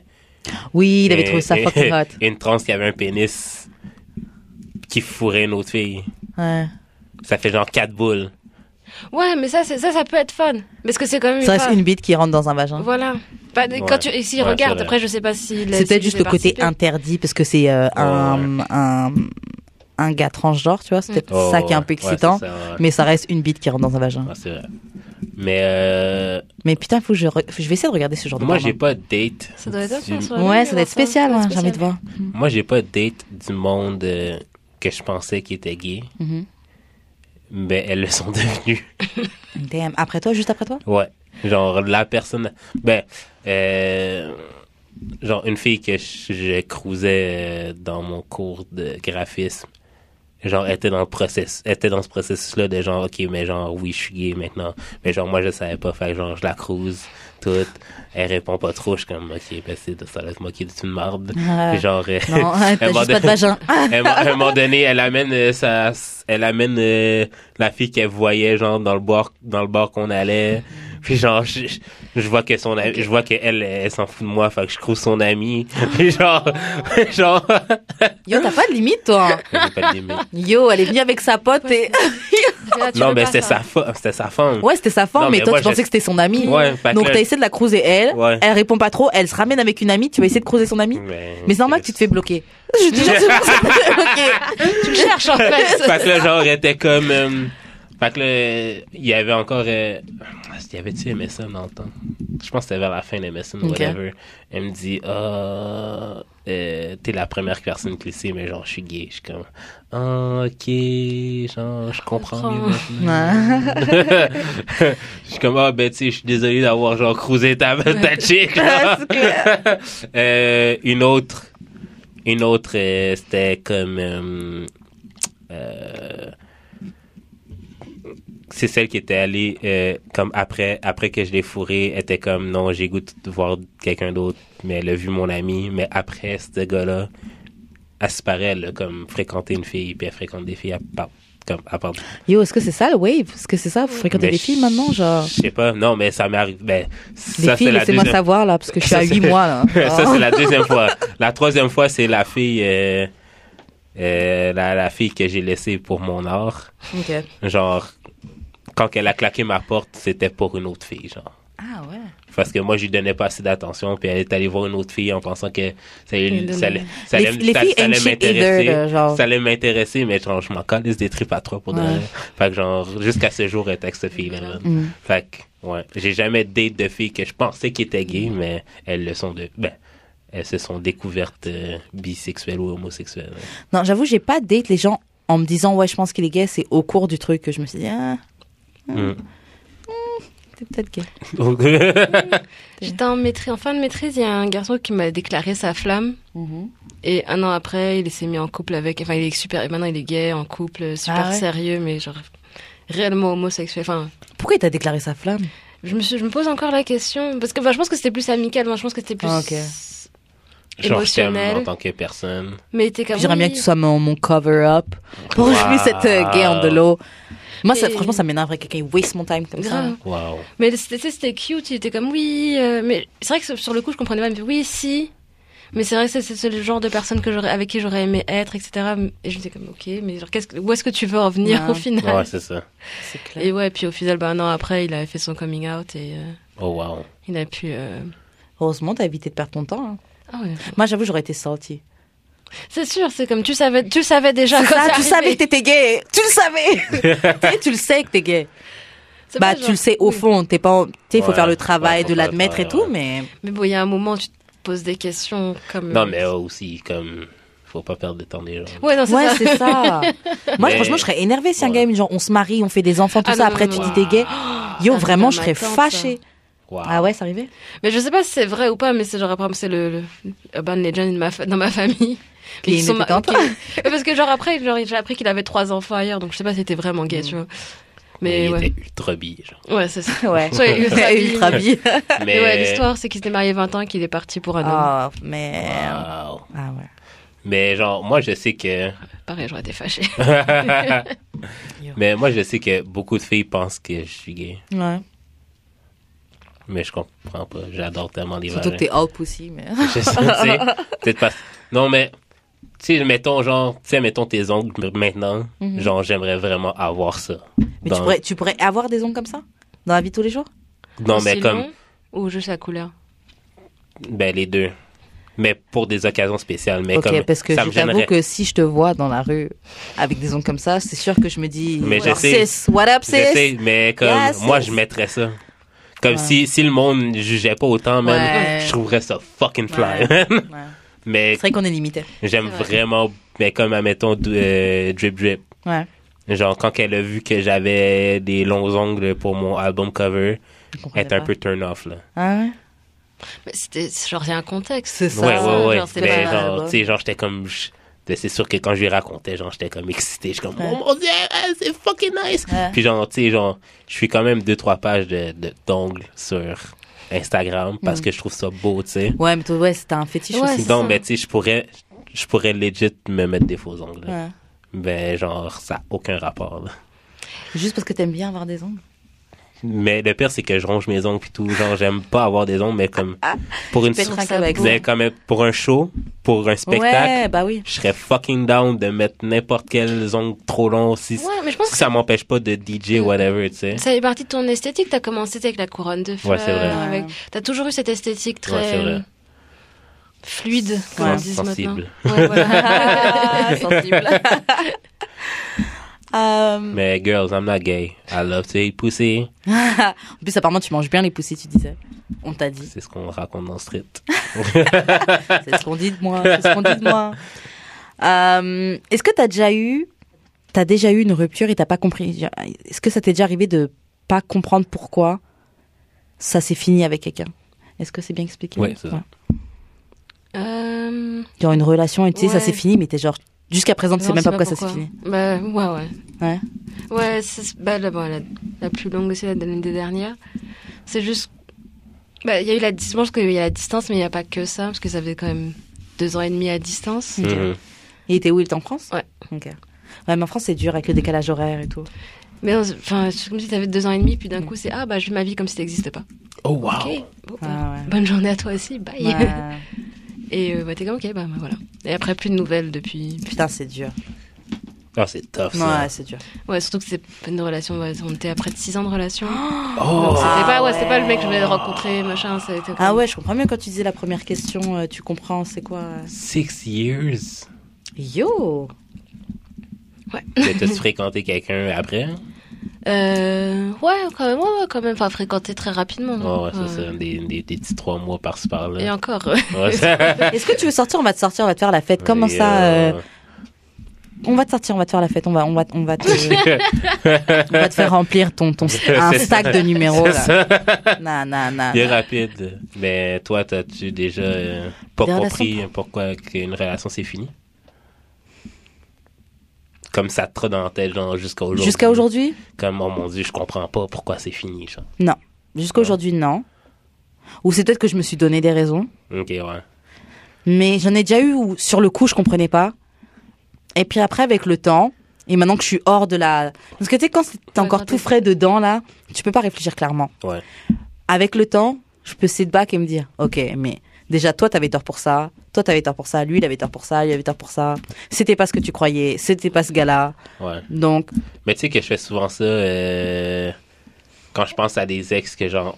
[SPEAKER 1] Oui, il avait
[SPEAKER 2] une-
[SPEAKER 1] trouvé ça
[SPEAKER 2] une- *laughs*
[SPEAKER 1] fucking hot.
[SPEAKER 2] Une trans qui avait un pénis qui fourrait une autre fille.
[SPEAKER 1] Ouais.
[SPEAKER 2] Ça fait genre quatre boules.
[SPEAKER 3] Ouais, mais ça, c'est- ça, ça peut être fun. Parce que c'est quand même.
[SPEAKER 1] Ça reste
[SPEAKER 3] fois-
[SPEAKER 1] une bite qui rentre dans un vagin.
[SPEAKER 3] Voilà. Bah,
[SPEAKER 2] Ouais.
[SPEAKER 3] Quand tu et s'il
[SPEAKER 2] Ouais, c'est
[SPEAKER 3] regarde,
[SPEAKER 2] vrai.
[SPEAKER 3] après, je sais pas si.
[SPEAKER 1] Hein. C'est peut-être juste le côté interdit parce que c'est euh, un, un, un gars transgenre, tu vois. C'est peut-être
[SPEAKER 2] Oh,
[SPEAKER 1] ça qui est un peu
[SPEAKER 2] ouais, ouais,
[SPEAKER 1] excitant.
[SPEAKER 2] c'est ça, ouais.
[SPEAKER 1] mais ça reste une bite qui rentre dans un vagin.
[SPEAKER 2] Ouais, c'est vrai. Mais euh,
[SPEAKER 1] Mais putain, faut que je, re- je vais essayer de regarder ce genre
[SPEAKER 2] moi,
[SPEAKER 1] de
[SPEAKER 2] j'ai
[SPEAKER 1] porno.
[SPEAKER 2] pas de date.
[SPEAKER 3] Ça doit être
[SPEAKER 2] du-
[SPEAKER 3] intéressant.
[SPEAKER 1] Ouais, ça doit être spécial, hein, j'ai envie de voir.
[SPEAKER 2] Moi, j'ai pas de date du monde euh, que je pensais qui était gay.
[SPEAKER 3] Mm-hmm.
[SPEAKER 1] Mhm.
[SPEAKER 2] Mais elles le sont devenues.
[SPEAKER 1] Damn. Après toi, juste après
[SPEAKER 2] *laughs*
[SPEAKER 1] toi
[SPEAKER 2] Ouais. Genre, la personne. Ben, euh, genre, une fille que je, je cruisais euh, dans mon cours de graphisme, genre, elle était dans, le process, elle était dans ce processus-là de genre, OK, mais genre, oui, je suis gay maintenant. Mais genre, moi, je savais pas. Fait que genre, je la cruise toute. Elle répond pas trop. Je suis comme, OK, ben, c'est ça, laisse-moi qui est une marde.
[SPEAKER 1] Ouais.
[SPEAKER 2] Puis genre, euh, *laughs*
[SPEAKER 1] Non,
[SPEAKER 2] à
[SPEAKER 1] hein,
[SPEAKER 2] un
[SPEAKER 1] t'as
[SPEAKER 2] moment
[SPEAKER 1] juste pas de vagin. Ah,
[SPEAKER 2] elle, à un moment donné, elle amène euh, sa, elle amène euh, la fille qu'elle voyait genre dans le bar, dans le bar qu'on allait. Puis genre, je, je- je vois que son, ami- je vois qu'elle, elle, elle s'en fout de moi, fait que je croise son ami. *laughs* Puis genre, genre,
[SPEAKER 1] Yo, t'as pas de limite, toi. hein.
[SPEAKER 2] j'ai pas de limite.
[SPEAKER 1] Yo, elle est venue avec sa pote et.
[SPEAKER 2] non mais c'était sa, fa- c'était sa femme.
[SPEAKER 1] *laughs* Ouais, c'était sa femme,
[SPEAKER 2] Non,
[SPEAKER 1] mais,
[SPEAKER 2] mais
[SPEAKER 1] toi,
[SPEAKER 2] moi,
[SPEAKER 1] tu pensais
[SPEAKER 2] j'ai-
[SPEAKER 1] que c'était son amie.
[SPEAKER 2] Ouais, fait que
[SPEAKER 1] Donc,
[SPEAKER 2] là,
[SPEAKER 1] t'as essayé de la croiser, elle.
[SPEAKER 2] Ouais.
[SPEAKER 1] Elle répond pas trop, elle se ramène avec une amie, tu vas essayer de croiser son amie.
[SPEAKER 2] Mais,
[SPEAKER 1] Mais c'est normal que tu te fais bloquer. Je te jure, c'est pour ça que tu te fais bloquer.
[SPEAKER 3] Tu le
[SPEAKER 2] *laughs*
[SPEAKER 3] cherches en
[SPEAKER 2] Fait
[SPEAKER 3] fait.
[SPEAKER 2] que là, genre, elle était comme, euh, fait que là, il y avait encore, euh, y avait-tu MSN dans le temps? Je pense que c'était vers la fin de MSN,
[SPEAKER 1] Ok.
[SPEAKER 2] whatever. Elle me dit, ah, euh, t'es la première personne qui le sait, mais genre, je suis gay. Je suis comme, ah, ok, genre, je comprends mieux
[SPEAKER 1] *laughs*
[SPEAKER 2] maintenant. je suis comme, ah, ben, tu sais, je suis désolé d'avoir, genre, cruisé ta, ta chick. là.
[SPEAKER 1] C'est clair.
[SPEAKER 2] *laughs* Euh, une autre, une autre, euh, c'était comme. euh, euh, c'est celle qui était allée, euh, comme après, après que je l'ai fourrée, elle était comme non, j'ai goût de voir quelqu'un d'autre, mais elle a vu mon ami, mais après, ce gars-là, elle se paraît, elle a comme fréquenté une fille, puis elle fréquente des filles à part. Comme, à part
[SPEAKER 1] Yo, est-ce que c'est ça le wave Est-ce que c'est ça Vous fréquentez
[SPEAKER 2] Mais
[SPEAKER 1] des filles maintenant Genre,
[SPEAKER 2] Je sais pas, non, mais ça m'est arrivé. Ben,
[SPEAKER 1] des
[SPEAKER 2] ça,
[SPEAKER 1] filles,
[SPEAKER 2] c'est la
[SPEAKER 1] laissez-moi
[SPEAKER 2] deuxième
[SPEAKER 1] savoir là, parce que je suis
[SPEAKER 2] Ça,
[SPEAKER 1] à
[SPEAKER 2] c'est-
[SPEAKER 1] 8 mois *laughs* là.
[SPEAKER 2] *laughs*
[SPEAKER 1] Ah, Oh.
[SPEAKER 2] ça, c'est la deuxième fois. La troisième fois, c'est la fille, euh, euh, la, la fille que j'ai laissée pour mon art.
[SPEAKER 1] Ok.
[SPEAKER 2] Genre, quand elle a claqué ma porte, c'était pour une autre fille, genre.
[SPEAKER 1] Ah ouais.
[SPEAKER 2] Parce que moi, je lui donnais pas assez d'attention, puis elle est allée voir une autre fille en pensant que ça allait,
[SPEAKER 3] Les-
[SPEAKER 2] ça allait, ça allait-
[SPEAKER 1] les
[SPEAKER 2] ça-
[SPEAKER 1] filles
[SPEAKER 2] ça allait
[SPEAKER 1] ain't shit
[SPEAKER 2] m'intéresser.
[SPEAKER 1] either, là, genre.
[SPEAKER 2] Ça allait m'intéresser, mais genre, je m'en calisse des tripes à trois pour de
[SPEAKER 1] Ouais.
[SPEAKER 2] vrai. Fait que genre, jusqu'à ce jour, elle était avec cette fille-là. man.
[SPEAKER 1] Mm.
[SPEAKER 2] Fait que, ouais. J'ai jamais date de filles que je pensais qui étaient gays, mais elles le sont de, ben, elles se sont découvertes euh, bisexuelles ou homosexuelles. hein.
[SPEAKER 1] Non, j'avoue, j'ai pas date les gens en me disant ouais, je pense qu'il est gay. C'est au cours du truc que je me suis dit ah,
[SPEAKER 2] *laughs* Mm.
[SPEAKER 1] t'es peut-être gay.
[SPEAKER 3] J'étais en maîtrise, en fin de maîtrise, il y a un garçon qui m'a déclaré sa flamme.
[SPEAKER 1] Mm-hmm.
[SPEAKER 3] Et un an après, il s'est mis en couple avec. Enfin, il est super. Et maintenant, il est gay, en couple, super
[SPEAKER 1] Ah ouais
[SPEAKER 3] sérieux, mais genre réellement homosexuel. Enfin,
[SPEAKER 1] Pourquoi il t'a déclaré sa flamme
[SPEAKER 3] je me, suis- je me pose encore la question. Parce que enfin, je pense que c'était plus amical. Moi, je pense que c'était plus.
[SPEAKER 1] Ah, ok.
[SPEAKER 2] genre, je t'aime
[SPEAKER 3] Émotionnel.
[SPEAKER 2] en tant que personne.
[SPEAKER 3] Mais il était comme.
[SPEAKER 1] J'aimerais bien
[SPEAKER 3] Ah oui.
[SPEAKER 1] que tu sois mon, mon cover-up pour que je puisse être euh, gay en de l'eau. Moi, ça,
[SPEAKER 3] Et-
[SPEAKER 1] franchement, ça m'énerve que quelqu'un waste mon time comme ça.
[SPEAKER 3] Grave.
[SPEAKER 1] *laughs*
[SPEAKER 2] Wow.
[SPEAKER 3] Mais c'était tu sais, c'était cute, il était comme oui, euh, mais c'est vrai que sur le coup je comprenais pas, mais oui, si. Mais c'est vrai que c'est- c'est le genre de personne que j'aurais, avec qui j'aurais aimé être, etc. Et je me disais comme ok, mais genre, qu'est-ce que- où est-ce que tu veux en venir
[SPEAKER 1] Ouais.
[SPEAKER 3] au final
[SPEAKER 2] Ouais, c'est ça.
[SPEAKER 1] C'est clair.
[SPEAKER 3] Et ouais, puis au final, bah, un an après, il avait fait son coming out et euh,
[SPEAKER 2] Oh, wow.
[SPEAKER 3] il a pu. euh,
[SPEAKER 1] Heureusement, t'as évité de perdre ton temps. hein.
[SPEAKER 3] Ah ouais.
[SPEAKER 1] Moi, j'avoue, j'aurais été salty.
[SPEAKER 3] C'est sûr, c'est comme tu savais, tu savais déjà. quand
[SPEAKER 1] Ça,
[SPEAKER 3] c'est
[SPEAKER 1] tu
[SPEAKER 3] arrivé.
[SPEAKER 1] savais que t'étais gay. Tu le savais. *laughs* tu, sais, tu le sais que t'es gay.
[SPEAKER 3] C'est
[SPEAKER 1] Bah,
[SPEAKER 3] pas
[SPEAKER 1] tu
[SPEAKER 3] genre-
[SPEAKER 1] le sais au
[SPEAKER 3] oui.
[SPEAKER 1] fond. T'es pas. en- Tu sais, il faut
[SPEAKER 2] Ouais,
[SPEAKER 1] faire le
[SPEAKER 2] ouais,
[SPEAKER 1] travail
[SPEAKER 2] faut
[SPEAKER 1] de
[SPEAKER 2] faire le
[SPEAKER 1] l'admettre et
[SPEAKER 2] travail,
[SPEAKER 1] tout, mais
[SPEAKER 3] Mais bon, il y a un moment, tu te poses des questions comme.
[SPEAKER 2] Non,
[SPEAKER 1] Hmm.
[SPEAKER 2] mais aussi, comme, faut pas perdre de temps des gens.
[SPEAKER 3] Ouais, non, c'est
[SPEAKER 1] ouais,
[SPEAKER 3] ça.
[SPEAKER 1] c'est
[SPEAKER 2] *laughs*
[SPEAKER 1] ça. Moi,
[SPEAKER 2] Mais-
[SPEAKER 1] franchement, je serais énervée si un
[SPEAKER 2] Ouais.
[SPEAKER 1] gars me dit genre on se marie, on fait des enfants, tout
[SPEAKER 3] Ah
[SPEAKER 1] ça.
[SPEAKER 3] non,
[SPEAKER 1] après,
[SPEAKER 3] non,
[SPEAKER 1] tu
[SPEAKER 3] non.
[SPEAKER 1] dis t'es gay. Yo,
[SPEAKER 3] Ah,
[SPEAKER 1] vraiment, je serais
[SPEAKER 3] c'est ma tante, hein. ça.
[SPEAKER 1] fâchée.
[SPEAKER 2] Wow.
[SPEAKER 1] Ah ouais, c'est arrivé.
[SPEAKER 3] Mais je sais pas si c'est vrai ou pas, mais c'est genre après c'est le, le urban legend de ma fa- dans ma famille.
[SPEAKER 1] Qu'il
[SPEAKER 3] Ils sont
[SPEAKER 1] n'était qu'un
[SPEAKER 3] ma- qui- *laughs* Ouais, Parce que genre après genre, j'ai appris qu'il avait trois enfants ailleurs, donc je sais pas si c'était vraiment gay, tu vois.
[SPEAKER 2] Mais
[SPEAKER 3] Mais
[SPEAKER 2] Mm. il
[SPEAKER 3] ouais,
[SPEAKER 2] était ultra bi, genre.
[SPEAKER 3] ouais c'est ça.
[SPEAKER 1] Ouais. *laughs*
[SPEAKER 3] Soit ultra bi.
[SPEAKER 1] ultra
[SPEAKER 3] *laughs*
[SPEAKER 1] bi.
[SPEAKER 3] Mais
[SPEAKER 2] Mais
[SPEAKER 3] ouais, l'histoire c'est qu'il s'était marié 20 ans et qu'il est parti pour un homme.
[SPEAKER 1] Oh, mais
[SPEAKER 2] Wow.
[SPEAKER 1] ah ouais.
[SPEAKER 2] Mais genre, moi, je sais que.
[SPEAKER 3] Pareil, j'aurais été fâchée.
[SPEAKER 2] mais moi, je sais que beaucoup de filles pensent que je suis gay.
[SPEAKER 1] Ouais.
[SPEAKER 2] Mais je comprends pas. J'adore tellement les
[SPEAKER 1] Surtout que
[SPEAKER 2] vagins.
[SPEAKER 1] t'es all pussy, mais.
[SPEAKER 2] *laughs* Je sais, tu sais. Peut-être pas. Non, mais. Tu sais, mettons, genre, tu sais, mettons tes ongles maintenant.
[SPEAKER 1] Mhm.
[SPEAKER 2] Genre, j'aimerais vraiment avoir ça.
[SPEAKER 1] Mais
[SPEAKER 2] Dans-
[SPEAKER 1] tu pourrais, tu pourrais avoir des ongles comme ça dans la vie de tous les jours.
[SPEAKER 2] Non, mais
[SPEAKER 3] Aussi
[SPEAKER 2] comme.
[SPEAKER 3] long Ou juste la couleur.
[SPEAKER 2] Ben, les deux. Mais pour des occasions spéciales. Mais
[SPEAKER 1] ok,
[SPEAKER 2] comme.
[SPEAKER 1] parce que
[SPEAKER 2] ça
[SPEAKER 1] je
[SPEAKER 2] me
[SPEAKER 1] t'avoue
[SPEAKER 2] gênerait.
[SPEAKER 1] que si je te vois dans la rue avec des ongles comme ça, c'est sûr que je me dis.
[SPEAKER 2] Mais je
[SPEAKER 1] genre,
[SPEAKER 2] sais.
[SPEAKER 1] Sis, what up,
[SPEAKER 2] Je
[SPEAKER 1] sis?
[SPEAKER 2] sais, mais comme.
[SPEAKER 1] Yes,
[SPEAKER 2] moi,
[SPEAKER 1] yes.
[SPEAKER 2] je mettrais ça. Comme
[SPEAKER 1] Ouais.
[SPEAKER 2] si, si le monde ne jugeait pas autant, même,
[SPEAKER 1] Ouais.
[SPEAKER 2] je trouverais ça fucking fly.
[SPEAKER 1] Ouais.
[SPEAKER 2] mais
[SPEAKER 1] C'est vrai qu'on est limité.
[SPEAKER 2] j'aime
[SPEAKER 3] C'est vrai.
[SPEAKER 2] vraiment. Mais comme, admettons, d- euh, Drip Drip.
[SPEAKER 1] Ouais.
[SPEAKER 2] Genre, quand elle a vu que j'avais des longs ongles pour mon album cover,
[SPEAKER 1] Je
[SPEAKER 2] elle
[SPEAKER 1] comprenais
[SPEAKER 2] était un
[SPEAKER 1] pas.
[SPEAKER 2] peu turn off, là.
[SPEAKER 1] Ah ouais.
[SPEAKER 3] Mais c'était c'est genre il y a un contexte.
[SPEAKER 1] C'est ça.
[SPEAKER 2] ouais, ouais, ouais.
[SPEAKER 3] genre, c'était
[SPEAKER 2] mais
[SPEAKER 3] pas-
[SPEAKER 2] genre,
[SPEAKER 1] là-bas.
[SPEAKER 2] tu sais, genre, j'étais comme. je- mais C'est sûr que quand je lui racontais, genre, j'étais comme excité. Je suis comme,
[SPEAKER 1] Ouais.
[SPEAKER 2] oh mon dieu, ah, c'est fucking nice.
[SPEAKER 1] Ouais.
[SPEAKER 2] Puis, genre, tu sais, genre, je suis quand même deux, trois pages de, de- d'ongles sur Instagram parce que je trouve ça beau, tu sais.
[SPEAKER 1] Ouais, mais toi, Mm. ouais, c'était un fétiche
[SPEAKER 3] Ouais,
[SPEAKER 1] aussi.
[SPEAKER 3] c'est
[SPEAKER 2] Donc,
[SPEAKER 3] ça.
[SPEAKER 2] ben, tu sais, je pourrais, je pourrais legit me mettre des faux ongles. là.
[SPEAKER 1] Ouais.
[SPEAKER 2] Ben, genre, ça n'a aucun rapport, là.
[SPEAKER 1] Juste parce que t'aimes bien avoir des ongles.
[SPEAKER 2] Mais le pire, c'est que je ronge mes ongles puis tout. Genre, j'aime pas avoir des ongles, mais comme, pour une,
[SPEAKER 1] Tu Ah, peux
[SPEAKER 2] sou-
[SPEAKER 1] être
[SPEAKER 3] trouve ça
[SPEAKER 1] tranquille avec
[SPEAKER 3] beau.
[SPEAKER 1] ça.
[SPEAKER 2] mais quand même, pour un show, pour un spectacle,
[SPEAKER 1] Ouais, bah
[SPEAKER 2] *laughs*
[SPEAKER 1] oui.
[SPEAKER 2] je serais fucking down de mettre n'importe quels ongles trop longs si,
[SPEAKER 3] Ouais, mais je pense
[SPEAKER 2] si
[SPEAKER 3] que
[SPEAKER 2] ça m'empêche pas de DJ whatever, tu sais.
[SPEAKER 3] ça fait partie de ton esthétique. T'as commencé avec la couronne de fleurs.
[SPEAKER 2] Ouais, c'est vrai.
[SPEAKER 3] avec- T'as toujours eu cette esthétique très
[SPEAKER 2] Ouais, c'est vrai.
[SPEAKER 3] euh, fluide, comme
[SPEAKER 1] Ouais.
[SPEAKER 3] ils disent maintenant.
[SPEAKER 2] Sensible. *laughs*
[SPEAKER 3] Ouais, voilà.
[SPEAKER 1] Ah,
[SPEAKER 3] Mm.
[SPEAKER 1] Euh,
[SPEAKER 2] Mais girls, I'm not gay. I love to eat pussy.
[SPEAKER 1] en plus, apparemment, tu manges bien les poussées, tu disais. On t'a dit.
[SPEAKER 2] C'est ce qu'on raconte dans
[SPEAKER 3] *laughs*
[SPEAKER 2] Street.
[SPEAKER 1] C'est ce qu'on dit de moi. C'est ce qu'on dit de moi. Euh, Est-ce que t'as déjà eu, t'as déjà eu une rupture et t'as pas compris Est-ce que ça t'est déjà arrivé de pas comprendre pourquoi ça s'est fini avec quelqu'un Est-ce que c'est bien expliqué
[SPEAKER 2] Ouais, c'est ça.
[SPEAKER 3] Euh,
[SPEAKER 1] Genre une relation et tu sais, ça
[SPEAKER 3] Ouais.
[SPEAKER 1] s'est fini, mais t'es genre jusqu'à présent, tu sais
[SPEAKER 3] non,
[SPEAKER 1] même
[SPEAKER 3] je
[SPEAKER 1] pas
[SPEAKER 3] sais
[SPEAKER 1] pourquoi, ça s'est fini.
[SPEAKER 3] Bah, ouais, ouais.
[SPEAKER 1] Ouais.
[SPEAKER 3] Ouais, c'est- bah, la, bon, la, la plus longue aussi, la de l'année dernière. C'est juste. Bah, il y a eu la distance, je pense qu'il y a la distance, mais il n'y a pas que ça, parce que ça faisait quand même deux ans et demi à distance.
[SPEAKER 1] Mm.
[SPEAKER 2] Mhm.
[SPEAKER 1] Et il était où Il était en France
[SPEAKER 3] Ouais.
[SPEAKER 1] Ok. Ouais, mais en France, c'est dur avec le décalage horaire et tout.
[SPEAKER 3] Mais non, c'est- enfin, c'est comme si t'avais deux ans et demi, puis
[SPEAKER 1] Mm.
[SPEAKER 3] d'un coup, c'est Ah, bah, je vis ma vie comme si t'existais pas.
[SPEAKER 2] Oh wow.
[SPEAKER 3] Ok. Bon, bah,
[SPEAKER 1] Ah ouais.
[SPEAKER 3] Bonne journée à toi aussi, bye. *laughs*
[SPEAKER 1] Ouais.
[SPEAKER 3] Et euh, bah, t'es comme, ok, bah, bah, voilà. Et après, plus de nouvelles depuis.
[SPEAKER 1] Putain, c'est dur.
[SPEAKER 2] Ah, c'est tough, ça.
[SPEAKER 1] Ouais, c'est dur.
[SPEAKER 3] Ouais, surtout que c'est pas une relation. ouais, on était à près de 6 ans de relation.
[SPEAKER 2] Oh!
[SPEAKER 3] Donc, c'était
[SPEAKER 1] Ah
[SPEAKER 3] pas, ouais, c'était pas le
[SPEAKER 1] ouais.
[SPEAKER 3] mec que je voulais rencontrer, machin. Ça a été
[SPEAKER 1] Ah ouais, je comprends mieux quand tu disais la première question, euh, tu comprends, c'est quoi euh,
[SPEAKER 2] Six years.
[SPEAKER 3] *laughs*
[SPEAKER 1] Yo
[SPEAKER 2] Mais T'as-tu fréquenté quelqu'un après?
[SPEAKER 3] Mm. Euh, ouais, quand même, ouais, ouais, quand même. Enfin, fréquenter très rapidement.
[SPEAKER 2] Oh,
[SPEAKER 3] donc,
[SPEAKER 2] ouais,
[SPEAKER 3] euh,
[SPEAKER 2] c'est ça. Des, des, des petits trois mois par-ci
[SPEAKER 3] Et
[SPEAKER 2] par-là.
[SPEAKER 3] encore. euh,
[SPEAKER 2] Ouais, ça-
[SPEAKER 1] Est-ce que tu veux sortir On va te sortir, on va te faire la fête.
[SPEAKER 2] *laughs*
[SPEAKER 1] Comment
[SPEAKER 2] Et,
[SPEAKER 1] ça euh,
[SPEAKER 2] euh,
[SPEAKER 1] On va te sortir, on va te faire la fête, on va, on va, on va,
[SPEAKER 2] *laughs*
[SPEAKER 1] te,
[SPEAKER 2] euh,
[SPEAKER 3] *laughs*
[SPEAKER 1] on va te faire remplir ton, ton un
[SPEAKER 2] C'est
[SPEAKER 1] sac de numéros.
[SPEAKER 2] c'est
[SPEAKER 1] là.
[SPEAKER 2] ça.
[SPEAKER 1] *laughs* Non, non, non.
[SPEAKER 2] Bien rapide. Mais toi, t'as-tu déjà euh, pas
[SPEAKER 1] Des
[SPEAKER 2] compris pourquoi qu'une relation c'est fini? Comme ça te trotte dans la tête, genre, jusqu'à aujourd'hui.
[SPEAKER 1] Jusqu'à aujourd'hui
[SPEAKER 2] Comme, oh mon dieu, je comprends pas pourquoi c'est fini, genre.
[SPEAKER 1] Jusqu'à aujourd'hui, non. Ou c'est peut-être que je me suis donné des raisons.
[SPEAKER 2] Ok, ouais.
[SPEAKER 1] Mais j'en ai déjà eu où, sur le coup, je comprenais pas. Et puis après, avec le temps, et maintenant que je suis hors de la. Parce que tu sais, quand t'es
[SPEAKER 3] Ouais,
[SPEAKER 1] encore
[SPEAKER 3] quand
[SPEAKER 1] tout
[SPEAKER 3] t'es-
[SPEAKER 1] frais dedans, là, tu peux pas réfléchir clairement.
[SPEAKER 2] Ouais.
[SPEAKER 1] Avec le temps, je peux sit back et me dire Ok, mais déjà, toi, t'avais tort pour ça. Toi, t'avais tort pour ça. Lui, il avait tort pour ça. Lui, il avait tort pour ça. C'était pas ce que tu croyais. C'était pas ce gars-là.
[SPEAKER 2] Ouais.
[SPEAKER 1] Donc,
[SPEAKER 2] Mais tu sais que je fais souvent ça euh, quand je pense à des ex que genre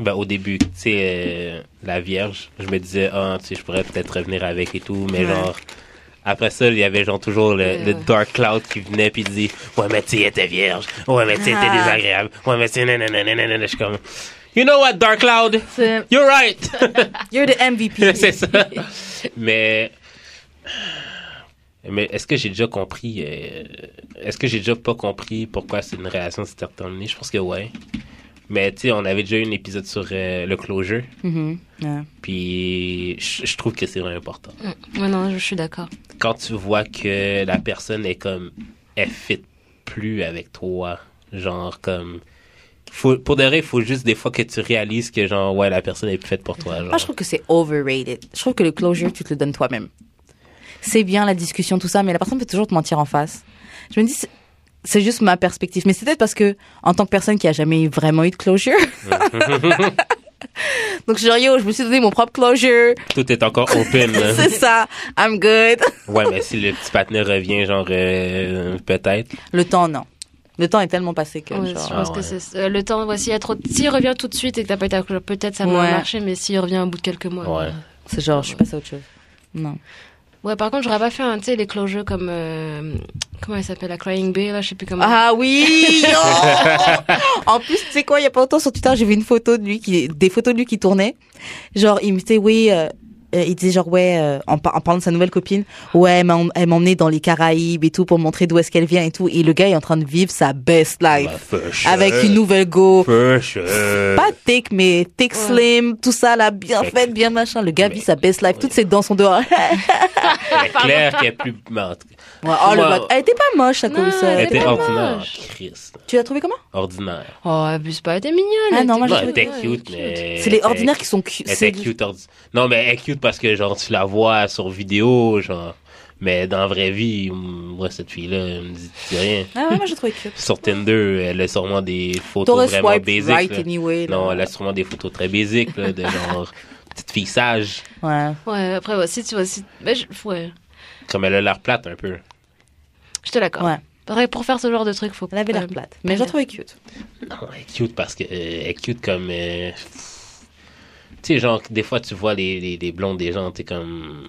[SPEAKER 2] ben, au début, tu sais, euh, la vierge, je me disais, ah, tu sais, je pourrais peut-être revenir avec et tout, mais
[SPEAKER 1] Ouais.
[SPEAKER 2] genre, après ça, il y avait genre toujours le,
[SPEAKER 3] Ouais,
[SPEAKER 2] le
[SPEAKER 3] ouais.
[SPEAKER 2] dark cloud qui venait puis il dit, ouais, mais tu sais, elle était vierge, ouais, mais tu sais, elle était
[SPEAKER 1] Ah.
[SPEAKER 2] désagréable, ouais, mais tu sais, nanana, nanana. je suis comme, you know what, dark cloud, you're right!
[SPEAKER 1] You're the MVP.
[SPEAKER 2] *laughs*
[SPEAKER 1] *laughs*
[SPEAKER 2] c'est ça. Mais, mais est-ce que j'ai déjà compris, euh, est-ce que j'ai déjà pas compris pourquoi c'est une relation s'était terminée? Je pense que ouais. Mais tu sais, on avait déjà eu un épisode sur euh, le closure,
[SPEAKER 1] Mhm. Ouais.
[SPEAKER 2] puis je je trouve que c'est vraiment important.
[SPEAKER 3] *laughs* ouais, non, je suis d'accord.
[SPEAKER 2] Quand tu vois que la personne est comme, elle fit plus avec toi, genre comme. Faut, pour de vrai, il faut juste des fois que tu réalises que genre, ouais, la personne est plus faite pour toi.
[SPEAKER 1] Moi, je
[SPEAKER 2] Genre.
[SPEAKER 1] trouve que c'est overrated. Je trouve que le closure, tu te le donnes toi-même. C'est bien la discussion, tout ça, mais la personne peut toujours te mentir en face. Je me dis, c'est- c'est juste ma perspective. Mais c'est peut-être parce que, en tant que personne qui a jamais vraiment eu de closure. *laughs* Donc, je suis genre, yo, je me suis donné mon propre closure.
[SPEAKER 2] Tout est encore
[SPEAKER 1] *laughs*
[SPEAKER 2] open. là.
[SPEAKER 1] C'est ça. I'm good.
[SPEAKER 2] Ouais, mais si le petit patinet revient, genre, euh, peut-être.
[SPEAKER 1] Le temps, non. Le temps est tellement passé que,
[SPEAKER 3] Ouais,
[SPEAKER 1] genre.
[SPEAKER 3] je pense
[SPEAKER 2] Ah,
[SPEAKER 3] que
[SPEAKER 2] ouais.
[SPEAKER 3] c'est euh, le temps. Voici, être trop. S'il revient tout de suite et que t'as pas été à la couleur, peut-être ça va
[SPEAKER 1] Ouais.
[SPEAKER 3] marcher, mais s'il revient au bout de quelques mois.
[SPEAKER 2] Ouais.
[SPEAKER 3] euh,
[SPEAKER 1] C'est genre, je suis passée à autre chose. Non.
[SPEAKER 3] Ouais, par contre, j'aurais pas fait un, tu sais, les closures comme, euh, comment elle s'appelle, la Crying Bay, là, je sais plus comment.
[SPEAKER 1] Ah oui yo *laughs* En plus, tu sais quoi, il y a pas longtemps sur Twitter, j'ai vu une photo de lui qui, des photos de lui qui tournaient. Genre, il me disait oui. euh, euh, il disait genre ouais euh, en, par- en parlant de sa nouvelle copine ouais elle m'a em- elle m'a emmené dans les Caraïbes et tout pour montrer d'où est-ce qu'elle vient et tout et le gars est en train de vivre sa best
[SPEAKER 2] Bah,
[SPEAKER 1] life avec une nouvelle go pas thick mais thick
[SPEAKER 3] Ouais.
[SPEAKER 1] slim tout ça là bien
[SPEAKER 2] Fait que-
[SPEAKER 1] fait bien machin le gars
[SPEAKER 2] Mais-
[SPEAKER 1] vit sa best life
[SPEAKER 2] Ouais.
[SPEAKER 1] toutes ses dents sont dehors Ouais,
[SPEAKER 2] Claire qui est plus. mais en tout cas,
[SPEAKER 1] oh, le
[SPEAKER 2] Ouais.
[SPEAKER 1] mode- elle était pas moche la
[SPEAKER 3] Non,
[SPEAKER 1] commissaire
[SPEAKER 2] Elle
[SPEAKER 3] Elle est
[SPEAKER 2] était
[SPEAKER 3] pas
[SPEAKER 2] ordinaire.
[SPEAKER 3] moche.
[SPEAKER 2] Chris.
[SPEAKER 1] tu l'as trouvé comment
[SPEAKER 2] Ordinaire.
[SPEAKER 3] Oh, abuse pas, elle était mignonne.
[SPEAKER 1] Ah
[SPEAKER 3] elle
[SPEAKER 1] non, moi,
[SPEAKER 3] était
[SPEAKER 1] je
[SPEAKER 2] Non,
[SPEAKER 1] Ouais,
[SPEAKER 2] elle
[SPEAKER 1] trouve-
[SPEAKER 2] était
[SPEAKER 3] mignonne,
[SPEAKER 2] cute, mais.
[SPEAKER 1] c'est les ordinaires qui sont cute
[SPEAKER 2] Elle était cute, ordi- Non, mais elle est cute parce que, genre, tu la vois sur vidéo, genre. Mais dans la vraie vie, mm, moi, cette fille-là, elle me dit dit rien.
[SPEAKER 1] ah ouais moi j'ai trouvé cute
[SPEAKER 2] Sur Tinder, elle a sûrement des photos
[SPEAKER 1] T'aurais
[SPEAKER 2] vraiment
[SPEAKER 1] swipe
[SPEAKER 2] basiques.
[SPEAKER 1] right
[SPEAKER 2] là.
[SPEAKER 1] anyway. là.
[SPEAKER 2] Non, elle a sûrement des photos très basiques, là, de genre petite fille sage,
[SPEAKER 1] Ouais.
[SPEAKER 3] Ouais, après, ouais, si tu vois, si, mais je, ouais,
[SPEAKER 2] comme elle a l'air plate un peu.
[SPEAKER 3] je te l'accorde.
[SPEAKER 1] Ouais.
[SPEAKER 3] Après, pour faire ce genre de truc, faut
[SPEAKER 1] Elle avait l'air
[SPEAKER 3] euh,
[SPEAKER 1] plate. Mais je la trouvais cute. Ah
[SPEAKER 2] Non, elle est cute parce que euh, elle est cute comme. euh, tu sais, genre, des fois, tu vois les, les, les blondes des gens, t'es comme.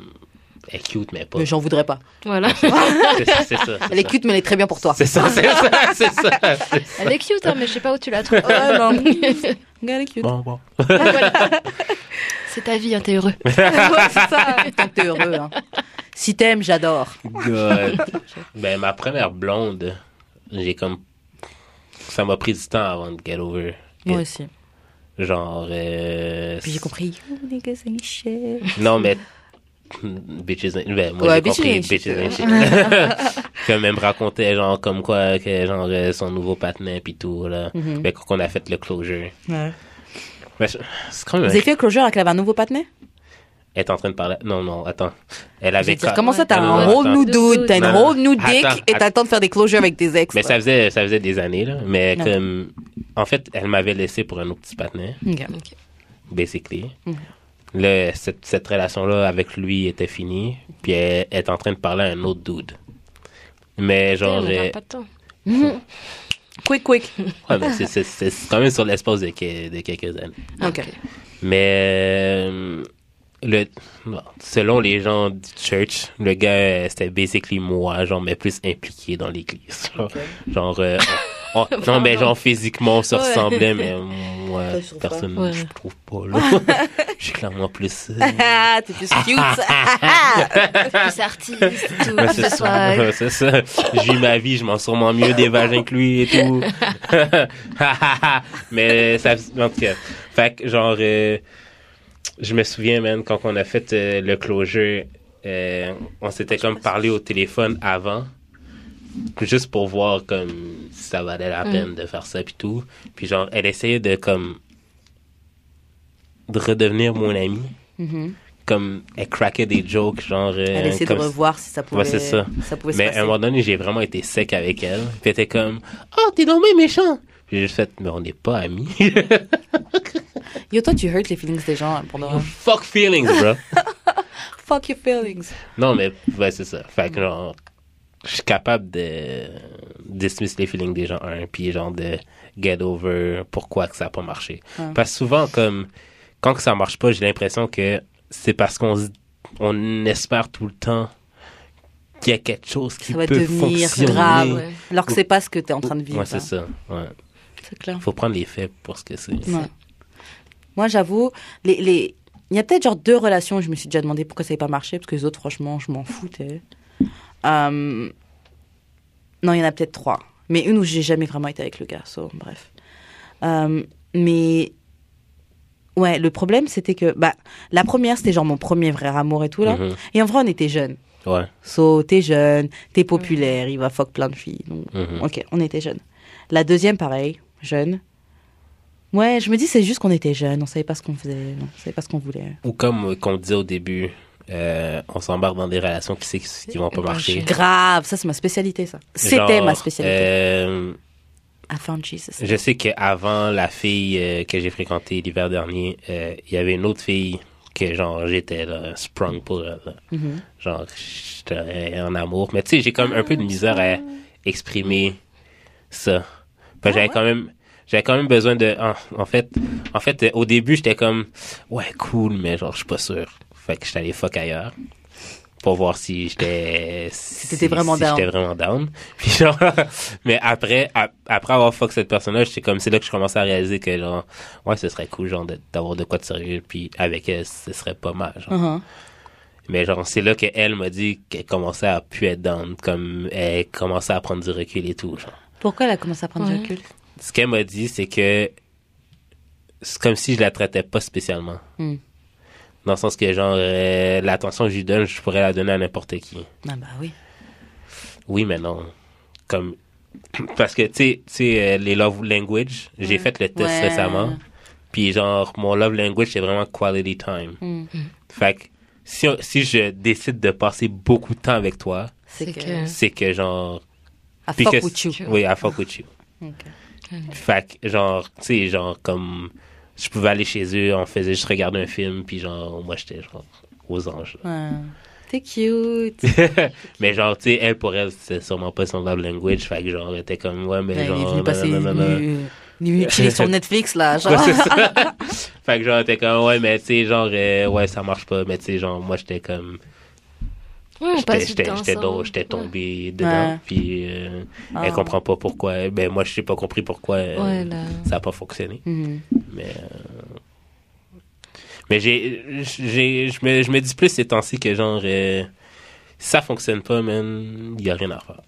[SPEAKER 2] Elle est cute, mais pas.
[SPEAKER 1] Mais j'en voudrais
[SPEAKER 2] *laughs*
[SPEAKER 1] pas.
[SPEAKER 3] Voilà.
[SPEAKER 2] C'est ça, c'est ça. c'est
[SPEAKER 1] Elle est
[SPEAKER 2] ça.
[SPEAKER 1] cute, mais elle est très bien pour toi.
[SPEAKER 2] C'est ça, c'est ça, c'est ça. c'est ça.
[SPEAKER 3] Elle est cute, hein, mais je sais pas où tu la trouves.
[SPEAKER 1] Ouais, non. Elle est cute.
[SPEAKER 2] *laughs* Bon, bon.
[SPEAKER 3] C'est ta vie, hein, t'es heureux.
[SPEAKER 1] ouais, c'est ça. Tant que t'es heureux. Hein. Si t'aimes, j'adore.
[SPEAKER 2] God. ben, ma première blonde, j'ai comme. Ça m'a pris du temps avant de get over. it.
[SPEAKER 1] Moi aussi.
[SPEAKER 2] Genre. euh,
[SPEAKER 1] Puis j'ai
[SPEAKER 2] *laughs*
[SPEAKER 1] compris. You niggas ain't shit.
[SPEAKER 2] Non, mais. *laughs* Bitches ain't- ben, moi,
[SPEAKER 1] Ouais,
[SPEAKER 2] j'ai
[SPEAKER 1] bitches
[SPEAKER 2] compris,
[SPEAKER 1] ain't shit.
[SPEAKER 2] bitches ain't shit. *laughs* Comme elle me racontait, genre, comme quoi, que, genre, euh, son nouveau patinet pis tout, là.
[SPEAKER 1] Mhm.
[SPEAKER 2] Ben, qu'on a fait le closure.
[SPEAKER 1] Ouais.
[SPEAKER 2] Ben, je- c'est quand
[SPEAKER 1] Vous
[SPEAKER 2] même...
[SPEAKER 1] avez fait le closure alors qu'elle avait un nouveau patinet
[SPEAKER 2] Elle est en train de parler... Non, non, attends. Elle
[SPEAKER 1] Je veux
[SPEAKER 2] avait...
[SPEAKER 1] dire,
[SPEAKER 2] ca-
[SPEAKER 1] Comment ça, t'as
[SPEAKER 2] Non,
[SPEAKER 1] un
[SPEAKER 2] non,
[SPEAKER 1] whole new
[SPEAKER 3] attends.
[SPEAKER 1] dude, t'as une
[SPEAKER 2] Non, non.
[SPEAKER 1] whole new dick
[SPEAKER 2] Attends,
[SPEAKER 1] et
[SPEAKER 2] attends.
[SPEAKER 1] t'attends de faire des closures avec tes ex.
[SPEAKER 2] Mais
[SPEAKER 1] là.
[SPEAKER 2] ça faisait, ça faisait des années, là. Mais
[SPEAKER 1] Ouais.
[SPEAKER 2] comme... En fait, elle m'avait laissé pour un autre petit patinet,
[SPEAKER 1] Ok.
[SPEAKER 2] basically.
[SPEAKER 1] Mhm.
[SPEAKER 2] Là, cette, cette relation-là avec lui était finie. Puis elle, elle est en train de parler à un autre dude. Mais
[SPEAKER 3] on
[SPEAKER 2] genre, euh,
[SPEAKER 3] perd pas de temps.
[SPEAKER 1] Quick, quick.
[SPEAKER 2] ouais, mais Ah, ben, c'est- c'est c'est quand même sur l'espace de, que- de quelques années.
[SPEAKER 3] Ah,
[SPEAKER 1] Ok.
[SPEAKER 2] Mais euh, le, bon, selon les gens du church, le gars, euh, c'était basically moi, genre, mais plus impliqué dans l'église. Genre, genre, euh,
[SPEAKER 1] *laughs*
[SPEAKER 2] on- on- non, mais genre, physiquement, on se
[SPEAKER 3] Ouais.
[SPEAKER 2] ressemblait, mais euh, moi,
[SPEAKER 1] Toi, je trouve pas.
[SPEAKER 2] personne,
[SPEAKER 3] Ouais.
[SPEAKER 2] je trouve pas,
[SPEAKER 1] *laughs*
[SPEAKER 2] là. je suis clairement plus... euh,
[SPEAKER 1] Ah, *laughs* t'es juste cute.
[SPEAKER 2] *laughs*
[SPEAKER 3] Plus artiste, tout,
[SPEAKER 2] ouais,
[SPEAKER 3] plus
[SPEAKER 2] c'est ça,
[SPEAKER 3] swag.
[SPEAKER 2] ouais, c'est ça. J'ai eu ma vie, je m'en sûrement mieux des vagins que lui et tout. *laughs* Mais ça, en tout cas, fait que genre, euh, je me souviens, man, quand on a fait euh, le closure, euh, on s'était comme parlé au téléphone avant, juste pour voir comme si ça valait
[SPEAKER 1] Mm.
[SPEAKER 2] la peine de faire ça puis tout. Puis genre, elle essayait de comme de redevenir mon amie. Comme elle craquait des jokes, genre. euh,
[SPEAKER 1] Mm-hmm. Elle essaie de
[SPEAKER 2] comme-
[SPEAKER 1] revoir si ça pouvait,
[SPEAKER 2] Ouais, c'est ça.
[SPEAKER 1] ça pouvait
[SPEAKER 2] mais
[SPEAKER 1] se
[SPEAKER 2] à un
[SPEAKER 1] passer.
[SPEAKER 2] moment donné, j'ai vraiment été sec avec elle. Puis elle était comme, oh, t'es dans mes méchant. Puis J'ai juste fait, mais on n'est pas amis. *laughs*
[SPEAKER 1] Yo, toi, tu hurt les feelings des gens hein, pour de vrai.
[SPEAKER 2] Fuck feelings, bro.
[SPEAKER 1] Fuck your feelings.
[SPEAKER 2] non, mais ouais, c'est ça. Fait que genre, je suis capable de dismiss les feelings des gens, un, puis genre de get over pourquoi que ça n'a pas marché.
[SPEAKER 1] Ouais.
[SPEAKER 2] Parce que souvent, comme, quand que ça marche pas, j'ai l'impression que c'est parce qu'on se- on espère tout le temps qu'il y a quelque chose qui
[SPEAKER 1] Ça va
[SPEAKER 2] peut
[SPEAKER 1] devenir
[SPEAKER 2] fonctionner.
[SPEAKER 1] grave.
[SPEAKER 3] Ouais.
[SPEAKER 1] Alors que c'est pas ce que t'es en train de vivre.
[SPEAKER 2] Ouais, c'est
[SPEAKER 1] hein.
[SPEAKER 2] ça. Ouais.
[SPEAKER 1] C'est clair.
[SPEAKER 2] faut prendre les faits pour ce que c'est.
[SPEAKER 1] Ouais. Moi, j'avoue, les, les... il y a peut-être genre deux relations où je me suis déjà demandé pourquoi ça n'avait pas marché, parce que les autres, franchement, je m'en foutais. Euh, Non, il y en a peut-être trois. Mais une où j'ai jamais vraiment été avec le gars, so, bref. Euh, mais. Ouais, le problème, c'était que. Bah, la première, c'était genre mon premier vrai amour et tout, là.
[SPEAKER 2] Mhm.
[SPEAKER 1] Et en vrai, on était jeunes.
[SPEAKER 2] Ouais.
[SPEAKER 1] So, t'es jeune, t'es populaire, il va fuck plein de filles. Donc,
[SPEAKER 2] Mhm.
[SPEAKER 1] Ok, on était jeunes. La deuxième, pareil, jeune. Ouais, je me dis, c'est juste qu'on était jeunes, on savait pas ce qu'on faisait, on savait pas ce qu'on voulait.
[SPEAKER 2] Ou comme euh, qu'on dit au début, euh, on s'embarque dans des relations qui, sait qui qui vont pas
[SPEAKER 3] Bah,
[SPEAKER 2] marcher.
[SPEAKER 1] Grave, ça c'est ma spécialité, ça. C'était
[SPEAKER 2] Genre,
[SPEAKER 1] ma spécialité.
[SPEAKER 2] euh,
[SPEAKER 1] I found Jesus.
[SPEAKER 2] je sais qu'avant la fille euh, que j'ai fréquentée l'hiver dernier, euh, il y avait une autre fille que genre j'étais là, sprung pour elle. là.
[SPEAKER 1] Mhm.
[SPEAKER 2] Genre j'étais en amour. Mais tu sais, j'ai comme un peu de misère à exprimer ça. Parce
[SPEAKER 1] Ah
[SPEAKER 2] que j'avais quand même j'avais quand même besoin de en, en fait en fait euh, au début j'étais comme ouais cool mais genre je suis pas sûr fait que j'étais allé fuck ailleurs pour voir si j'étais si,
[SPEAKER 1] t'étais vraiment
[SPEAKER 2] si
[SPEAKER 1] down.
[SPEAKER 2] j'étais vraiment down *laughs* puis genre mais après ap- après avoir fuck cette personne là c'est comme c'est là que je commençais à réaliser que genre ouais ce serait cool genre de- d'avoir de quoi de sérieux puis avec elle ce serait pas mal genre.
[SPEAKER 1] Mhm.
[SPEAKER 2] Mais genre, c'est là qu'elle m'a dit qu'elle commençait à pu être down, comme elle commençait à prendre du recul et tout. Genre.
[SPEAKER 1] Pourquoi elle a commencé à prendre
[SPEAKER 3] Ouais.
[SPEAKER 1] du recul
[SPEAKER 2] Ce qu'elle m'a dit, c'est que c'est comme si je la traitais pas spécialement.
[SPEAKER 1] Hmm.
[SPEAKER 2] Dans le sens que, genre, euh, l'attention que je lui donne, je pourrais la donner à n'importe qui.
[SPEAKER 1] Ah bah oui.
[SPEAKER 2] Oui, mais non. Comme. *clears throat* Parce que, tu sais- tu sais, euh, les love language, j'ai fait le test
[SPEAKER 1] Ouais.
[SPEAKER 2] récemment. Puis, genre, mon love language, c'est vraiment quality time.
[SPEAKER 1] Hmm.
[SPEAKER 2] Fait que, si, on- si je décide de passer beaucoup de temps avec toi,
[SPEAKER 1] C'est
[SPEAKER 3] C'est
[SPEAKER 1] que...
[SPEAKER 3] que-
[SPEAKER 2] c'est que genre
[SPEAKER 1] I
[SPEAKER 2] puis
[SPEAKER 1] fuck
[SPEAKER 2] que-
[SPEAKER 1] with you.
[SPEAKER 2] oui I fuck with you
[SPEAKER 1] Ok.
[SPEAKER 2] fait que genre tu sais genre comme je pouvais aller chez eux on faisait juste regarder un film puis genre moi j'étais genre aux anges là.
[SPEAKER 1] Ouais. T'es
[SPEAKER 2] *laughs*
[SPEAKER 1] cute.
[SPEAKER 2] mais genre tu sais elle pour elle c'est sûrement pas son love language fait que genre elle était comme ouais mais
[SPEAKER 1] Ouais,
[SPEAKER 2] genre
[SPEAKER 1] Ben, il est venu passer
[SPEAKER 2] nanana, nanana.
[SPEAKER 1] nu, nu chiller sur Netflix là, genre.
[SPEAKER 2] *laughs* Ouais, c'est ça. fait que genre elle était comme ouais mais tu sais genre euh, ouais ça marche pas mais tu sais genre moi j'étais comme
[SPEAKER 3] Ouais, on
[SPEAKER 2] J'étais-
[SPEAKER 3] passe du
[SPEAKER 2] J'étais
[SPEAKER 3] temps
[SPEAKER 2] j'étais
[SPEAKER 3] ensemble.
[SPEAKER 2] don- j'étais tombé
[SPEAKER 1] Ouais.
[SPEAKER 2] dedans, puis euh,
[SPEAKER 1] Ah.
[SPEAKER 2] elle comprend pas pourquoi. Ben, moi, je n'ai pas compris pourquoi euh,
[SPEAKER 3] Ouais, là.
[SPEAKER 2] ça n'a pas fonctionné.
[SPEAKER 1] Mhm.
[SPEAKER 2] Mais, euh, mais j'ai, j'ai, je me, je me dis plus ces temps-ci que genre, euh, si ça fonctionne pas, man, il y a rien à faire.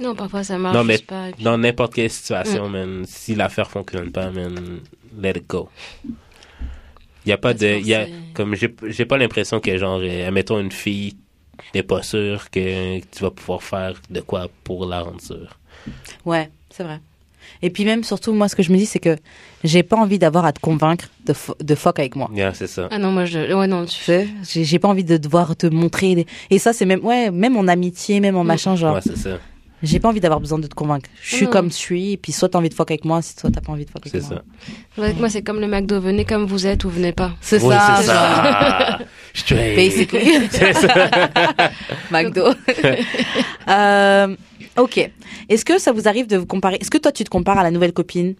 [SPEAKER 3] Non, parfois ça marche
[SPEAKER 2] Non, mais-
[SPEAKER 3] juste pas. et puis-
[SPEAKER 2] Dans n'importe quelle
[SPEAKER 1] Mm.
[SPEAKER 2] situation, man, si l'affaire fonctionne pas, man, let it go. Il y a pas
[SPEAKER 3] Parce
[SPEAKER 2] de,
[SPEAKER 3] qu'on
[SPEAKER 2] il y a,
[SPEAKER 3] sait-
[SPEAKER 2] comme j'ai, j'ai pas l'impression que genre, euh, admettons une fille n'est pas sûre que tu vas pouvoir faire de quoi pour la rendre sûre.
[SPEAKER 1] Ouais, c'est vrai. Et puis même, surtout, moi, ce que je me dis, c'est que j'ai pas envie d'avoir à te convaincre de, fo- de fuck avec moi.
[SPEAKER 2] Yeah, c'est ça.
[SPEAKER 3] Ah non, moi je. Ouais, non, tu
[SPEAKER 1] Tu sais, j'ai j'ai pas envie de devoir te montrer. des- Et ça, c'est même, ouais, même en amitié, même en
[SPEAKER 3] Mm.
[SPEAKER 1] machin, genre,
[SPEAKER 2] Ouais, c'est ça.
[SPEAKER 1] j'ai pas envie d'avoir besoin de te convaincre. Je suis
[SPEAKER 3] Non.
[SPEAKER 1] comme je suis, et puis soit t'as envie de fuck avec moi, soit t'as pas envie de fuck
[SPEAKER 2] C'est
[SPEAKER 1] avec moi.
[SPEAKER 2] ça.
[SPEAKER 3] Faudrait que Moi, c'est comme le McDo, venez comme vous êtes ou
[SPEAKER 2] *laughs*
[SPEAKER 3] venez pas.
[SPEAKER 1] C'est
[SPEAKER 2] Oui,
[SPEAKER 1] ça.
[SPEAKER 2] c'est
[SPEAKER 1] genre, *laughs*
[SPEAKER 2] ça. Straight.
[SPEAKER 1] Basically.
[SPEAKER 2] C'est ça.
[SPEAKER 1] *laughs* McDo. Euh, ok. Est-ce que ça vous arrive de vous comparer Est-ce que toi, tu te compares à la nouvelle copine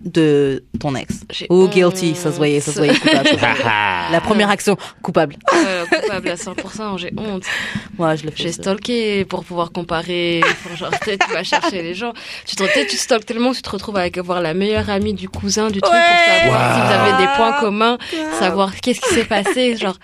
[SPEAKER 1] de ton ex
[SPEAKER 3] J'ai
[SPEAKER 1] Ou
[SPEAKER 3] honte.
[SPEAKER 1] guilty, ça se voyait, ça se voyait coupable.
[SPEAKER 3] *laughs*
[SPEAKER 1] La première action, coupable.
[SPEAKER 3] Euh, coupable à 100%, j'ai honte.
[SPEAKER 1] Moi, je le fais.
[SPEAKER 3] J'ai
[SPEAKER 1] ça.
[SPEAKER 3] stalké pour pouvoir comparer. Enfin, genre, tu sais, tu vas chercher les gens. Tu te tu stalkes tellement que tu te retrouves avec avoir la meilleure amie du cousin du truc
[SPEAKER 1] Ouais.
[SPEAKER 3] pour savoir si vous avez des
[SPEAKER 1] Wow.
[SPEAKER 3] points communs, savoir qu'est-ce qui
[SPEAKER 2] *laughs*
[SPEAKER 3] s'est passé, genre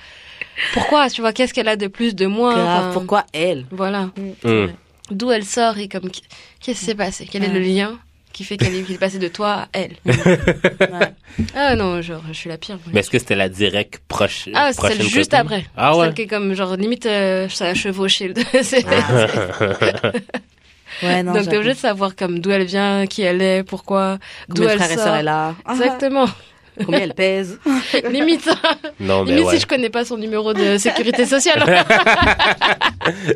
[SPEAKER 3] pourquoi, tu vois, qu'est-ce qu'elle a de plus de moi.
[SPEAKER 1] Grave,
[SPEAKER 3] enfin,
[SPEAKER 1] pourquoi
[SPEAKER 3] *laughs*
[SPEAKER 1] elle
[SPEAKER 3] Voilà.
[SPEAKER 2] Hmm.
[SPEAKER 3] D'où elle sort et comme qui- qu'est-ce qui s'est passé, quel est le lien qui fait qu'elle est, qu'elle est passée de toi à
[SPEAKER 2] *laughs*
[SPEAKER 3] elle.
[SPEAKER 1] Ouais.
[SPEAKER 3] Ah non, genre je suis la pire. moi.
[SPEAKER 2] Mais est-ce que c'était la directe proche
[SPEAKER 3] Ah, c'est
[SPEAKER 2] prochaine
[SPEAKER 3] celle juste
[SPEAKER 2] copine?
[SPEAKER 3] après.
[SPEAKER 2] Ah ouais.
[SPEAKER 3] Celle qui est comme, genre, limite, euh, ça a chevauché. le- *laughs* c'est-
[SPEAKER 1] Ouais, non,
[SPEAKER 3] Donc t'es
[SPEAKER 1] j'avoue.
[SPEAKER 3] obligé de savoir comme d'où elle vient, qui elle est, pourquoi, d'où
[SPEAKER 1] Combien de
[SPEAKER 3] elle
[SPEAKER 1] frères et
[SPEAKER 3] sort.
[SPEAKER 1] sœurs Ah. elle a
[SPEAKER 3] Exactement.
[SPEAKER 1] Combien elle pèse
[SPEAKER 3] *laughs* Limite. hein.
[SPEAKER 2] Non, Oh, mais
[SPEAKER 3] Limite
[SPEAKER 2] ouais.
[SPEAKER 3] si je connais pas son numéro de sécurité sociale.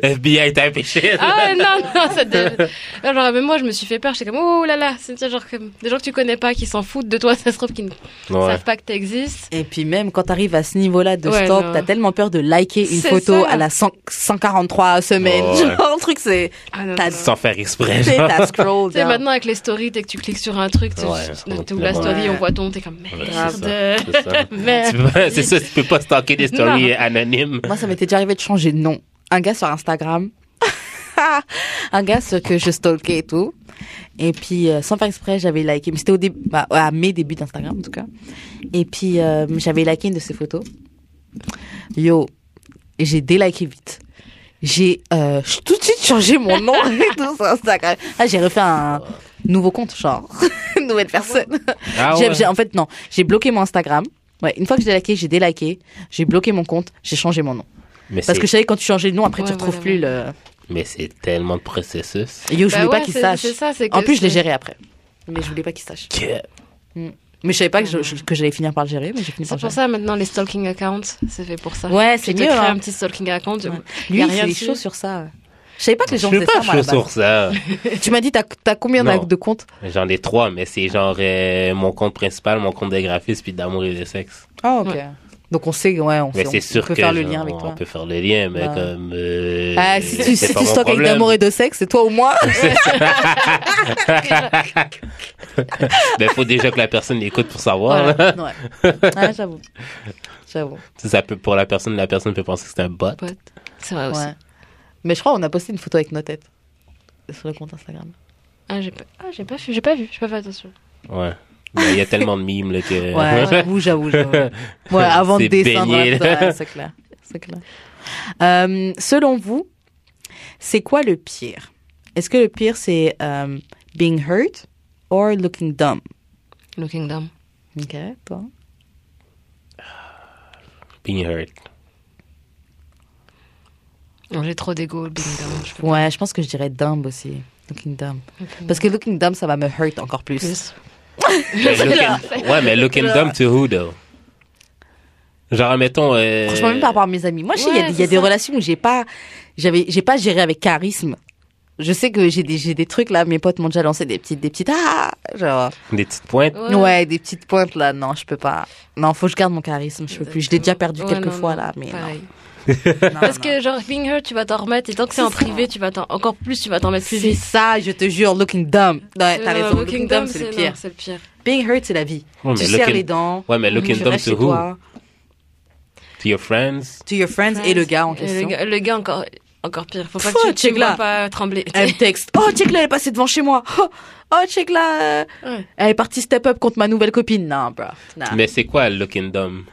[SPEAKER 2] FBI type shit.
[SPEAKER 3] ah non non, ça devait- Ah, genre même moi je me suis fait peur, j'étais comme oh là là, c'est tu sais, genre comme des gens que tu connais pas qui s'en foutent de toi, *laughs* ça se trouve qu'ils ne
[SPEAKER 1] Ah,
[SPEAKER 2] Ouais.
[SPEAKER 3] savent pas que t'existes.
[SPEAKER 1] Et puis même quand t'arrives à ce niveau-là de
[SPEAKER 3] Ouais,
[SPEAKER 1] stock,
[SPEAKER 3] non.
[SPEAKER 1] t'as tellement peur de liker une
[SPEAKER 3] C'est
[SPEAKER 1] photo
[SPEAKER 3] ça.
[SPEAKER 1] à la 100 143 semaine. *laughs*
[SPEAKER 2] Ouais.
[SPEAKER 1] Genre, le truc c'est,
[SPEAKER 3] Ah, non,
[SPEAKER 1] T'as
[SPEAKER 3] non.
[SPEAKER 2] Sans faire exprès.
[SPEAKER 1] tu
[SPEAKER 2] genre.
[SPEAKER 1] sais, t'as scroll
[SPEAKER 3] Tu sais,
[SPEAKER 1] down.
[SPEAKER 3] maintenant avec les stories, dès que tu cliques sur un truc, tu
[SPEAKER 2] Ouais,
[SPEAKER 3] tu- tu ouvres
[SPEAKER 2] ouais.
[SPEAKER 3] la story, on voit ton, t'es comme
[SPEAKER 2] Ouais, c'est
[SPEAKER 3] merde.
[SPEAKER 2] ça, *laughs* c'est ça. Tu
[SPEAKER 3] *laughs* merde.
[SPEAKER 2] peux- C'est ça, tu peux pas stalker des stories anonymes.
[SPEAKER 1] Moi, ça m'était déjà arrivé de changer de nom. Un gars sur Instagram. *laughs* un gars ce que je stalkais et tout. Et puis, euh, sans faire exprès, j'avais liké. Mais c'était au début, bah, à mes débuts d'Instagram, en tout cas. Et puis, euh, j'avais liké une de ses photos. Yo, j'ai déliké vite. J'ai euh, j'ai tout de suite changé mon nom *laughs* et tout sur Instagram. Ah, j'ai refait un nouveau compte, genre, *laughs* nouvelle personne.
[SPEAKER 2] Ah
[SPEAKER 1] J'ai-
[SPEAKER 2] ouais.
[SPEAKER 1] j'ai- en fait, non. J'ai bloqué mon Instagram. Ouais, une fois que j'ai liké, j'ai déliké. J'ai bloqué mon compte. J'ai changé mon nom.
[SPEAKER 2] Mais
[SPEAKER 1] Parce
[SPEAKER 2] c'est
[SPEAKER 1] que je savais quand tu changeais de nom, après
[SPEAKER 3] Ouais,
[SPEAKER 1] tu retrouves
[SPEAKER 3] voilà,
[SPEAKER 1] plus le.
[SPEAKER 2] mais c'est tellement de processus.
[SPEAKER 1] Yo, je
[SPEAKER 3] Bah
[SPEAKER 1] voulais pas
[SPEAKER 3] ouais,
[SPEAKER 1] qu'il
[SPEAKER 3] c'est-
[SPEAKER 1] sache.
[SPEAKER 3] c'est ça, c'est que
[SPEAKER 1] En plus, je l'ai
[SPEAKER 3] c'est-
[SPEAKER 1] géré après. Mais je voulais pas qu'il sache.
[SPEAKER 2] Que-
[SPEAKER 1] Mais je savais pas que je- je- que j'allais finir par le gérer, mais j'ai fini par
[SPEAKER 3] C'est
[SPEAKER 1] le
[SPEAKER 3] pour
[SPEAKER 1] gérer.
[SPEAKER 3] ça maintenant les stalking accounts, c'est fait pour ça.
[SPEAKER 1] Ouais,
[SPEAKER 3] Tu
[SPEAKER 1] c'est
[SPEAKER 3] te
[SPEAKER 1] mieux,
[SPEAKER 3] crées
[SPEAKER 1] hein.
[SPEAKER 3] un petit stalking account.
[SPEAKER 1] Lui,
[SPEAKER 3] y a
[SPEAKER 1] il
[SPEAKER 3] rien
[SPEAKER 1] est
[SPEAKER 3] dessus.
[SPEAKER 1] chaud sur ça. Je savais pas que les
[SPEAKER 2] Je
[SPEAKER 1] gens
[SPEAKER 2] suis
[SPEAKER 1] faisaient
[SPEAKER 2] pas
[SPEAKER 1] ça. moi, à
[SPEAKER 2] chaud
[SPEAKER 1] la base.
[SPEAKER 2] sur ça.
[SPEAKER 1] Tu m'as dit, t'as t'as combien
[SPEAKER 2] Non.
[SPEAKER 1] de comptes
[SPEAKER 2] J'en ai trois, mais c'est genre euh, mon compte principal, mon compte de graphisme, puis d'amour et de sexe.
[SPEAKER 1] Ah, ok.
[SPEAKER 3] Ouais.
[SPEAKER 1] Donc on sait, ouais, on,
[SPEAKER 2] Mais
[SPEAKER 1] sait, on
[SPEAKER 2] c'est sûr
[SPEAKER 1] peut
[SPEAKER 2] que
[SPEAKER 1] faire le
[SPEAKER 2] genre,
[SPEAKER 1] lien avec toi.
[SPEAKER 2] On peut faire le lien, mais
[SPEAKER 1] Ouais.
[SPEAKER 2] comme. euh,
[SPEAKER 1] Ah, si tu,
[SPEAKER 2] c'est
[SPEAKER 1] si
[SPEAKER 2] pas
[SPEAKER 1] tu
[SPEAKER 2] mon
[SPEAKER 1] stocks avec
[SPEAKER 2] problème.
[SPEAKER 1] d'amour et de sexe, c'est toi ou
[SPEAKER 2] *laughs*
[SPEAKER 1] moi
[SPEAKER 2] Ben, faut déjà que la personne écoute pour savoir. là.
[SPEAKER 1] Voilà.
[SPEAKER 2] *laughs*
[SPEAKER 1] Ouais, Ouais, j'avoue. J'avoue.
[SPEAKER 2] Si ça peut, pour la personne, la personne peut penser que c'est un bot.
[SPEAKER 3] Ouais. C'est vrai aussi.
[SPEAKER 1] Ouais. Mais je crois qu'on a posté une photo avec nos têtes sur le compte Instagram.
[SPEAKER 3] Ah j'ai pas, ah, j'ai pas vu, j'ai pas vu, j'ai pas fait attention.
[SPEAKER 2] Ouais. Mais il y a tellement de mimes, là, que.
[SPEAKER 1] Ouais, j'avoue, j'avoue, j'avoue. Ouais, avant de
[SPEAKER 2] C'est
[SPEAKER 1] descendre,
[SPEAKER 2] baigné,
[SPEAKER 1] dans la
[SPEAKER 2] là.
[SPEAKER 1] photo, ouais, c'est clair. C'est clair. Euh, selon vous, c'est quoi le pire Est-ce que le pire, c'est euh, being hurt or looking dumb
[SPEAKER 3] Looking down.
[SPEAKER 1] Ok, toi
[SPEAKER 2] *laughs* Being
[SPEAKER 1] *laughs*
[SPEAKER 2] hurt.
[SPEAKER 3] Non, J'ai trop d'ego, le Big Bang, je peux
[SPEAKER 1] Ouais, je pense que je dirais dumb aussi. Looking dumb. Parce que looking dumb, ça va me hurt encore plus.
[SPEAKER 3] plus.
[SPEAKER 2] Mais looking- ouais, mais looking dumb to who, though? Genre, mettons. Euh...
[SPEAKER 1] Franchement, même par rapport à mes amis. Moi, je sais, il y a,
[SPEAKER 3] Ouais,
[SPEAKER 1] des- il y a
[SPEAKER 3] c'est
[SPEAKER 1] des
[SPEAKER 3] ça.
[SPEAKER 1] relations où j'ai pas, j'avais, j'ai pas géré avec charisme. Je sais que j'ai des, j'ai des trucs là, mes potes m'ont déjà lancé des petites, des petites, ah, genre,
[SPEAKER 2] Des petites pointes.
[SPEAKER 1] ouais. des petites pointes là. Non, je peux pas. Non, faut que je garde mon charisme. Je peux plus. Je l'ai déjà perdu quelques fois là, mais non. Non,
[SPEAKER 3] Parce
[SPEAKER 1] non.
[SPEAKER 3] que genre being hurt, tu vas t'en remettre et tant que c'est en privé, tu vas t'en encore plus, tu vas t'en mettre plus
[SPEAKER 1] c'est
[SPEAKER 3] vite.
[SPEAKER 1] ça, je te jure, looking dumb. Ouais, t'as
[SPEAKER 3] Non,
[SPEAKER 1] raison.
[SPEAKER 3] Looking
[SPEAKER 1] Looking dumb,
[SPEAKER 3] down,
[SPEAKER 1] c'est le
[SPEAKER 3] non,
[SPEAKER 1] pire.
[SPEAKER 3] C'est le pire.
[SPEAKER 1] Being hurt, c'est la vie.
[SPEAKER 2] Ouais,
[SPEAKER 1] tu
[SPEAKER 2] mais
[SPEAKER 1] serres
[SPEAKER 2] looking-
[SPEAKER 1] les dents.
[SPEAKER 2] Ouais, mais
[SPEAKER 1] tu
[SPEAKER 2] looking dumb
[SPEAKER 1] restes
[SPEAKER 2] to
[SPEAKER 1] chez
[SPEAKER 2] who?
[SPEAKER 1] toi,
[SPEAKER 2] To your friends?
[SPEAKER 1] to your friends et le gars en
[SPEAKER 3] Et le
[SPEAKER 1] question.
[SPEAKER 3] gars- Le gars encore encore pire. Faut pas
[SPEAKER 1] Faut,
[SPEAKER 3] que tu-
[SPEAKER 1] check
[SPEAKER 3] tu
[SPEAKER 1] là.
[SPEAKER 3] vas pas trembler.
[SPEAKER 1] Elle me texte. Oh, check là, elle est passée devant chez moi. Oh, oh, check là. euh,
[SPEAKER 3] Ouais.
[SPEAKER 1] Elle est partie step up contre ma nouvelle copine. Non, bro. Non.
[SPEAKER 2] Mais c'est quoi looking dumb?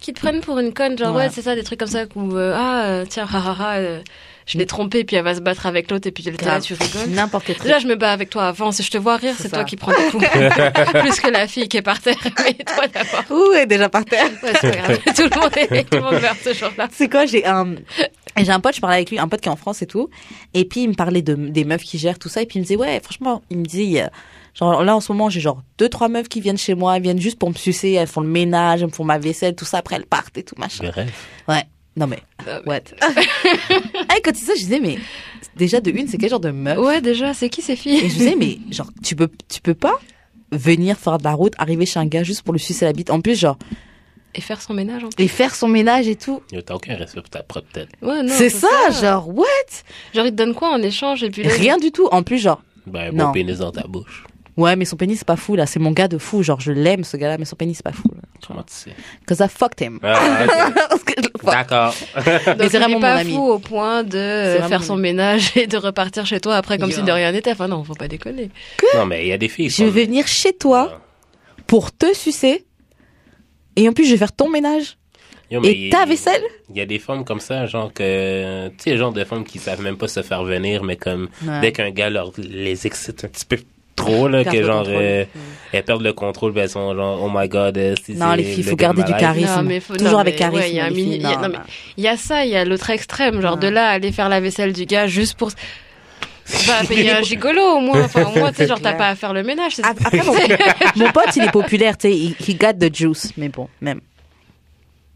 [SPEAKER 3] Qui te prennent pour une conne, genre
[SPEAKER 1] Ouais.
[SPEAKER 3] ouais, c'est ça, des trucs comme ça où euh, ah euh, tiens, ah, ah, ah, euh, je l'ai trompé, puis elle va se battre avec l'autre et puis t'es là,
[SPEAKER 1] Grave.
[SPEAKER 3] tu rigoles.
[SPEAKER 1] N'importe quel truc.
[SPEAKER 3] Là, je me bats avec toi avant. Si je te vois rire,
[SPEAKER 1] C'est
[SPEAKER 3] c'est
[SPEAKER 1] ça.
[SPEAKER 3] toi qui prends des coups.
[SPEAKER 1] *laughs*
[SPEAKER 3] Plus que la fille qui est par terre. *laughs* Mais toi d'abord.
[SPEAKER 1] Ouh, elle est déjà par terre.
[SPEAKER 3] Ouais, c'est pas
[SPEAKER 1] *laughs*
[SPEAKER 3] grave. tout le monde est, tout le monde meurt ce jour-là.
[SPEAKER 1] C'est quoi, j'ai un, j'ai un pote, je parlais avec lui, un pote qui est en France et tout. Et puis, il me parlait de, des meufs qui gèrent tout ça. Et puis, il me disait, ouais, franchement, il me dit, euh, genre, là, en ce moment, j'ai genre deux, trois meufs qui viennent chez moi, elles viennent juste pour me sucer, elles font le ménage, elles me font ma vaisselle, tout ça. Après, elles partent et tout, machin.
[SPEAKER 2] Bref.
[SPEAKER 1] Ouais. Non mais,
[SPEAKER 3] Non,
[SPEAKER 1] what? *laughs* hey, quand tu dis ça, je disais, mais déjà de une, c'est quel genre de meuf?
[SPEAKER 3] Ouais, déjà, c'est qui ces
[SPEAKER 1] Et
[SPEAKER 3] filles
[SPEAKER 1] je disais, mais genre, tu peux, tu peux pas venir faire de la route, arriver chez un gars juste pour lui sucer la bite. En plus, genre,
[SPEAKER 3] Et faire son ménage hein. en plus.
[SPEAKER 1] et faire son ménage et tout.
[SPEAKER 2] Yo, T'as aucun respect pour ta propre tête.
[SPEAKER 3] Ouais, non,
[SPEAKER 1] C'est ça, genre, what?
[SPEAKER 3] Genre, ils te donnent quoi en échange et puis là,
[SPEAKER 1] Rien du tout. En plus, genre,
[SPEAKER 2] Ben, un
[SPEAKER 1] Non.
[SPEAKER 2] beau pénis dans ta bouche.
[SPEAKER 1] ouais, mais son pénis, c'est pas fou, là. C'est mon gars de fou. Genre, je l'aime, ce gars-là, mais son pénis, c'est pas fou, là.
[SPEAKER 2] Comment tu sais?
[SPEAKER 1] Cause I fucked him.
[SPEAKER 2] Ah, ok.
[SPEAKER 1] *laughs* Parce que je le fuck.
[SPEAKER 2] D'accord.
[SPEAKER 3] Donc,
[SPEAKER 1] Mais c'est
[SPEAKER 3] il est
[SPEAKER 1] vraiment mon
[SPEAKER 3] pas
[SPEAKER 1] ami.
[SPEAKER 3] fou au point de euh,
[SPEAKER 1] vraiment
[SPEAKER 3] faire
[SPEAKER 1] mon
[SPEAKER 3] son ménage *laughs* et de repartir chez toi après comme
[SPEAKER 1] Yo.
[SPEAKER 3] si de rien n'était. Enfin non, faut pas déconner.
[SPEAKER 2] Non, mais il y a des Ah. filles.
[SPEAKER 1] Je vais venir chez toi pour te sucer. Et en plus, je vais faire ton ménage. Et ta vaisselle?
[SPEAKER 2] Il y a des femmes comme ça, genre que. Tu sais, le genre de femmes qui savent même pas se faire venir, mais comme
[SPEAKER 1] Ouais.
[SPEAKER 2] dès qu'un gars leur, les excite un petit peu trop, là,
[SPEAKER 1] Perdent
[SPEAKER 2] que
[SPEAKER 1] le
[SPEAKER 2] genre.
[SPEAKER 1] contrôle.
[SPEAKER 2] euh, elles perdent le contrôle, ben elles sont genre, oh my god, euh, si
[SPEAKER 1] Non,
[SPEAKER 2] c'est
[SPEAKER 1] les filles,
[SPEAKER 2] le
[SPEAKER 1] faut
[SPEAKER 2] gars
[SPEAKER 1] garder du
[SPEAKER 2] *laughs* malade.
[SPEAKER 1] charisme.
[SPEAKER 3] Non, mais faut-
[SPEAKER 1] Toujours
[SPEAKER 3] non,
[SPEAKER 1] avec
[SPEAKER 3] mais
[SPEAKER 1] charisme.
[SPEAKER 3] ouais, il y a un
[SPEAKER 1] les
[SPEAKER 3] mini-
[SPEAKER 1] filles.
[SPEAKER 3] il y a-
[SPEAKER 1] Non,
[SPEAKER 3] non,
[SPEAKER 1] non.
[SPEAKER 3] Il y a ça, il y a l'autre extrême, genre de là à aller faire la vaisselle du gars juste
[SPEAKER 1] *laughs*
[SPEAKER 3] pour bah payer un gigolo au moins. Enfin au moins tu sais genre t'as
[SPEAKER 1] *laughs* clair.
[SPEAKER 3] pas à faire le ménage. c'est-
[SPEAKER 1] Ap- *laughs* Ah, Après, mon, mon pote, il est populaire, tu sais, il he got the juice, mais bon, même.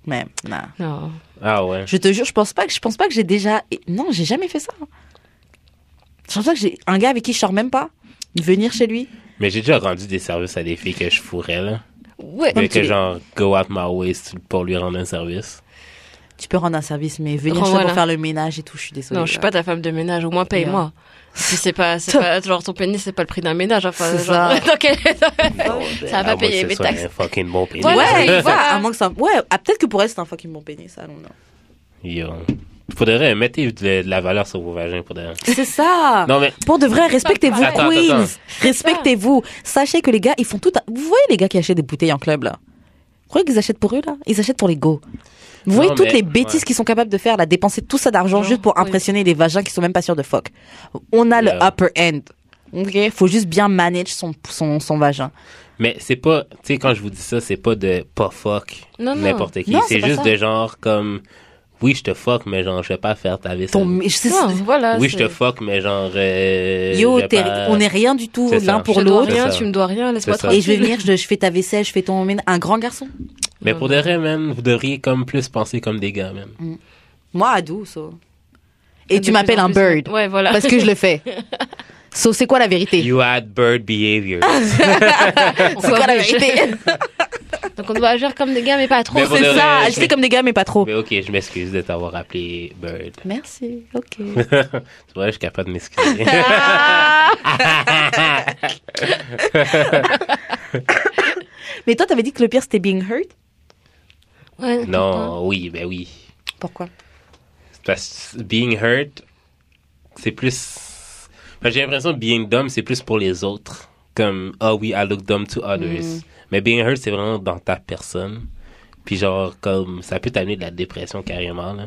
[SPEAKER 1] Même, non.
[SPEAKER 3] *laughs* Non.
[SPEAKER 2] *laughs* Ah ouais.
[SPEAKER 1] Je te jure, je pense pas que je pense pas que j'ai déjà et- non, j'ai jamais fait ça. Je pense pas que j'ai un gars avec qui je sors même pas venir chez lui.
[SPEAKER 2] Mais j'ai déjà rendu des services à des filles que je fourrais, là.
[SPEAKER 3] Ouais.
[SPEAKER 2] Mais
[SPEAKER 1] tu
[SPEAKER 2] que
[SPEAKER 1] dis.
[SPEAKER 2] genre, go out my way pour lui rendre un service.
[SPEAKER 1] Tu peux rendre un service mais venir chez toi
[SPEAKER 3] Voilà.
[SPEAKER 1] pour faire le ménage et tout, je suis désolée.
[SPEAKER 3] Non, je suis pas ta femme de ménage, au moins paye-moi. Si c'est pas, c'est pas, genre ton pénis, c'est pas le prix d'un ménage, enfin,
[SPEAKER 1] C'est
[SPEAKER 3] genre,
[SPEAKER 1] ça.
[SPEAKER 3] *laughs* dans quel-
[SPEAKER 1] *laughs*
[SPEAKER 3] *laughs* Ça va
[SPEAKER 2] Ah
[SPEAKER 3] pas payer
[SPEAKER 2] ben,
[SPEAKER 3] mes taxes.
[SPEAKER 2] C'est un fucking bon pénis. *laughs*
[SPEAKER 1] Ouais,
[SPEAKER 3] Voilà,
[SPEAKER 1] ouais,
[SPEAKER 3] c'est ça.
[SPEAKER 1] à moins que ça- ouais, ah, peut-être que pour elle c'est un fucking bon pénis, ça, non, non.
[SPEAKER 2] Yo. Faudrait mettre de, de la valeur sur vos vagins pour de...
[SPEAKER 1] *laughs* C'est ça.
[SPEAKER 2] Non, mais
[SPEAKER 1] Pour de vrai, respectez-vous,
[SPEAKER 2] Attends, attends,
[SPEAKER 1] queens.
[SPEAKER 2] attends.
[SPEAKER 1] Respectez-vous. Sachez que les gars, ils font tout. un- Vous voyez les gars qui achètent des bouteilles en club là Vous croyez qu'ils achètent pour eux là Ils achètent pour les go. Vous
[SPEAKER 2] Non,
[SPEAKER 1] voyez toutes
[SPEAKER 2] mais-
[SPEAKER 1] les bêtises
[SPEAKER 2] ouais.
[SPEAKER 1] qu'ils sont capables de faire là, dépenser tout ça d'argent
[SPEAKER 3] Genre,
[SPEAKER 1] juste pour
[SPEAKER 3] oui.
[SPEAKER 1] impressionner les vagins qui sont même pas sûrs de fuck. On a le
[SPEAKER 2] Yeah.
[SPEAKER 1] upper end. Ok, faut juste bien manage son son, son vagin.
[SPEAKER 2] Mais c'est pas, tu sais, quand je vous dis ça, c'est pas de pas fuck
[SPEAKER 3] Non, non.
[SPEAKER 2] n'importe qui.
[SPEAKER 1] Non, c'est
[SPEAKER 2] C'est
[SPEAKER 1] pas
[SPEAKER 2] juste
[SPEAKER 1] ça.
[SPEAKER 2] de genre comme, oui, je te fuck, mais genre, je vais pas faire ta vaisselle.
[SPEAKER 1] Ton je sais-
[SPEAKER 3] Non, voilà.
[SPEAKER 2] Oui,
[SPEAKER 3] c'est-
[SPEAKER 2] je te fuck, mais genre, euh,
[SPEAKER 1] yo,
[SPEAKER 2] je vais
[SPEAKER 1] t'es-
[SPEAKER 2] pas-
[SPEAKER 1] on est rien du tout
[SPEAKER 2] C'est
[SPEAKER 1] l'un
[SPEAKER 2] ça.
[SPEAKER 1] pour
[SPEAKER 3] Je te dois
[SPEAKER 1] l'autre.
[SPEAKER 2] C'est
[SPEAKER 3] rien,
[SPEAKER 2] ça.
[SPEAKER 3] tu me dois rien, laisse-moi
[SPEAKER 2] C'est ça.
[SPEAKER 1] Et
[SPEAKER 3] tranquille.
[SPEAKER 1] je vais venir, je, je fais ta vaisselle, je fais ton ménage. un grand garçon.
[SPEAKER 2] Mais pour de vrai, man, vous devriez comme plus penser comme des gars, man.
[SPEAKER 1] Moi, à douce. oh. Et
[SPEAKER 3] De
[SPEAKER 1] tu hein.
[SPEAKER 3] plus
[SPEAKER 1] m'appelles
[SPEAKER 3] en
[SPEAKER 1] un
[SPEAKER 3] plus,
[SPEAKER 1] *laughs*
[SPEAKER 3] ouais.
[SPEAKER 1] bird.
[SPEAKER 3] Ouais, voilà.
[SPEAKER 1] parce que
[SPEAKER 3] *laughs*
[SPEAKER 1] je le fais. So, c'est quoi la vérité
[SPEAKER 2] You had bird behavior.
[SPEAKER 1] Ah, *laughs*
[SPEAKER 3] On
[SPEAKER 1] C'est quoi la
[SPEAKER 3] corrige.
[SPEAKER 1] vérité
[SPEAKER 3] Donc on doit agir comme des gars, mais pas trop.
[SPEAKER 2] Mais pour de
[SPEAKER 1] C'est ça,
[SPEAKER 2] vrai,
[SPEAKER 1] acheter
[SPEAKER 2] mais-
[SPEAKER 1] comme des gars, mais pas trop.
[SPEAKER 2] mais ok, je m'excuse de t'avoir appelé bird. *laughs*
[SPEAKER 1] Merci, ok.
[SPEAKER 2] tu vois, je suis capable
[SPEAKER 1] *laughs*
[SPEAKER 2] de m'excuser.
[SPEAKER 1] Ah, Mais toi, t'avais dit que le pire, c'était being hurt
[SPEAKER 3] Ouais, pourquoi
[SPEAKER 2] non, oui, ben oui.
[SPEAKER 1] Pourquoi
[SPEAKER 2] Parce que being hurt, c'est plus. Enfin, J'ai l'impression que being dumb, c'est plus pour les autres. Comme, oh oui, I look dumb to others. Mais being hurt, c'est vraiment dans ta personne. Puis genre, comme, ça peut t'amener de la dépression carrément. Là.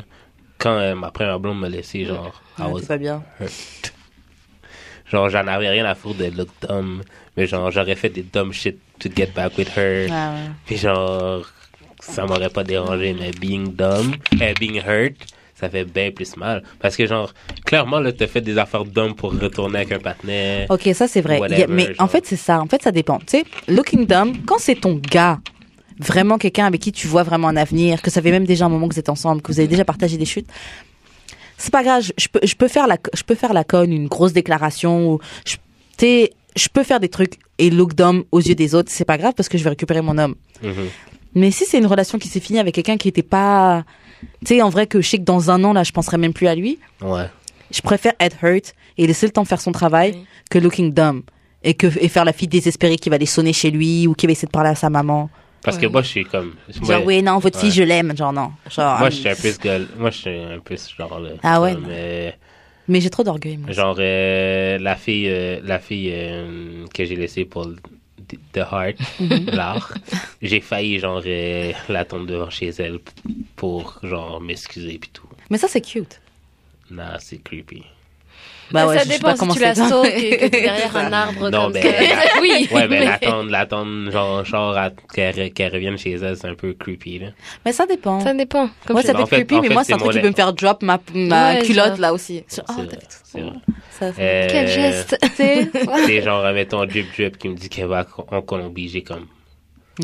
[SPEAKER 2] Quand euh, ma première blonde m'a laissé, genre, I
[SPEAKER 1] Ah,
[SPEAKER 2] was
[SPEAKER 1] T'es pas bien.
[SPEAKER 2] hurt. Genre, j'en avais rien à foutre de look dumb. Mais genre, j'aurais fait des dumb shit to get back with her.
[SPEAKER 1] Ah, ouais.
[SPEAKER 2] Puis genre, ça m'aurait pas dérangé, mais being dumb, euh, being hurt, ça fait bien plus mal. Parce que genre, clairement, là, t'as fait des affaires dumb pour retourner avec un partenaire.
[SPEAKER 1] Ok, ça c'est vrai.
[SPEAKER 2] Whatever,
[SPEAKER 1] Y a- mais en
[SPEAKER 2] genre.
[SPEAKER 1] fait, c'est ça. En fait, ça dépend. Tu sais, looking dumb, quand c'est ton gars, vraiment quelqu'un avec qui tu vois vraiment un avenir, que ça fait même déjà un moment que vous êtes ensemble, que vous avez déjà partagé des chutes, c'est pas grave. je- Je peux, je peux faire la, je peux faire la conne, une grosse déclaration ou, je- tu sais, je peux faire des trucs et look dumb aux yeux des autres, c'est pas grave parce que je vais récupérer mon homme.
[SPEAKER 2] Mhm.
[SPEAKER 1] Mais si c'est une relation qui s'est finie avec quelqu'un qui était pas, tu sais, en vrai que je sais que dans un an là, je penserai même plus à lui.
[SPEAKER 2] Ouais.
[SPEAKER 1] Je préfère être hurt et laisser le temps de faire son travail
[SPEAKER 3] Oui.
[SPEAKER 1] que looking dumb et que et faire la fille désespérée qui va aller sonner chez lui ou qui va essayer de parler à sa maman.
[SPEAKER 2] Parce que
[SPEAKER 3] Ouais.
[SPEAKER 2] moi, je suis comme.
[SPEAKER 1] Genre oui non votre fille
[SPEAKER 2] Ouais.
[SPEAKER 1] je l'aime genre non genre
[SPEAKER 2] Moi,
[SPEAKER 1] ah,
[SPEAKER 2] je suis un peu ce gars. Moi, je suis un peu ce genre là.
[SPEAKER 1] Ah ouais, non.
[SPEAKER 2] Mais
[SPEAKER 1] mais j'ai trop d'orgueil moi.
[SPEAKER 2] genre, euh, la fille, euh, la fille euh, que j'ai laissée pour le- The Heart,
[SPEAKER 1] Mhm.
[SPEAKER 2] l'art, j'ai failli, genre, euh, la tomber devant chez elle pour, genre, m'excuser puis tout.
[SPEAKER 1] Mais ça c'est cute.
[SPEAKER 2] Non, c'est creepy.
[SPEAKER 1] Bah
[SPEAKER 3] ça
[SPEAKER 1] je sais
[SPEAKER 3] dépend
[SPEAKER 1] pas comment
[SPEAKER 3] si tu la
[SPEAKER 1] c'est.
[SPEAKER 3] stalkes et que
[SPEAKER 2] *laughs*
[SPEAKER 3] t'es derrière un arbre
[SPEAKER 2] Non,
[SPEAKER 3] comme
[SPEAKER 2] ben, *laughs*
[SPEAKER 3] ça. Oui,
[SPEAKER 2] Ouais, ben
[SPEAKER 3] *laughs* mais-
[SPEAKER 2] l'attendre, l'attendre, genre, genre, à- qu'elle re- qu'elle revienne chez elle, c'est un peu creepy, là.
[SPEAKER 1] Mais ça dépend.
[SPEAKER 3] Ça dépend. Comme
[SPEAKER 1] Moi
[SPEAKER 3] je-
[SPEAKER 1] ça peut
[SPEAKER 2] Bah, En
[SPEAKER 1] être
[SPEAKER 2] fait-
[SPEAKER 1] creepy
[SPEAKER 2] en
[SPEAKER 1] mais
[SPEAKER 2] fait,
[SPEAKER 1] moi c'est un
[SPEAKER 2] c'est
[SPEAKER 1] truc qui
[SPEAKER 2] mon-
[SPEAKER 1] peut me faire drop ma ma
[SPEAKER 3] Ouais,
[SPEAKER 1] culotte
[SPEAKER 3] genre.
[SPEAKER 1] là aussi.
[SPEAKER 2] C'est
[SPEAKER 1] Genre,
[SPEAKER 3] Ah,
[SPEAKER 1] oh,
[SPEAKER 2] vrai,
[SPEAKER 1] t'as fait tout
[SPEAKER 2] c'est vrai.
[SPEAKER 1] ça. ça-
[SPEAKER 2] Euh,
[SPEAKER 3] Quel geste
[SPEAKER 1] *laughs* C'est-
[SPEAKER 3] *laughs*
[SPEAKER 2] C'est genre, mettons, Drip Drip qui me dit qu'elle va en Colombie, j'ai comme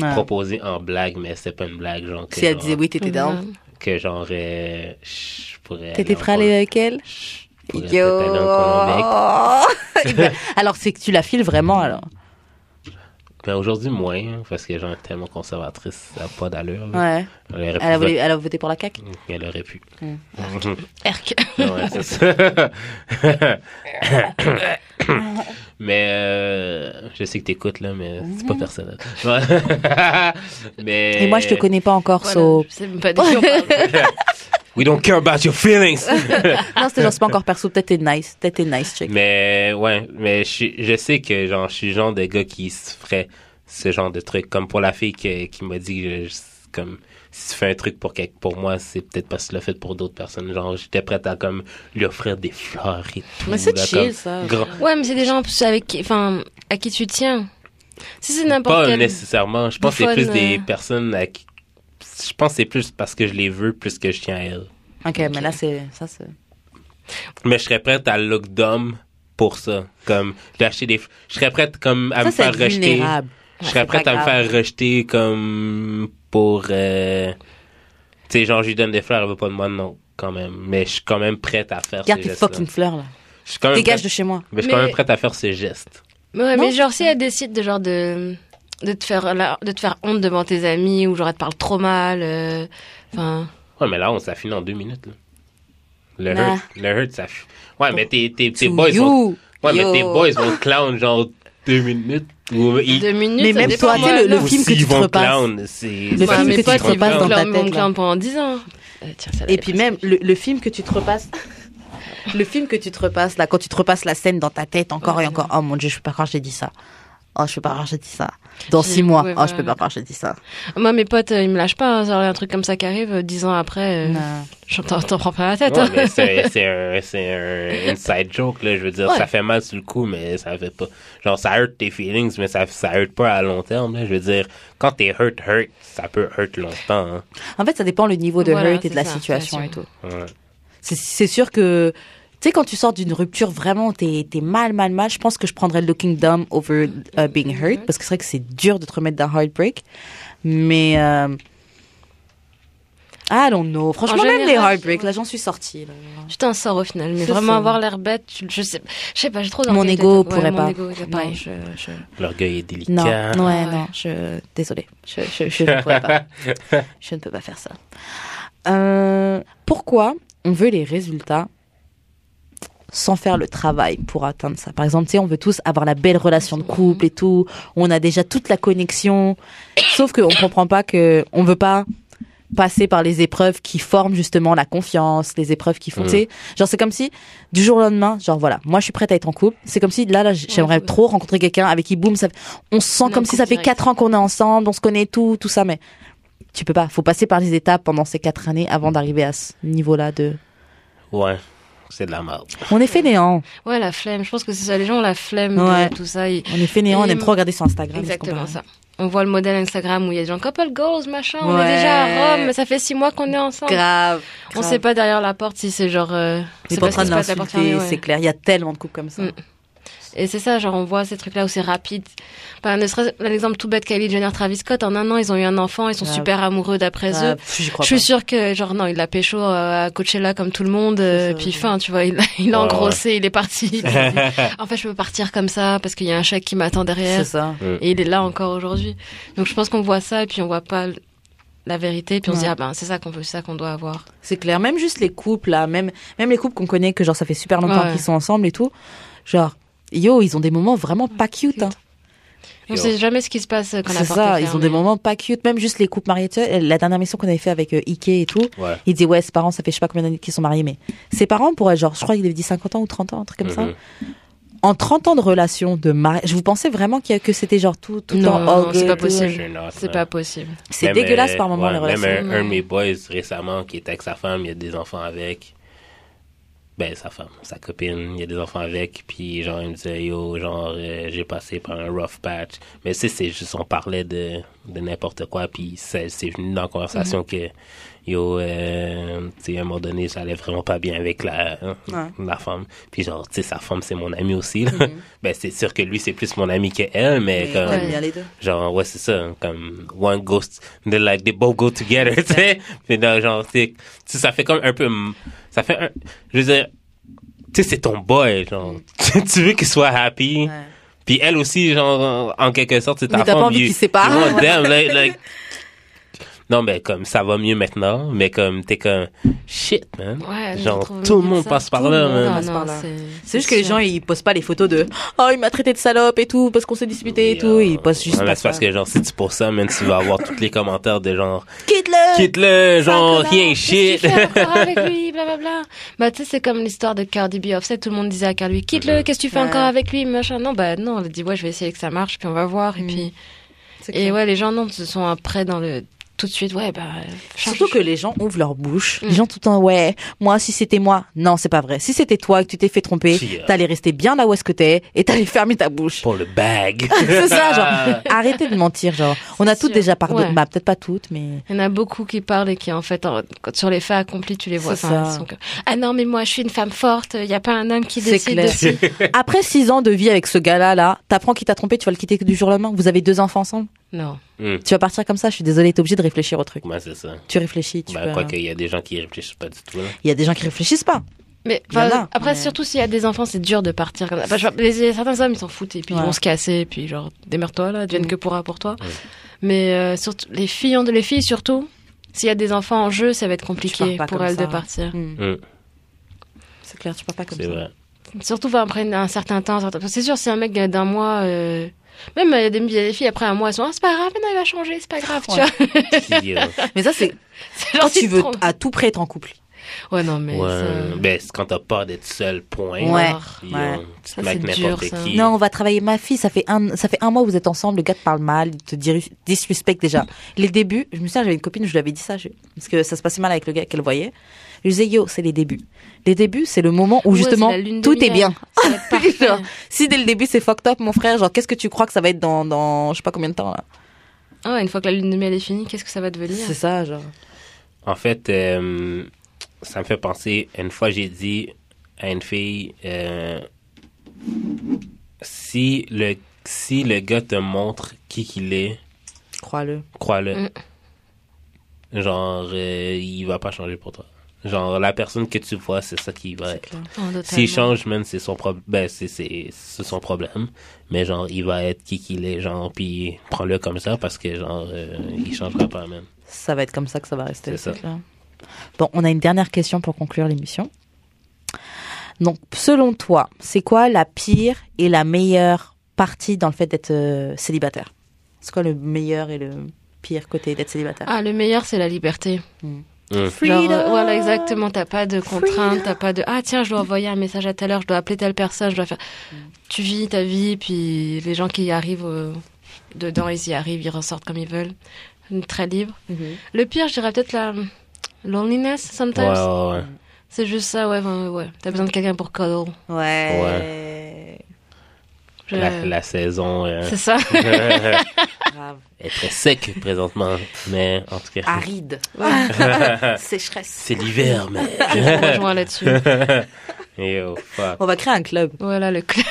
[SPEAKER 1] Ouais.
[SPEAKER 2] proposé en blague, mais c'est pas une blague, genre. que
[SPEAKER 1] Ah. Si elle
[SPEAKER 2] genre-
[SPEAKER 1] disait oui t'étais down.
[SPEAKER 2] que que genre, euh, je pourrais.
[SPEAKER 1] T'étais
[SPEAKER 2] aller en
[SPEAKER 1] prêt à aller avec elle
[SPEAKER 2] Col- Je pourrais
[SPEAKER 1] Yo.
[SPEAKER 2] peut-être aller en Colombie. *laughs*
[SPEAKER 1] Eh ben, Alors, c'est que tu la files vraiment, alors.
[SPEAKER 2] Mais aujourd'hui, moins, hein, parce que genre, elle est tellement conservatrice, ça n'a pas d'allure. là.
[SPEAKER 1] Ouais.
[SPEAKER 2] Elle aurait pu.
[SPEAKER 1] Elle a, voulu, elle a voté pour la CAQ.
[SPEAKER 2] voter. Elle aurait pu.
[SPEAKER 1] Mm.
[SPEAKER 2] *laughs*
[SPEAKER 3] Erk. *laughs*
[SPEAKER 2] Ouais, c'est ça. *coughs* mais euh, je sais que t'écoutes là, mais c'est pas personnel. Ouais. *laughs* mais
[SPEAKER 1] Mm-hmm. Et moi, je te connais pas encore,
[SPEAKER 3] Voilà,
[SPEAKER 1] so...
[SPEAKER 3] je sais même pas de qui on parle.
[SPEAKER 2] We don't care about your
[SPEAKER 1] *laughs*
[SPEAKER 2] feelings.
[SPEAKER 1] Non, c'était genre, c'est pas encore perso. Peut-être t'es nice. Peut-être t'es nice,
[SPEAKER 2] Mm,
[SPEAKER 1] chick.
[SPEAKER 2] mais ouais, mais je, suis- je sais que genre je suis le genre de gars qui se ferait ce genre de truc. Comme pour la fille que- qui m'a dit je- je- comme si tu fais un truc pour quelque- pour moi, c'est peut-être parce que tu l'as fait pour d'autres personnes. Genre j'étais prête à comme lui offrir des fleurs et tout.
[SPEAKER 1] Mais c'est
[SPEAKER 2] là,
[SPEAKER 1] chill,
[SPEAKER 2] comme
[SPEAKER 1] ça.
[SPEAKER 2] grand-
[SPEAKER 3] Ouais, mais c'est des gens avec qui, enfin, à qui tu tiens. Si c'est n'importe
[SPEAKER 2] pas
[SPEAKER 3] quel.
[SPEAKER 2] nécessairement. Je pense que c'est plus
[SPEAKER 3] bouffonne,
[SPEAKER 2] des
[SPEAKER 3] euh.
[SPEAKER 2] personnes à qui. Je pense que c'est plus parce que je les veux plus que je tiens à elles.
[SPEAKER 1] Ok, mais là, c'est... Ça, c'est...
[SPEAKER 2] Mais je serais prête à look d'homme pour ça. Comme, d'acheter des. Je serais prête comme à
[SPEAKER 1] Ça,
[SPEAKER 2] me
[SPEAKER 1] c'est
[SPEAKER 2] faire Ah, rejeter.
[SPEAKER 1] vulnérable.
[SPEAKER 2] Je
[SPEAKER 1] Ouais,
[SPEAKER 2] serais
[SPEAKER 1] c'est
[SPEAKER 2] prête
[SPEAKER 1] pas
[SPEAKER 2] à me
[SPEAKER 1] grave.
[SPEAKER 2] faire rejeter comme pour. euh, Tu sais, genre, je lui donne des fleurs, elle veut pas de moi, non, quand même. Mais je suis quand même prête à faire
[SPEAKER 1] Garde
[SPEAKER 2] ces
[SPEAKER 1] tes
[SPEAKER 2] gestes.
[SPEAKER 1] fucking fleurs, là.
[SPEAKER 2] Je suis quand même
[SPEAKER 1] Dégage de
[SPEAKER 2] prête-
[SPEAKER 1] chez moi.
[SPEAKER 2] Mais je suis quand
[SPEAKER 3] Mais-
[SPEAKER 2] même prête à faire ces gestes.
[SPEAKER 3] Mais ouais,
[SPEAKER 1] Non,
[SPEAKER 3] mais genre si elle décide de genre de de te faire la- de te faire honte devant tes amis ou genre elle te parle trop mal, euh, enfin
[SPEAKER 2] Ouais, mais là, on s'affine en deux minutes, là. Le
[SPEAKER 1] Nah.
[SPEAKER 2] hurt, le hurt, ça. f- Ouais, mais tes, tes, tes
[SPEAKER 1] To
[SPEAKER 2] boys hein.
[SPEAKER 1] you.
[SPEAKER 2] vont. Ouais,
[SPEAKER 1] Yo.
[SPEAKER 2] mais tes boys vont te clown genre deux minutes. Ou euh, ils...
[SPEAKER 3] deux minutes.
[SPEAKER 1] Mais
[SPEAKER 3] ça
[SPEAKER 1] même
[SPEAKER 3] dépend,
[SPEAKER 1] toi, tu sais,
[SPEAKER 3] ouais,
[SPEAKER 1] le
[SPEAKER 3] non.
[SPEAKER 2] ou
[SPEAKER 1] film que
[SPEAKER 2] s'ils
[SPEAKER 1] tu te
[SPEAKER 2] vont te
[SPEAKER 1] repasses.
[SPEAKER 2] clown, c'est.
[SPEAKER 1] Le
[SPEAKER 3] Ouais,
[SPEAKER 1] film
[SPEAKER 3] mais
[SPEAKER 1] que
[SPEAKER 3] toi,
[SPEAKER 1] tu te
[SPEAKER 3] ils vont
[SPEAKER 1] repasses dans ta
[SPEAKER 3] clown-
[SPEAKER 1] tête,
[SPEAKER 3] vont
[SPEAKER 1] là.
[SPEAKER 3] clown pendant 10 ans. Euh, tiens, ça, là,
[SPEAKER 1] Et puis même le, le film que tu te repasses, le film que tu te repasses là, quand tu te repasses la scène dans ta tête encore et encore. Oh mon dieu, je peux pas croire que j'ai dit ça. Oh, je peux pas croire que j'ai dit ça. Dans
[SPEAKER 3] J'ai-
[SPEAKER 1] six mois.
[SPEAKER 3] ouais,
[SPEAKER 1] oh, je peux
[SPEAKER 3] voilà.
[SPEAKER 1] pas croire que j'ai dit ça.
[SPEAKER 3] Moi, mes potes, euh, ils me lâchent pas. hein. Genre, il y a un truc comme ça qui arrive, euh, 10 ans après, euh,
[SPEAKER 1] Non.
[SPEAKER 3] j'en- t'en t'en prends pas la tête.
[SPEAKER 2] Ouais,
[SPEAKER 3] hein.
[SPEAKER 2] mais c'est c'est un, c'est un inside joke, là. Je veux dire,
[SPEAKER 3] Ouais.
[SPEAKER 2] ça fait mal sur le coup, mais ça fait pas. Genre, ça hurt tes feelings, mais ça, ça hurt pas à long terme, là. Je veux dire, quand t'es hurt, hurt, ça peut hurt longtemps, hein.
[SPEAKER 1] En fait, ça dépend le niveau de
[SPEAKER 3] Voilà,
[SPEAKER 1] hurt et de
[SPEAKER 3] c'est
[SPEAKER 1] la
[SPEAKER 3] ça,
[SPEAKER 1] situation et
[SPEAKER 3] situation.
[SPEAKER 1] tout.
[SPEAKER 2] Ouais.
[SPEAKER 1] C'est- C'est sûr que tu sais quand tu sors d'une rupture vraiment t'es t'es mal mal mal. Je pense que je prendrais Looking Dumb over euh, Being Hurt parce que c'est vrai que c'est dur de te remettre d'un heartbreak, mais euh, I don't know. Franchement, même les
[SPEAKER 3] général,
[SPEAKER 1] heartbreaks, là, j'en suis sortie. là.
[SPEAKER 3] Tu t'en sors au final, mais
[SPEAKER 1] C'est
[SPEAKER 3] vraiment
[SPEAKER 1] ça.
[SPEAKER 3] avoir l'air bête, tu- je sais, je sais pas, j'ai trop
[SPEAKER 1] Mon
[SPEAKER 3] d'orgueil de
[SPEAKER 1] ego
[SPEAKER 3] tout.
[SPEAKER 1] pourrait
[SPEAKER 3] mon
[SPEAKER 1] pas.
[SPEAKER 3] ego, c'est
[SPEAKER 1] Non.
[SPEAKER 3] pareil, je- je-
[SPEAKER 2] L'orgueil est
[SPEAKER 1] Non,
[SPEAKER 2] délicat.
[SPEAKER 1] non, ouais,
[SPEAKER 3] Ah ouais.
[SPEAKER 1] non, je, désolée, je, je, je ne pourrais
[SPEAKER 3] *laughs*
[SPEAKER 1] pas. Je ne peux pas faire ça. Euh, pourquoi on veut les résultats sans faire le travail pour atteindre ça Par exemple, tu sais, on veut tous avoir la belle relation de couple et tout. On a déjà toute la connexion. Sauf qu'on ne comprend pas que on veut pas passer par les épreuves qui forment justement la confiance, les épreuves qui font,
[SPEAKER 2] Mm.
[SPEAKER 1] tu sais, genre c'est comme si du jour au lendemain, genre voilà, moi je suis prête à être en couple, c'est comme si là, là j'aimerais
[SPEAKER 3] ouais.
[SPEAKER 1] trop rencontrer quelqu'un avec qui boum, ça, on se sent
[SPEAKER 3] Non,
[SPEAKER 1] comme si ça fait
[SPEAKER 3] direct.
[SPEAKER 1] quatre ans qu'on est ensemble, on se connaît tout, tout ça, mais tu peux pas. Faut passer par les étapes pendant ces quatre années avant d'arriver à ce niveau-là de.
[SPEAKER 2] Ouais. C'est de la merde.
[SPEAKER 1] On est fainéant.
[SPEAKER 3] Ouais, la flemme, je pense que c'est ça, les gens ont la flemme
[SPEAKER 1] Ouais.
[SPEAKER 3] de tout ça. ils-
[SPEAKER 1] On est fainéant. On
[SPEAKER 3] Et-
[SPEAKER 1] aime trop regarder sur Instagram. parce qu'on
[SPEAKER 3] Exactement
[SPEAKER 1] peut-
[SPEAKER 3] ça. On voit le modèle Instagram où il y a des gens couple goals, machin, on
[SPEAKER 1] Ouais.
[SPEAKER 3] est déjà à Rome, ça fait six mois qu'on est ensemble.
[SPEAKER 1] Grave.
[SPEAKER 3] On sait pas derrière la porte si c'est genre. euh,
[SPEAKER 1] C'est
[SPEAKER 3] c'est
[SPEAKER 1] pas en
[SPEAKER 3] parce
[SPEAKER 1] train de
[SPEAKER 3] qu'il se passe à la porte
[SPEAKER 1] l'insulter,
[SPEAKER 3] fermée, ouais.
[SPEAKER 1] c'est clair. Il y a tellement de couples comme ça.
[SPEAKER 3] Mm. Et c'est ça, genre on voit ces trucs-là où c'est rapide. Par ne serait-ce- un exemple tout bête, Kylie Jenner, Travis Scott, en un an ils ont eu un enfant, ils sont
[SPEAKER 1] Ah.
[SPEAKER 3] super amoureux d'après
[SPEAKER 1] Ah,
[SPEAKER 3] eux.
[SPEAKER 1] pff, J'y
[SPEAKER 3] Je
[SPEAKER 1] crois
[SPEAKER 3] suis
[SPEAKER 1] pas.
[SPEAKER 3] sûre que genre non, il l'a pécho euh, à Coachella comme tout le monde, euh,
[SPEAKER 1] ça,
[SPEAKER 3] puis
[SPEAKER 1] ouais.
[SPEAKER 3] fin, tu vois, il *laughs* l'a il l'a
[SPEAKER 2] Ouais,
[SPEAKER 3] engrossé, il est parti. Il s'est dit, en fait, je peux partir comme ça parce qu'il y a un chèque qui m'attend derrière.
[SPEAKER 1] C'est ça.
[SPEAKER 3] Et il est là encore aujourd'hui. Donc je pense qu'on voit ça et puis on voit pas l- la vérité puis on se dit
[SPEAKER 1] Ouais.
[SPEAKER 3] ah ben c'est ça qu'on veut, c'est ça qu'on doit avoir.
[SPEAKER 1] C'est clair. Même juste les couples, là, même, même les couples qu'on connaît, que genre ça fait super longtemps
[SPEAKER 3] Ouais.
[SPEAKER 1] qu'ils sont ensemble et tout. Genre, yo, ils ont des moments vraiment pas cute. Hein.
[SPEAKER 3] On
[SPEAKER 2] Yo.
[SPEAKER 3] sait jamais ce qui se passe euh, quand la
[SPEAKER 1] C'est
[SPEAKER 3] porte
[SPEAKER 1] ça,
[SPEAKER 3] est
[SPEAKER 1] ils ont
[SPEAKER 3] fermée.
[SPEAKER 1] des moments pas cute. Même juste les couples mariés. tu sais, La dernière mission qu'on avait fait avec euh, Ike et tout,
[SPEAKER 2] Ouais.
[SPEAKER 1] il dit ouais, ses parents, ça fait je sais pas combien d'années qu'ils sont mariés, mais ses parents pourraient genre, je crois qu'il avait dit 50 ans ou 30 ans, un truc comme ça.
[SPEAKER 2] Mhm.
[SPEAKER 1] En 30 ans de relation, de mariage, vous pensez vraiment qu'il y a- que c'était genre tout, tout
[SPEAKER 3] Non,
[SPEAKER 1] en
[SPEAKER 3] non,
[SPEAKER 1] orgue
[SPEAKER 3] c'est
[SPEAKER 1] et
[SPEAKER 3] pas
[SPEAKER 1] tout
[SPEAKER 3] possible.
[SPEAKER 2] Je suis une arse,
[SPEAKER 3] C'est
[SPEAKER 2] là.
[SPEAKER 3] pas possible.
[SPEAKER 1] C'est
[SPEAKER 2] Même,
[SPEAKER 1] dégueulasse
[SPEAKER 2] euh,
[SPEAKER 1] par moment
[SPEAKER 2] ouais,
[SPEAKER 1] les relations.
[SPEAKER 2] Même un, un de mes boys récemment qui était avec sa femme, il y a des enfants avec. ben sa femme, sa copine, il y a des enfants avec, puis genre il me disait yo genre euh, j'ai passé par un rough patch, mais c'est c'est juste on parlait de de n'importe quoi, puis c'est c'est venu dans la conversation
[SPEAKER 1] Mm-hmm.
[SPEAKER 2] que yo euh, tu sais à un moment donné j'allais vraiment pas bien avec la
[SPEAKER 1] Ouais. Mm-hmm.
[SPEAKER 2] la femme, puis genre tu sais sa femme c'est mon ami aussi, là. *laughs* ben c'est sûr que lui c'est plus mon ami que elle, mais,
[SPEAKER 1] Mais
[SPEAKER 2] euh, comme
[SPEAKER 1] ouais, il y a les deux.
[SPEAKER 2] genre ouais c'est ça comme one goes they like they both go together *laughs* tu sais Puis là, genre c'est tu sais, ça fait comme un peu m- ça fait un je veux dire tu sais c'est ton boy genre *laughs* tu veux qu'il soit happy
[SPEAKER 1] Ouais.
[SPEAKER 2] puis elle aussi genre en quelque sorte c'est ta
[SPEAKER 1] Mais t'as pas
[SPEAKER 2] femme
[SPEAKER 1] envie
[SPEAKER 2] you-
[SPEAKER 1] qu'ils se séparent.
[SPEAKER 2] you want them,
[SPEAKER 1] *laughs*
[SPEAKER 2] like- like- non mais comme ça va mieux maintenant mais comme t'es comme shit man
[SPEAKER 3] Ouais, je
[SPEAKER 2] genre
[SPEAKER 3] trouve
[SPEAKER 2] tout le
[SPEAKER 3] bien
[SPEAKER 2] monde
[SPEAKER 3] ça.
[SPEAKER 2] passe par
[SPEAKER 3] Tout
[SPEAKER 2] là
[SPEAKER 3] le monde
[SPEAKER 2] man.
[SPEAKER 1] Ah,
[SPEAKER 3] passe
[SPEAKER 1] non,
[SPEAKER 3] par là.
[SPEAKER 1] c'est-
[SPEAKER 3] c'est
[SPEAKER 1] C'est juste que les
[SPEAKER 3] sûr.
[SPEAKER 1] gens ils postent pas les photos de oh il m'a traité de salope et tout parce qu'on s'est disputé et tout, ils postent juste
[SPEAKER 2] euh, Ouais, mais
[SPEAKER 1] pas
[SPEAKER 2] c'est
[SPEAKER 1] ça. Euh,
[SPEAKER 2] parce que genre si tu pour ça man tu vas avoir tous les commentaires de genre
[SPEAKER 1] Quitte-le.
[SPEAKER 2] Quitte-le, genre, he
[SPEAKER 3] Saint-Colin,
[SPEAKER 2] ain't
[SPEAKER 3] qu'est-ce que
[SPEAKER 1] *laughs*
[SPEAKER 2] shit.
[SPEAKER 3] tu fais encore avec lui, blablabla. Bah, tu sais, c'est comme l'histoire de Cardi B Offset. Tout le monde disait à Cardi B, quitte-le, qu'est-ce que tu fais
[SPEAKER 1] Ouais.
[SPEAKER 3] encore avec lui, machin. Non, bah, non, elle a dit, ouais, je vais essayer que ça marche, puis on va voir. Et
[SPEAKER 1] Mm.
[SPEAKER 3] puis,
[SPEAKER 1] C'est
[SPEAKER 3] et
[SPEAKER 1] clair.
[SPEAKER 3] ouais, les gens, non, se sont après dans le, tout de suite, ouais, bah, change-
[SPEAKER 1] Surtout que les gens ouvrent leur bouche.
[SPEAKER 3] Mm.
[SPEAKER 1] Les gens tout le temps, ouais, moi, si c'était moi. Non, c'est pas vrai. Si c'était toi et que tu t'es fait tromper,
[SPEAKER 2] Fille.
[SPEAKER 1] t'allais rester bien là où est-ce que t'es et t'allais fermer ta bouche.
[SPEAKER 2] Pour le bag.
[SPEAKER 1] *laughs* c'est ça,
[SPEAKER 2] Ah.
[SPEAKER 1] genre. Arrêtez de mentir, genre. On a
[SPEAKER 3] C'est
[SPEAKER 1] toutes
[SPEAKER 3] sûr.
[SPEAKER 1] déjà pardonné.
[SPEAKER 3] Ouais.
[SPEAKER 1] Bah, peut-être pas toutes, mais.
[SPEAKER 3] Il y en a beaucoup qui parlent et qui, en fait, en- quand- sur les faits accomplis, tu les vois.
[SPEAKER 1] C'est
[SPEAKER 3] Enfin,
[SPEAKER 1] ça.
[SPEAKER 3] ils sont comme, ah non, mais moi, je suis une femme forte, il n'y a pas un homme qui
[SPEAKER 1] C'est
[SPEAKER 3] décide
[SPEAKER 1] clair.
[SPEAKER 3] de si-
[SPEAKER 1] Après six ans de vie avec ce gars-là, là, t'apprends qu'il t'a trompé, tu vas le quitter du jour au lendemain. Vous avez deux enfants ensemble. *laughs*
[SPEAKER 3] Non.
[SPEAKER 1] Tu vas partir comme ça, je suis désolée, t'es obligé de réfléchir au truc.
[SPEAKER 2] *laughs* Comment c'est ça?
[SPEAKER 1] Tu réfléchis, tu
[SPEAKER 2] Ben,
[SPEAKER 1] peux-
[SPEAKER 2] quoi qu'il y a des gens qui réfléchissent pas du tout, là.
[SPEAKER 1] Il y a des gens qui réfléchissent pas.
[SPEAKER 3] Mais
[SPEAKER 1] Il y en
[SPEAKER 3] enfin,
[SPEAKER 1] a,
[SPEAKER 3] après,
[SPEAKER 1] mais-
[SPEAKER 3] surtout s'il y a des enfants, c'est dur de partir comme ça. Enfin, je vois, les- certains hommes, ils s'en foutent et puis
[SPEAKER 1] Ouais.
[SPEAKER 3] ils vont se casser et puis genre, démerde-toi là, devienne
[SPEAKER 1] Mm.
[SPEAKER 3] que pourra pour toi. Mais euh, surtout, les filles, ont de- les filles surtout, s'il y a des enfants en jeu, ça va être compliqué
[SPEAKER 1] pars pas
[SPEAKER 3] pour
[SPEAKER 1] comme
[SPEAKER 3] elles
[SPEAKER 1] ça.
[SPEAKER 3] de partir.
[SPEAKER 2] Mm.
[SPEAKER 1] C'est clair, tu parles pas comme
[SPEAKER 2] C'est
[SPEAKER 1] ça. *laughs*
[SPEAKER 2] vrai.
[SPEAKER 3] Surtout enfin, après un certain temps. un certain- parce que C'est sûr, si un mec d'un mois. euh, Même euh, il y a des, il y a des filles après un mois, elles sont ah, c'est pas grave, non, il va changer, c'est pas grave,
[SPEAKER 1] Ouais.
[SPEAKER 3] tu vois. *laughs*
[SPEAKER 2] Puis, euh,
[SPEAKER 1] Mais ça, c'est
[SPEAKER 3] C'est genre,
[SPEAKER 1] quand tu
[SPEAKER 3] te
[SPEAKER 1] veux
[SPEAKER 3] trompes.
[SPEAKER 1] à tout près être en couple.
[SPEAKER 3] Ouais, non, mais.
[SPEAKER 2] ouais. Ben, c'est quand t'as peur d'être seul, point.
[SPEAKER 3] ça-
[SPEAKER 1] Ouais.
[SPEAKER 3] Alors,
[SPEAKER 2] Puis,
[SPEAKER 1] Ouais.
[SPEAKER 2] euh, tu te
[SPEAKER 3] Ça,
[SPEAKER 2] mets avec
[SPEAKER 3] c'est
[SPEAKER 2] n'importe
[SPEAKER 3] dur, ça.
[SPEAKER 2] qui.
[SPEAKER 1] Non, on va travailler ma fille. Ça fait un, ça fait un mois que vous êtes ensemble. Le gars te parle mal, il te dir- disrespecte déjà. Les débuts, je me souviens, j'avais une copine, je lui avais dit ça, je- parce que ça se passait mal avec le gars qu'elle voyait. Je lui disais, yo, c'est les débuts. Les débuts, c'est le moment où
[SPEAKER 3] Ouais,
[SPEAKER 1] justement
[SPEAKER 3] c'est la lune de
[SPEAKER 1] tout est
[SPEAKER 3] miel.
[SPEAKER 1] bien. *laughs*
[SPEAKER 3] ça va être parfait.
[SPEAKER 1] Genre, si dès le début c'est fucked up, mon frère, genre qu'est-ce que tu crois que ça va être dans, dans je sais pas combien de temps là
[SPEAKER 3] Ah ouais, une fois que la lune de miel est finie, qu'est-ce que ça va devenir
[SPEAKER 1] C'est ça, genre.
[SPEAKER 2] En fait, euh, ça me fait penser, une fois j'ai dit à une fille, euh, si le, si le gars te montre qui qu'il est,
[SPEAKER 1] Crois-le.
[SPEAKER 2] Crois-le.
[SPEAKER 3] Mm.
[SPEAKER 2] Genre, euh, il va pas changer pour toi. Genre, la personne que tu vois, c'est ça qui va
[SPEAKER 1] C'est
[SPEAKER 2] être.
[SPEAKER 1] clair.
[SPEAKER 3] Oh, totalement.
[SPEAKER 2] S'il change, même, c'est son problème. Ben, c'est, c'est, c'est son problème. Mais genre, il va être qui qu'il est, genre, puis prends-le comme ça parce que, genre, euh, il changera pas, même.
[SPEAKER 1] Ça va être comme ça que ça va rester.
[SPEAKER 2] C'est ça.
[SPEAKER 1] clair. Bon, on a une dernière question pour conclure l'émission. Donc, selon toi, c'est quoi la pire et la meilleure partie dans le fait d'être euh, célibataire C'est quoi le meilleur et le pire côté d'être célibataire
[SPEAKER 3] Ah, le meilleur, c'est la liberté.
[SPEAKER 2] Hmm.
[SPEAKER 3] Genre,
[SPEAKER 1] Freedom.
[SPEAKER 3] euh, voilà, exactement. T'as pas de
[SPEAKER 1] Freedom.
[SPEAKER 3] contraintes, t'as pas de ah tiens, je dois envoyer un message à telle heure, je dois appeler telle personne, je dois faire. Tu vis ta vie, puis les gens qui y arrivent euh, dedans, ils y arrivent, ils ressortent comme ils veulent. Très libre.
[SPEAKER 1] Mhm.
[SPEAKER 3] Le pire, je dirais peut-être la loneliness
[SPEAKER 2] Ouais,
[SPEAKER 3] sometimes.
[SPEAKER 2] ouais, ouais.
[SPEAKER 3] C'est juste ça, ouais, ben, ouais. T'as besoin de quelqu'un pour cuddle.
[SPEAKER 1] Ouais.
[SPEAKER 3] Je-
[SPEAKER 2] La, la saison euh,
[SPEAKER 3] C'est ça.
[SPEAKER 1] Grave.
[SPEAKER 2] est très sec présentement. Mais, en tout cas,
[SPEAKER 1] Aride. *laughs* Sécheresse.
[SPEAKER 2] c'est l'hiver, mais.
[SPEAKER 3] On
[SPEAKER 2] *laughs*
[SPEAKER 3] rejoint là-dessus.
[SPEAKER 2] Et oh, fuck.
[SPEAKER 1] On va créer un club.
[SPEAKER 3] Voilà le club.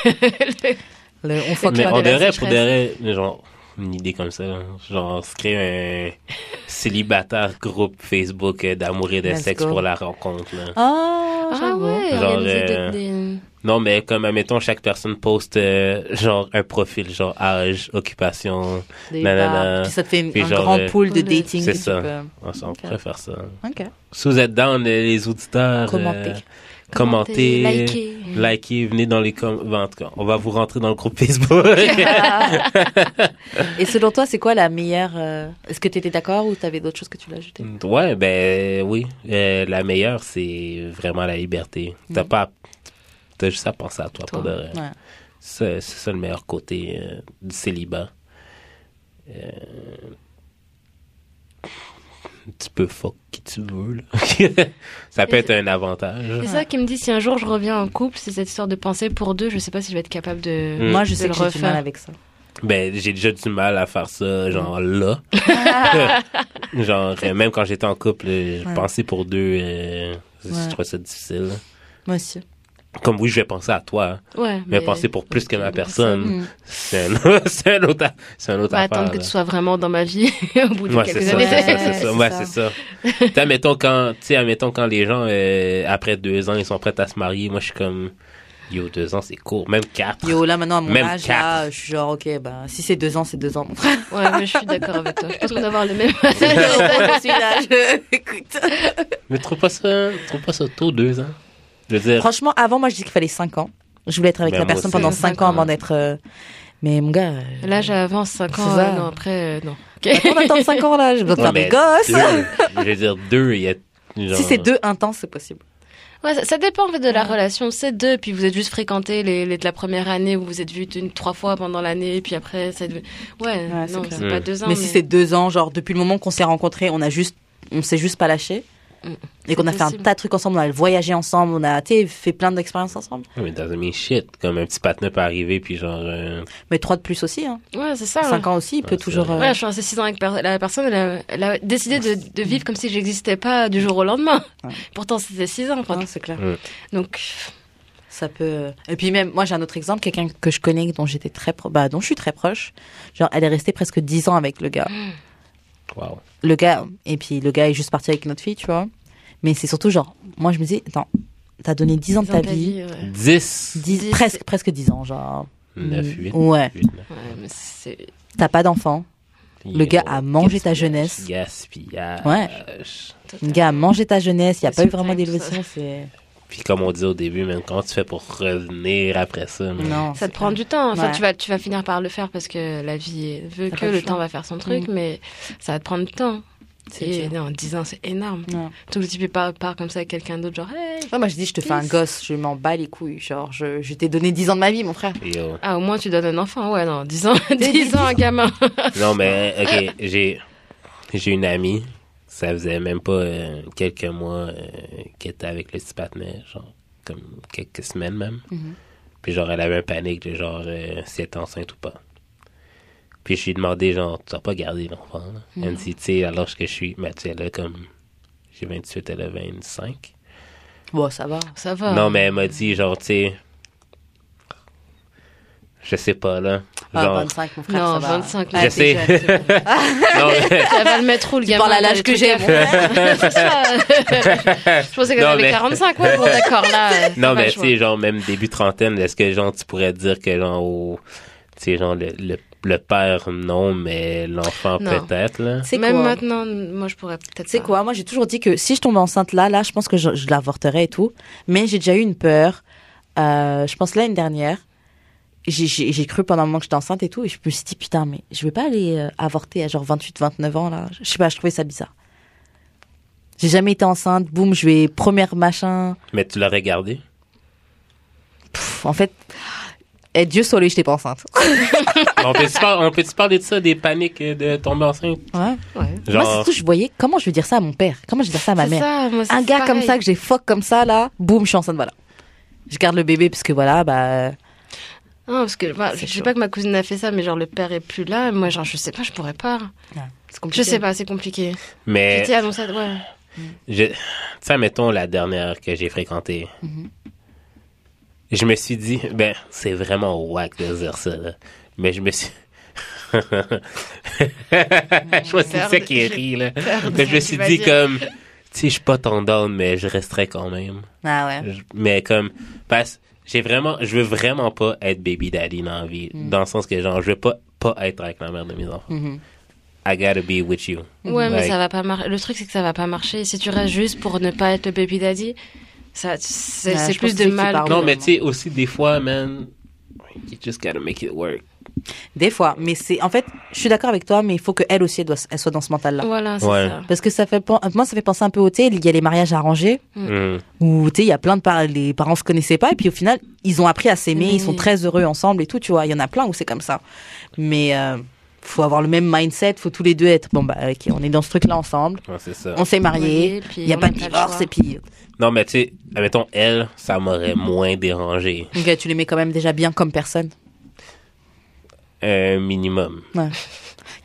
[SPEAKER 1] Le- on fuck
[SPEAKER 2] Mais
[SPEAKER 1] pas
[SPEAKER 2] on
[SPEAKER 1] de la-
[SPEAKER 2] devrait, pour
[SPEAKER 3] sécheresse.
[SPEAKER 2] des ra- genre, une idée comme ça, là. genre, se créer un célibataire groupe Facebook euh, d'amour et de
[SPEAKER 1] Let's
[SPEAKER 2] sexe
[SPEAKER 1] go.
[SPEAKER 2] pour la rencontre, là.
[SPEAKER 1] Ah,
[SPEAKER 3] Ah
[SPEAKER 1] j'avoue.
[SPEAKER 3] ouais,
[SPEAKER 2] Genre,
[SPEAKER 3] organiser des-
[SPEAKER 2] euh,
[SPEAKER 3] des...
[SPEAKER 2] Non, mais comme, admettons, chaque personne poste, euh, genre, un profil, genre, âge, occupation.
[SPEAKER 1] Des
[SPEAKER 2] Nanana.
[SPEAKER 1] bars. Puis ça te fait une-
[SPEAKER 2] Puis
[SPEAKER 1] un
[SPEAKER 2] genre,
[SPEAKER 1] grand
[SPEAKER 2] euh,
[SPEAKER 1] pool de
[SPEAKER 3] Ouais.
[SPEAKER 1] dating.
[SPEAKER 2] C'est
[SPEAKER 1] que tu
[SPEAKER 2] ça.
[SPEAKER 1] peux-
[SPEAKER 2] On, s'en pourrait faire ça.
[SPEAKER 1] Ok.
[SPEAKER 2] Si vous êtes down, euh, les auditeurs,
[SPEAKER 1] Commentez.
[SPEAKER 2] euh, commentez,
[SPEAKER 3] liker.
[SPEAKER 2] likez, venez dans les commentaires. En tout cas, on va vous rentrer dans le groupe Facebook. *laughs*
[SPEAKER 1] Et selon toi, c'est quoi la meilleure euh, Est-ce que tu étais d'accord ou tu avais d'autres choses que tu l'as ajouté
[SPEAKER 2] Ouais, ben oui. Euh, la meilleure, c'est vraiment la liberté. T'as
[SPEAKER 1] Mhm.
[SPEAKER 2] pas. T'as juste à penser à toi,
[SPEAKER 3] Toi.
[SPEAKER 2] pour de vrai.
[SPEAKER 1] Ouais.
[SPEAKER 2] C'est c'est ça le meilleur côté euh, du célibat. Euh, tu peux fuck qui tu veux. là. *laughs* ça peut
[SPEAKER 3] Et
[SPEAKER 2] être un avantage.
[SPEAKER 3] C'est ça qui me dit si un jour je reviens en couple, c'est cette histoire de penser pour deux. Je sais pas si je vais être capable de.
[SPEAKER 2] Mm.
[SPEAKER 1] Moi, je sais
[SPEAKER 3] le
[SPEAKER 1] que j'ai du mal
[SPEAKER 3] refaire.
[SPEAKER 1] avec ça.
[SPEAKER 2] Ben, j'ai déjà du mal à faire ça, genre là.
[SPEAKER 1] *laughs*
[SPEAKER 2] genre, euh, même quand j'étais en couple, euh, je
[SPEAKER 1] Ouais.
[SPEAKER 2] pensais pour deux, euh,
[SPEAKER 1] Ouais.
[SPEAKER 2] je trouvais ça difficile.
[SPEAKER 1] Moi aussi.
[SPEAKER 2] Comme oui, je vais penser à toi, hein,
[SPEAKER 3] Ouais.
[SPEAKER 2] mais, penser pour plus que ma personne,
[SPEAKER 1] Mm.
[SPEAKER 2] c'est un, c'est un autre, *laughs* c'est un autre
[SPEAKER 3] Pas
[SPEAKER 2] affaire.
[SPEAKER 3] attendre que
[SPEAKER 2] là.
[SPEAKER 3] tu sois vraiment dans ma vie *laughs* au bout de
[SPEAKER 2] Ouais, c'est
[SPEAKER 3] quelques
[SPEAKER 2] ça,
[SPEAKER 3] années.
[SPEAKER 2] c'est ça,
[SPEAKER 1] Ouais,
[SPEAKER 2] c'est ça.
[SPEAKER 3] *laughs*
[SPEAKER 1] c'est
[SPEAKER 2] Ouais,
[SPEAKER 1] ça.
[SPEAKER 2] c'est ça. Tu sais, admettons quand, tu sais, admettons quand les gens, euh, après deux ans, ils sont prêts à se marier, moi, je suis comme, yo, deux ans, c'est court, même quatre.
[SPEAKER 1] Yo, là, maintenant, à mon
[SPEAKER 2] Même
[SPEAKER 1] âge,
[SPEAKER 2] quatre.
[SPEAKER 1] là, je suis genre, ok, bah, si c'est deux ans, c'est deux ans, *laughs* mon frère.
[SPEAKER 3] Ouais, mais je suis d'accord avec toi. Je pense qu'on va avoir
[SPEAKER 1] *laughs*
[SPEAKER 3] le même.
[SPEAKER 1] Yo, je suis là, je- *laughs* écoute.
[SPEAKER 2] Euh. Mais trouve pas ça, trouve pas ça tôt, deux ans. Je veux dire,
[SPEAKER 1] Franchement, avant, moi, je disais qu'il fallait 5 ans. Je voulais être avec
[SPEAKER 2] Ben,
[SPEAKER 1] la
[SPEAKER 2] moi
[SPEAKER 1] personne
[SPEAKER 2] aussi.
[SPEAKER 1] pendant 5 ans avant d'être. euh, Mais mon gars, euh,
[SPEAKER 3] *laughs* Là, j'avance 5 ans.
[SPEAKER 1] C'est ça.
[SPEAKER 3] euh, non, après, euh, non.
[SPEAKER 1] on attend 5 ans là, j'ai besoin de
[SPEAKER 2] Ouais,
[SPEAKER 1] faire
[SPEAKER 2] mais
[SPEAKER 1] des gosses.
[SPEAKER 2] deux, je veux dire, deux, il y a. genre-
[SPEAKER 1] Si c'est deux intenses, c'est possible.
[SPEAKER 3] *laughs* Ouais, ça, ça dépend en fait de la
[SPEAKER 1] Ouais.
[SPEAKER 3] relation. C'est deux, puis vous êtes juste fréquentés les, les de la première année où vous êtes vus une trois fois pendant l'année, puis après ça. dev- Ouais,
[SPEAKER 1] Ouais, c'est
[SPEAKER 3] non,
[SPEAKER 1] clair.
[SPEAKER 3] c'est pas
[SPEAKER 2] Mm.
[SPEAKER 3] deux ans.
[SPEAKER 1] mais si c'est deux ans, genre depuis le moment qu'on s'est rencontrés, on a juste, on s'est juste pas lâché.
[SPEAKER 3] Mm.
[SPEAKER 1] Et qu'on a
[SPEAKER 3] C'est
[SPEAKER 1] fait un
[SPEAKER 3] possible.
[SPEAKER 1] tas de trucs ensemble, on a voyagé ensemble, on a tu sais, fait plein d'expériences ensemble.
[SPEAKER 2] Ouais, Mais dans un shit, comme un petit patin peut arriver, puis genre. euh,
[SPEAKER 1] Mais trois de plus aussi, hein.
[SPEAKER 3] ouais, c'est ça. Ah ouais.
[SPEAKER 1] cinq ans aussi, il peut
[SPEAKER 2] Ouais,
[SPEAKER 1] toujours.
[SPEAKER 2] c'est
[SPEAKER 1] euh,
[SPEAKER 3] Ouais, je suis restée six ans avec per- la personne, elle a, elle a décidé de, de vivre comme si j'existais pas du jour au lendemain.
[SPEAKER 1] Ouais.
[SPEAKER 3] *laughs* Pourtant, c'était six ans. enfin,
[SPEAKER 1] hein, c'est clair.
[SPEAKER 3] donc,
[SPEAKER 1] Ça peut. euh, Et puis même, moi j'ai un autre exemple, quelqu'un que je connais, dont j'étais très, pro... bah, dont je suis très proche. Genre, elle est restée presque dix ans avec le gars.
[SPEAKER 3] Mm.
[SPEAKER 2] Wow.
[SPEAKER 1] le gars, et puis le gars est juste parti avec notre fille, tu vois. Mais c'est surtout genre, moi je me dis, attends, t'as donné 10 ans de
[SPEAKER 3] six
[SPEAKER 1] ta
[SPEAKER 3] ans
[SPEAKER 1] vie,
[SPEAKER 3] ouais.
[SPEAKER 2] 10,
[SPEAKER 1] dix-
[SPEAKER 3] Dix.
[SPEAKER 1] presque, presque 10 ans, genre.
[SPEAKER 2] 9,
[SPEAKER 1] Mm,
[SPEAKER 2] 8.
[SPEAKER 1] Ouais,
[SPEAKER 3] Ouais, mais c'est-
[SPEAKER 1] t'as pas d'enfant. Le gars a mangé ta jeunesse.
[SPEAKER 2] Gaspillage.
[SPEAKER 1] Ouais. Le gars a mangé ta jeunesse, il a
[SPEAKER 3] C'est
[SPEAKER 1] pas eu
[SPEAKER 3] suprême,
[SPEAKER 1] vraiment
[SPEAKER 3] ça.
[SPEAKER 1] d'évolution, c'est.
[SPEAKER 2] Puis comme on dit au début, même comment tu fais pour revenir après ça? man?
[SPEAKER 1] Non.
[SPEAKER 3] Ça
[SPEAKER 1] c'est
[SPEAKER 3] te prend du temps. Enfin,
[SPEAKER 1] Ouais.
[SPEAKER 3] tu vas, tu vas finir par le faire parce que la vie veut
[SPEAKER 1] T'as
[SPEAKER 3] que
[SPEAKER 1] pas le
[SPEAKER 3] le
[SPEAKER 1] choix. Mm.
[SPEAKER 3] temps va faire son truc, mais ça va te prendre du temps.
[SPEAKER 1] c'est
[SPEAKER 3] Et
[SPEAKER 1] dur.
[SPEAKER 3] non, 10 ans, c'est énorme.
[SPEAKER 1] Ouais.
[SPEAKER 3] Donc, si tu pars, pars comme ça avec quelqu'un d'autre, genre, hey.
[SPEAKER 1] Ouais, moi je dis, je te fais un
[SPEAKER 3] Peace.
[SPEAKER 1] gosse, je m'en bats les couilles. Genre, je, je t'ai donné 10 ans de ma vie, mon frère.
[SPEAKER 2] Yo.
[SPEAKER 3] Ah, au moins, tu donnes un enfant. Ouais, non, 10 ans, *laughs* 10 ans, un gamin.
[SPEAKER 2] Non, mais, euh, ok, j'ai, j'ai une amie, ça faisait même pas euh, quelques mois euh, qu'elle était avec le petit patinet, genre, comme quelques semaines même.
[SPEAKER 1] Mhm.
[SPEAKER 2] Puis genre, elle avait un panique de genre, euh, si elle était enceinte ou pas. Puis je lui ai demandé, genre, tu vas pas garder l'enfant, là? Elle
[SPEAKER 1] Mhm.
[SPEAKER 2] me dit, tu sais, alors que je suis, mais tu sais, elle a comme, j'ai 28, elle a 25.
[SPEAKER 1] Bon, ça va.
[SPEAKER 3] Ça va.
[SPEAKER 2] Non, mais elle m'a dit, genre, tu sais, je sais pas, là.
[SPEAKER 1] Ah,
[SPEAKER 2] Genre,
[SPEAKER 1] 25, mon frère,
[SPEAKER 3] Non,
[SPEAKER 1] ça va.
[SPEAKER 3] 25,
[SPEAKER 1] Ah,
[SPEAKER 2] je
[SPEAKER 1] t'es
[SPEAKER 2] sais.
[SPEAKER 1] jeune, c'est bon.
[SPEAKER 2] non, mais-
[SPEAKER 3] Ça va le mettre où, le
[SPEAKER 1] Tu
[SPEAKER 3] gamin
[SPEAKER 1] parles à
[SPEAKER 3] t'as
[SPEAKER 1] l'âge
[SPEAKER 3] des
[SPEAKER 1] que
[SPEAKER 3] trucs
[SPEAKER 1] j'ai,
[SPEAKER 3] à
[SPEAKER 1] mon
[SPEAKER 3] faire.
[SPEAKER 1] frère.
[SPEAKER 3] je pensais qu'elle
[SPEAKER 2] Non,
[SPEAKER 3] avait
[SPEAKER 2] mais-
[SPEAKER 3] 45, ouais, bon, d'accord,
[SPEAKER 1] *laughs*
[SPEAKER 3] là. euh, ça
[SPEAKER 2] non,
[SPEAKER 3] va,
[SPEAKER 2] mais
[SPEAKER 3] je
[SPEAKER 2] tu sais, genre, même début trentaine, est-ce que, genre, tu pourrais dire que, genre, au- tu sais, genre, le, le, le père, non, mais l'enfant,
[SPEAKER 3] Non.
[SPEAKER 2] peut-être, là.
[SPEAKER 1] C'est
[SPEAKER 3] Même
[SPEAKER 1] quoi
[SPEAKER 3] maintenant, moi, je pourrais peut-être.
[SPEAKER 1] Tu sais
[SPEAKER 3] pas.
[SPEAKER 1] quoi, moi j'ai toujours dit que si je tombais enceinte là, là, je pense que je, je l'avorterais et tout. Mais j'ai déjà eu une peur. Euh, je pense l'année dernière, j'ai- j'ai j'ai cru pendant un moment que j'étais enceinte et tout. Et je me suis dit, putain, mais je vais pas aller euh, avorter à genre 28, 29 ans là. Je sais pas, je trouvais ça bizarre. J'ai jamais été enceinte, boum, je vais première machin.
[SPEAKER 2] Mais tu l'aurais gardé.
[SPEAKER 1] Pff, en fait, et Dieu soit loué, j'étais pas enceinte.
[SPEAKER 2] on peut-tu par- on peut-tu parler de ça, des paniques euh, de tomber enceinte?
[SPEAKER 1] Ouais.
[SPEAKER 3] Ouais.
[SPEAKER 1] Moi,
[SPEAKER 2] Genre,
[SPEAKER 1] surtout, je voyais comment je vais dire ça à mon père, comment je vais dire ça à Ah, ma
[SPEAKER 3] C'est
[SPEAKER 1] mère.
[SPEAKER 3] ça, moi, c'est
[SPEAKER 1] un gars comme
[SPEAKER 3] pareil.
[SPEAKER 1] ça que j'ai fuck comme ça là, boum, je suis enceinte, voilà. Je garde le bébé parce que voilà, bah.
[SPEAKER 3] Non, parce que bah,
[SPEAKER 1] C'est
[SPEAKER 3] je sais
[SPEAKER 1] chaud.
[SPEAKER 3] pas que ma cousine a fait ça, mais genre le père est plus là. et Moi, genre, je sais pas, je pourrais pas.
[SPEAKER 1] C'est compliqué.
[SPEAKER 3] Je sais pas, c'est compliqué.
[SPEAKER 2] mais.
[SPEAKER 3] J'étais annoncée, ouais.
[SPEAKER 2] Je, tu sais, mettons la dernière que j'ai fréquentée.
[SPEAKER 1] Mhm.
[SPEAKER 2] Je me suis dit, ben, c'est vraiment whack de dire ça, là. Mais je
[SPEAKER 1] *laughs*
[SPEAKER 2] me suis. je vois, c'est ça qui est ri, là. Mais je me suis dit, comme, tu sais, je suis pas ton down, mais je resterai quand même.
[SPEAKER 1] Ah ouais.
[SPEAKER 2] Je- mais comme parce j'ai vraiment je veux vraiment pas être baby daddy dans la vie dans le sens que genre je veux pas pas être avec la mère de mes enfants
[SPEAKER 1] Mhm.
[SPEAKER 2] I gotta be with you
[SPEAKER 3] Ouais, mais
[SPEAKER 2] Like,
[SPEAKER 3] ça va pas marcher. Le truc, c'est que ça va pas marcher. Si tu restes juste pour ne pas être le baby daddy, ça, c'est
[SPEAKER 1] Ouais,
[SPEAKER 3] c'est
[SPEAKER 1] Bah, je
[SPEAKER 3] plus
[SPEAKER 1] pense
[SPEAKER 3] de
[SPEAKER 1] que tu
[SPEAKER 3] mal.
[SPEAKER 1] parles.
[SPEAKER 2] non mais tu sais aussi des fois man you just gotta make it work
[SPEAKER 1] Des fois, mais c'est en fait, je suis d'accord avec toi, mais il faut que elle aussi elle, doit- elle soit dans ce mental là.
[SPEAKER 3] Voilà, c'est
[SPEAKER 2] Ouais.
[SPEAKER 3] ça.
[SPEAKER 1] Parce que ça fait pen- moi ça fait penser un peu au tu sais, il y a les mariages arrangés
[SPEAKER 2] Mm.
[SPEAKER 1] où tu sais il y a plein de par... les parents se connaissaient pas et puis au final ils ont appris à s'aimer,
[SPEAKER 3] Mais
[SPEAKER 1] ils sont
[SPEAKER 3] oui.
[SPEAKER 1] très heureux ensemble et tout, tu vois, il y en a plein où c'est comme ça. Mais euh, faut avoir le même mindset, faut tous les deux être. Bon, bah, ok, on est dans ce truc-là ensemble.
[SPEAKER 2] Ouais, c'est ça.
[SPEAKER 1] On s'est mariés.
[SPEAKER 3] puis
[SPEAKER 1] Il n'y a
[SPEAKER 3] on
[SPEAKER 1] pas
[SPEAKER 3] n'a
[SPEAKER 1] de
[SPEAKER 3] pas le
[SPEAKER 1] divorce,
[SPEAKER 3] choix.
[SPEAKER 1] et puis.
[SPEAKER 2] Non, mais tu sais, admettons, elle, ça
[SPEAKER 3] Mm.
[SPEAKER 2] m'aurait moins dérangé.
[SPEAKER 1] Ok, eh, tu les mets quand même déjà bien comme personne.
[SPEAKER 2] Un
[SPEAKER 3] *laughs*
[SPEAKER 2] minimum.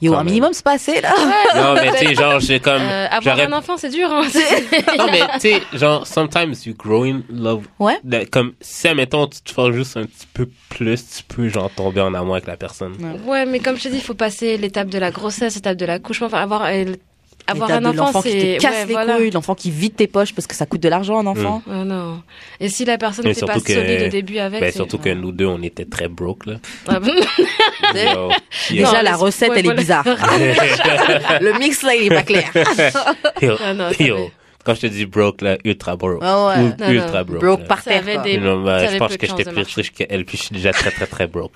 [SPEAKER 1] Yo, un
[SPEAKER 2] Quand même.
[SPEAKER 1] minimum, c'est pas assez, là.
[SPEAKER 2] Non, mais tu sais, genre, j'ai comme.
[SPEAKER 3] Euh, avoir
[SPEAKER 2] j'aurais
[SPEAKER 3] un enfant, c'est dur. Hein. *laughs*
[SPEAKER 2] Non, mais tu sais, genre, sometimes you grow in love.
[SPEAKER 1] Ouais.
[SPEAKER 2] De- comme, si, admettons, tu te forges juste un petit peu plus, tu peux, genre, tomber en amour avec la personne.
[SPEAKER 3] ouais, mais comme je te dis, il faut passer l'étape de la grossesse, l'étape de l'accouchement. Enfin, avoir, euh, avoir
[SPEAKER 1] Et t'as
[SPEAKER 3] un
[SPEAKER 1] de
[SPEAKER 3] enfant,
[SPEAKER 1] l'enfant qui
[SPEAKER 3] c'est.
[SPEAKER 1] te casse
[SPEAKER 3] ouais,
[SPEAKER 1] les
[SPEAKER 3] voilà.
[SPEAKER 1] couilles, l'enfant qui vide tes poches parce que ça coûte de l'argent, un enfant.
[SPEAKER 3] Ouais, non. Et si la personne
[SPEAKER 2] Mais
[SPEAKER 3] n'était pas
[SPEAKER 2] surtout que-
[SPEAKER 3] solide au début avec.
[SPEAKER 2] Ben,
[SPEAKER 3] c'est-
[SPEAKER 2] surtout que nous deux, on était très broke,
[SPEAKER 3] *laughs*
[SPEAKER 2] là.
[SPEAKER 3] Ah bon
[SPEAKER 2] Yo, yo,
[SPEAKER 1] Déjà,
[SPEAKER 3] Non,
[SPEAKER 1] la
[SPEAKER 3] mais-
[SPEAKER 1] recette, elle
[SPEAKER 3] ouais,
[SPEAKER 1] est
[SPEAKER 3] voilà. *laughs*
[SPEAKER 1] bizarre. *laughs* le mix, là, il est pas
[SPEAKER 2] *laughs*
[SPEAKER 1] clair.
[SPEAKER 2] yo,
[SPEAKER 3] Ah non, ça
[SPEAKER 2] yo.
[SPEAKER 3] avait-
[SPEAKER 2] Quand je te dis broke, là, ultra broke.
[SPEAKER 1] Ah ouais.
[SPEAKER 2] Ou-
[SPEAKER 3] Non, non.
[SPEAKER 2] ultra broke.
[SPEAKER 1] Broke
[SPEAKER 2] là.
[SPEAKER 1] par
[SPEAKER 3] Ça
[SPEAKER 1] terre.
[SPEAKER 3] avait
[SPEAKER 1] quoi.
[SPEAKER 3] des-
[SPEAKER 2] Non, ben,
[SPEAKER 3] ça
[SPEAKER 2] je
[SPEAKER 3] avait
[SPEAKER 2] pense
[SPEAKER 3] peu de
[SPEAKER 2] que
[SPEAKER 3] chances
[SPEAKER 2] j'étais
[SPEAKER 3] de
[SPEAKER 2] plus
[SPEAKER 3] marcher.
[SPEAKER 2] riche qu'elle, puis je suis déjà très, très, très broke,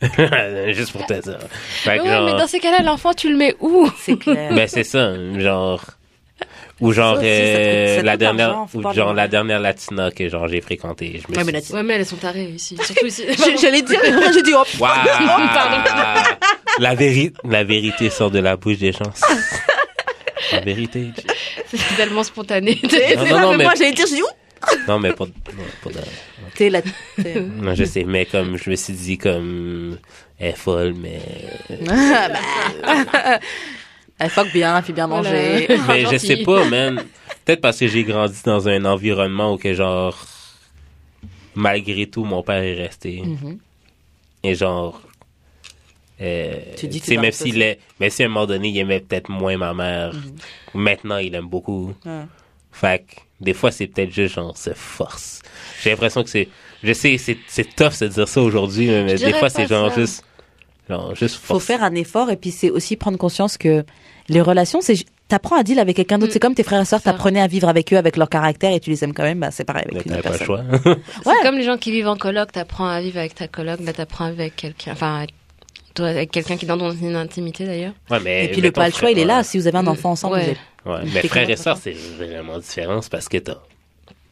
[SPEAKER 2] là. *laughs* Juste pour te dire. Fait
[SPEAKER 3] Mais
[SPEAKER 2] que,
[SPEAKER 3] ouais,
[SPEAKER 2] genre,
[SPEAKER 3] mais dans ces cas-là, l'enfant, tu le mets où
[SPEAKER 1] C'est clair.
[SPEAKER 2] Ben c'est ça, genre ou genre
[SPEAKER 1] Ça aussi, ça
[SPEAKER 2] euh,
[SPEAKER 1] coûte- ça
[SPEAKER 2] la
[SPEAKER 1] coûte l'argent,
[SPEAKER 2] dernière
[SPEAKER 1] faut
[SPEAKER 2] ou
[SPEAKER 1] pas
[SPEAKER 2] genre
[SPEAKER 1] le-
[SPEAKER 2] la dernière latina que genre j'ai fréquentée, je me
[SPEAKER 1] Ouais,
[SPEAKER 2] suis
[SPEAKER 1] mais la- *laughs*
[SPEAKER 2] dit,
[SPEAKER 3] Ouais, mais elles sont tarées *laughs* ici. Surtout ici.
[SPEAKER 1] Je- J'allais dire, *laughs* j'ai dit, oh, hop.
[SPEAKER 2] Waouh
[SPEAKER 3] *laughs*
[SPEAKER 2] La vérité la vérité sort de la bouche des gens. la vérité.
[SPEAKER 3] C'est tellement *laughs* spontané.
[SPEAKER 1] C'est
[SPEAKER 2] Non,
[SPEAKER 1] ça,
[SPEAKER 2] non, non,
[SPEAKER 1] mais
[SPEAKER 2] mais-
[SPEAKER 1] moi, j'allais dire, j'ai dit, ouh.
[SPEAKER 2] Non mais pour, non, pour de-
[SPEAKER 1] T'es là.
[SPEAKER 3] *laughs*
[SPEAKER 1] t'es-
[SPEAKER 2] non, je sais mais comme je me suis dit comme elle est folle mais euh,
[SPEAKER 1] Ah, bah. Elle fuck bien, elle fait bien
[SPEAKER 3] Voilà.
[SPEAKER 1] manger.
[SPEAKER 2] *laughs* mais je
[SPEAKER 3] Gentil.
[SPEAKER 2] sais pas man. Peut-être parce que j'ai grandi dans un environnement où que genre malgré tout mon père est resté.
[SPEAKER 1] Mhm.
[SPEAKER 2] Et genre. Euh,
[SPEAKER 1] Tu dis que
[SPEAKER 2] sais,
[SPEAKER 1] dans
[SPEAKER 2] même
[SPEAKER 1] ça,
[SPEAKER 2] s'il
[SPEAKER 1] c'est-
[SPEAKER 2] est, même si à un moment donné, il aimait peut-être moins ma mère. Maintenant, il aime beaucoup.
[SPEAKER 1] Mm-hmm. Ouais.
[SPEAKER 2] Fait que, des fois, c'est peut-être juste genre, se force. J'ai l'impression que c'est, je sais, c'est, c'est tough de dire ça aujourd'hui, mais, des
[SPEAKER 3] dirais
[SPEAKER 2] fois, c'est
[SPEAKER 3] pas
[SPEAKER 2] genre
[SPEAKER 3] ça.
[SPEAKER 2] juste, genre, juste
[SPEAKER 1] faut
[SPEAKER 2] force.
[SPEAKER 1] faire un effort et puis c'est aussi prendre conscience que les relations, c'est t'apprends à deal avec quelqu'un d'autre.
[SPEAKER 3] Mm.
[SPEAKER 1] C'est comme tes frères et sœurs,
[SPEAKER 3] Ça.
[SPEAKER 1] t'apprenais à vivre avec eux, avec leur caractère et tu les aimes quand même. Bah, c'est pareil
[SPEAKER 2] Mais
[SPEAKER 1] avec une
[SPEAKER 2] t'as
[SPEAKER 1] autre
[SPEAKER 2] pas le
[SPEAKER 1] personne.
[SPEAKER 2] choix. *laughs*
[SPEAKER 1] Ouais.
[SPEAKER 3] C'est comme les gens qui vivent en coloc, t'apprends à vivre avec ta coloc, là t'apprends à vivre avec quelqu'un, enfin, toi, avec quelqu'un qui est dans ton intimité d'ailleurs.
[SPEAKER 2] Ouais, mais.
[SPEAKER 1] Et puis le
[SPEAKER 2] mettons,
[SPEAKER 1] pas le choix,
[SPEAKER 2] frère-
[SPEAKER 1] il est là.
[SPEAKER 2] ouais.
[SPEAKER 1] Si vous avez un
[SPEAKER 3] Mm.
[SPEAKER 1] enfant ensemble,
[SPEAKER 3] Ouais.
[SPEAKER 1] vous êtes-
[SPEAKER 2] Ouais,
[SPEAKER 1] Mm.
[SPEAKER 2] mais
[SPEAKER 1] T'es
[SPEAKER 2] frères et
[SPEAKER 1] content.
[SPEAKER 2] sœurs, c'est vraiment différent c'est parce que t'as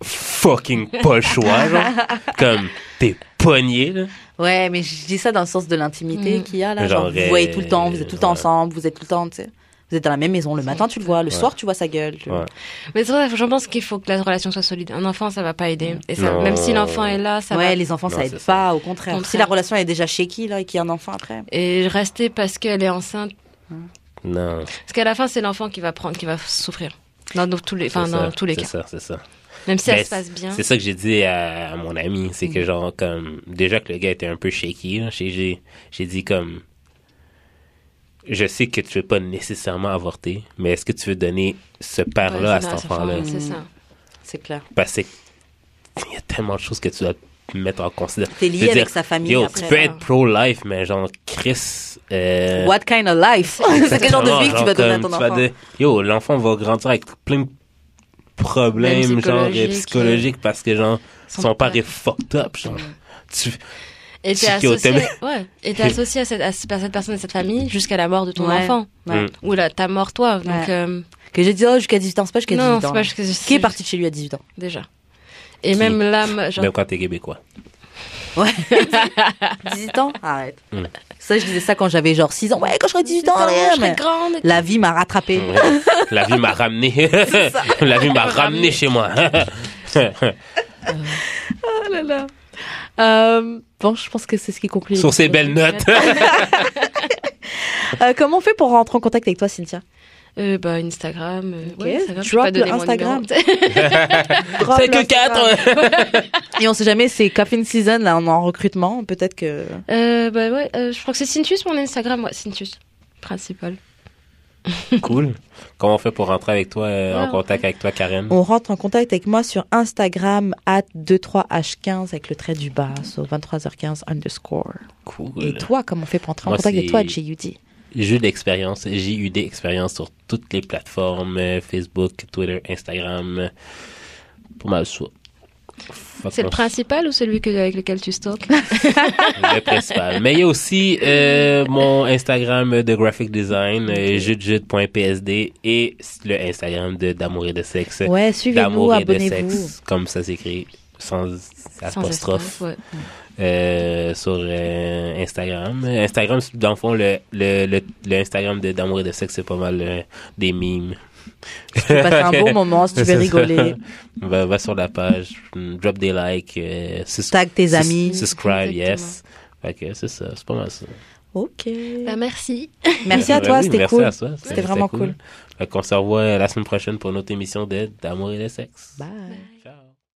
[SPEAKER 2] fucking pas le choix, genre.
[SPEAKER 3] *laughs*
[SPEAKER 2] Comme, t'es pogné, là.
[SPEAKER 1] ouais, mais je dis ça dans le sens de l'intimité
[SPEAKER 3] Mm.
[SPEAKER 1] qu'il y a là.
[SPEAKER 2] Genre,
[SPEAKER 1] Genre, vous voyez tout le temps, vous êtes tout le temps
[SPEAKER 2] ouais.
[SPEAKER 1] ensemble, vous êtes tout le temps, tu sais. Vous êtes dans la même maison. Le matin, tu le vois. Le
[SPEAKER 2] Ouais.
[SPEAKER 1] soir, tu vois sa gueule. tu-
[SPEAKER 2] Ouais.
[SPEAKER 3] Mais c'est vrai, j'en pense qu'il faut que la relation soit solide. Un enfant, ça va pas aider. Et ça,
[SPEAKER 2] Non.
[SPEAKER 3] même si l'enfant est là, ça
[SPEAKER 1] ouais,
[SPEAKER 3] va.
[SPEAKER 1] les enfants,
[SPEAKER 2] Non,
[SPEAKER 1] ça
[SPEAKER 2] c'est
[SPEAKER 1] aide
[SPEAKER 2] ça.
[SPEAKER 1] pas, au contraire.
[SPEAKER 3] Contraire.
[SPEAKER 1] Si la relation est déjà shaky, là, et qu'il y a un enfant après.
[SPEAKER 3] Et rester parce qu'elle est enceinte.
[SPEAKER 2] Non.
[SPEAKER 3] Parce qu'à la fin, c'est l'enfant qui va prendre, qui va souffrir. Dans nos- tous les,
[SPEAKER 2] c'est
[SPEAKER 3] enfin, dans
[SPEAKER 2] ça,
[SPEAKER 3] tous les
[SPEAKER 2] c'est
[SPEAKER 3] cas. Hein?
[SPEAKER 2] ça, c'est ça.
[SPEAKER 3] Même si
[SPEAKER 2] Ben,
[SPEAKER 3] elle se passe bien.
[SPEAKER 2] C'est ça que j'ai dit à, à mon ami, c'est que genre comme déjà que le gars était un peu shaky, là, j'ai- j'ai j'ai dit comme je sais que tu veux pas nécessairement avorter, mais est-ce que tu veux donner ce père
[SPEAKER 3] Ouais,
[SPEAKER 2] là à
[SPEAKER 3] c'est
[SPEAKER 2] cet
[SPEAKER 3] ça,
[SPEAKER 2] enfant là
[SPEAKER 3] c'est
[SPEAKER 1] Mm.
[SPEAKER 3] ça.
[SPEAKER 1] C'est clair.
[SPEAKER 2] parce que il y a tellement de choses que tu dois mettre en considération.
[SPEAKER 1] T'es lié
[SPEAKER 2] Je veux
[SPEAKER 1] avec sa famille
[SPEAKER 2] Yo,
[SPEAKER 1] après,
[SPEAKER 2] tu peux
[SPEAKER 1] là.
[SPEAKER 2] être pro life mais genre Chris euh,
[SPEAKER 1] What kind of life? *laughs* C'est quel genre de vie que tu
[SPEAKER 2] Genre
[SPEAKER 1] vas donner à
[SPEAKER 2] comme
[SPEAKER 1] ton
[SPEAKER 2] tu vas
[SPEAKER 1] enfant?
[SPEAKER 2] dire, Yo, l'enfant va grandir avec plein de
[SPEAKER 3] Problèmes
[SPEAKER 2] problèmes genre
[SPEAKER 3] psychologiques,
[SPEAKER 2] et psychologiques parce que genre
[SPEAKER 3] Son
[SPEAKER 2] son, père
[SPEAKER 3] père.
[SPEAKER 2] est fucked up genre. Tu-
[SPEAKER 3] Et t'es
[SPEAKER 2] Psycho,
[SPEAKER 3] associé,
[SPEAKER 2] t'aimes-
[SPEAKER 3] ouais,
[SPEAKER 2] *laughs*
[SPEAKER 3] et t'es associé à cette, à cette personne et cette famille jusqu'à la mort de ton
[SPEAKER 1] Ouais.
[SPEAKER 3] enfant.
[SPEAKER 1] Ouais.
[SPEAKER 2] Mm.
[SPEAKER 3] Ou là, ta mort, toi. Donc,
[SPEAKER 1] Ouais.
[SPEAKER 3] euh,
[SPEAKER 1] Que j'ai dit, oh, jusqu'à 18 ans, c'est pas jusqu'à 18
[SPEAKER 3] non,
[SPEAKER 1] ans.
[SPEAKER 3] c'est
[SPEAKER 1] là.
[SPEAKER 3] pas jusqu'à
[SPEAKER 1] Qui est parti de chez lui à 18 ans *laughs*
[SPEAKER 3] Déjà. Et
[SPEAKER 2] Qui-
[SPEAKER 3] même l'âme, genre,
[SPEAKER 2] Même quand t'es québécois.
[SPEAKER 1] Ouais. 18 ans Arrête.
[SPEAKER 2] Mm.
[SPEAKER 1] Ça, je disais ça quand j'avais genre 6 ans. Ouais, quand j'aurai 18 ans,
[SPEAKER 3] Putain,
[SPEAKER 1] rien,
[SPEAKER 3] je serais
[SPEAKER 1] mais
[SPEAKER 3] grande.
[SPEAKER 1] La vie m'a rattrapé.
[SPEAKER 2] Ouais. La vie m'a
[SPEAKER 1] *laughs*
[SPEAKER 2] ramené. *laughs* La vie m'a ramené chez moi.
[SPEAKER 1] Oh Euh, bon, je pense que c'est ce qui conclut.
[SPEAKER 2] Sur ces belles notes. *laughs*
[SPEAKER 1] Euh, comment on fait pour rentrer en contact avec toi, Cynthia
[SPEAKER 3] Euh, bah, Instagram. euh,
[SPEAKER 1] Ok,
[SPEAKER 3] ouais, Instagram. Je peux
[SPEAKER 1] drop
[SPEAKER 3] pas
[SPEAKER 1] le
[SPEAKER 3] donner mon
[SPEAKER 1] Instagram.
[SPEAKER 3] *laughs* numéro.
[SPEAKER 2] C'est que
[SPEAKER 1] *laughs* quatre.
[SPEAKER 2] quatre.
[SPEAKER 1] Et on sait jamais, c'est Coffin Season, là, on est en recrutement. Peut-être que.
[SPEAKER 3] euh, bah, ouais, euh, je crois que c'est Cintus, mon Instagram. Ouais, Cintus. Principal.
[SPEAKER 2] Cool. Comment on fait pour rentrer avec toi, euh, en
[SPEAKER 1] Ah.
[SPEAKER 3] Ouais,
[SPEAKER 2] contact avec toi, Karen?
[SPEAKER 1] On rentre en contact avec moi sur Instagram, at 23h15, avec le trait du bas, so 23h15 underscore. Et
[SPEAKER 2] Cool.
[SPEAKER 1] toi, comment on fait pour entrer en
[SPEAKER 2] Moi,
[SPEAKER 1] contact avec
[SPEAKER 2] c'est-
[SPEAKER 1] toi, JUD
[SPEAKER 2] Jus d'expérience, JUD expérience sur toutes les plateformes, euh, Facebook, Twitter, Instagram. euh, Pour mal ça. Fuck
[SPEAKER 3] C'est le
[SPEAKER 2] off.
[SPEAKER 3] principal ou celui que, avec lequel tu stockes
[SPEAKER 2] Le principal. Mais il y a aussi euh, mon Instagram de graphic design, euh, judejud.psd, et le Instagram de D'amour et de sexe.
[SPEAKER 1] Ouais, suivez-nous,
[SPEAKER 2] D'amour et de
[SPEAKER 1] abonnez-vous.
[SPEAKER 2] sexe, comme ça s'écrit sans
[SPEAKER 3] sans
[SPEAKER 2] apostrophe.
[SPEAKER 3] espace, ouais.
[SPEAKER 2] euh, sur euh, Instagram. Instagram, c'est- dans le fond, le, le, le, le Instagram de- d'amour et de sexe, c'est pas mal euh, des mimes.
[SPEAKER 1] Tu peux passer un
[SPEAKER 2] *laughs*
[SPEAKER 1] bon moment si tu veux
[SPEAKER 2] C'est ça.
[SPEAKER 1] rigoler.
[SPEAKER 2] Va, va sur la page, mm, drop des likes, euh, sus-
[SPEAKER 1] Tag tes
[SPEAKER 2] sus-
[SPEAKER 1] amis.
[SPEAKER 2] subscribe,
[SPEAKER 3] Exactement.
[SPEAKER 2] yes. Fait que c'est ça, c'est pas mal ça.
[SPEAKER 1] Ok.
[SPEAKER 3] Bah, merci.
[SPEAKER 1] Merci à
[SPEAKER 2] Ben
[SPEAKER 1] toi,
[SPEAKER 2] oui,
[SPEAKER 1] c'était
[SPEAKER 2] merci
[SPEAKER 1] cool.
[SPEAKER 2] à toi,
[SPEAKER 1] C'était vraiment cool.
[SPEAKER 2] Fait qu'on se revoit la semaine prochaine pour notre émission de d'amour et de sexe.
[SPEAKER 1] Bye.
[SPEAKER 3] Bye.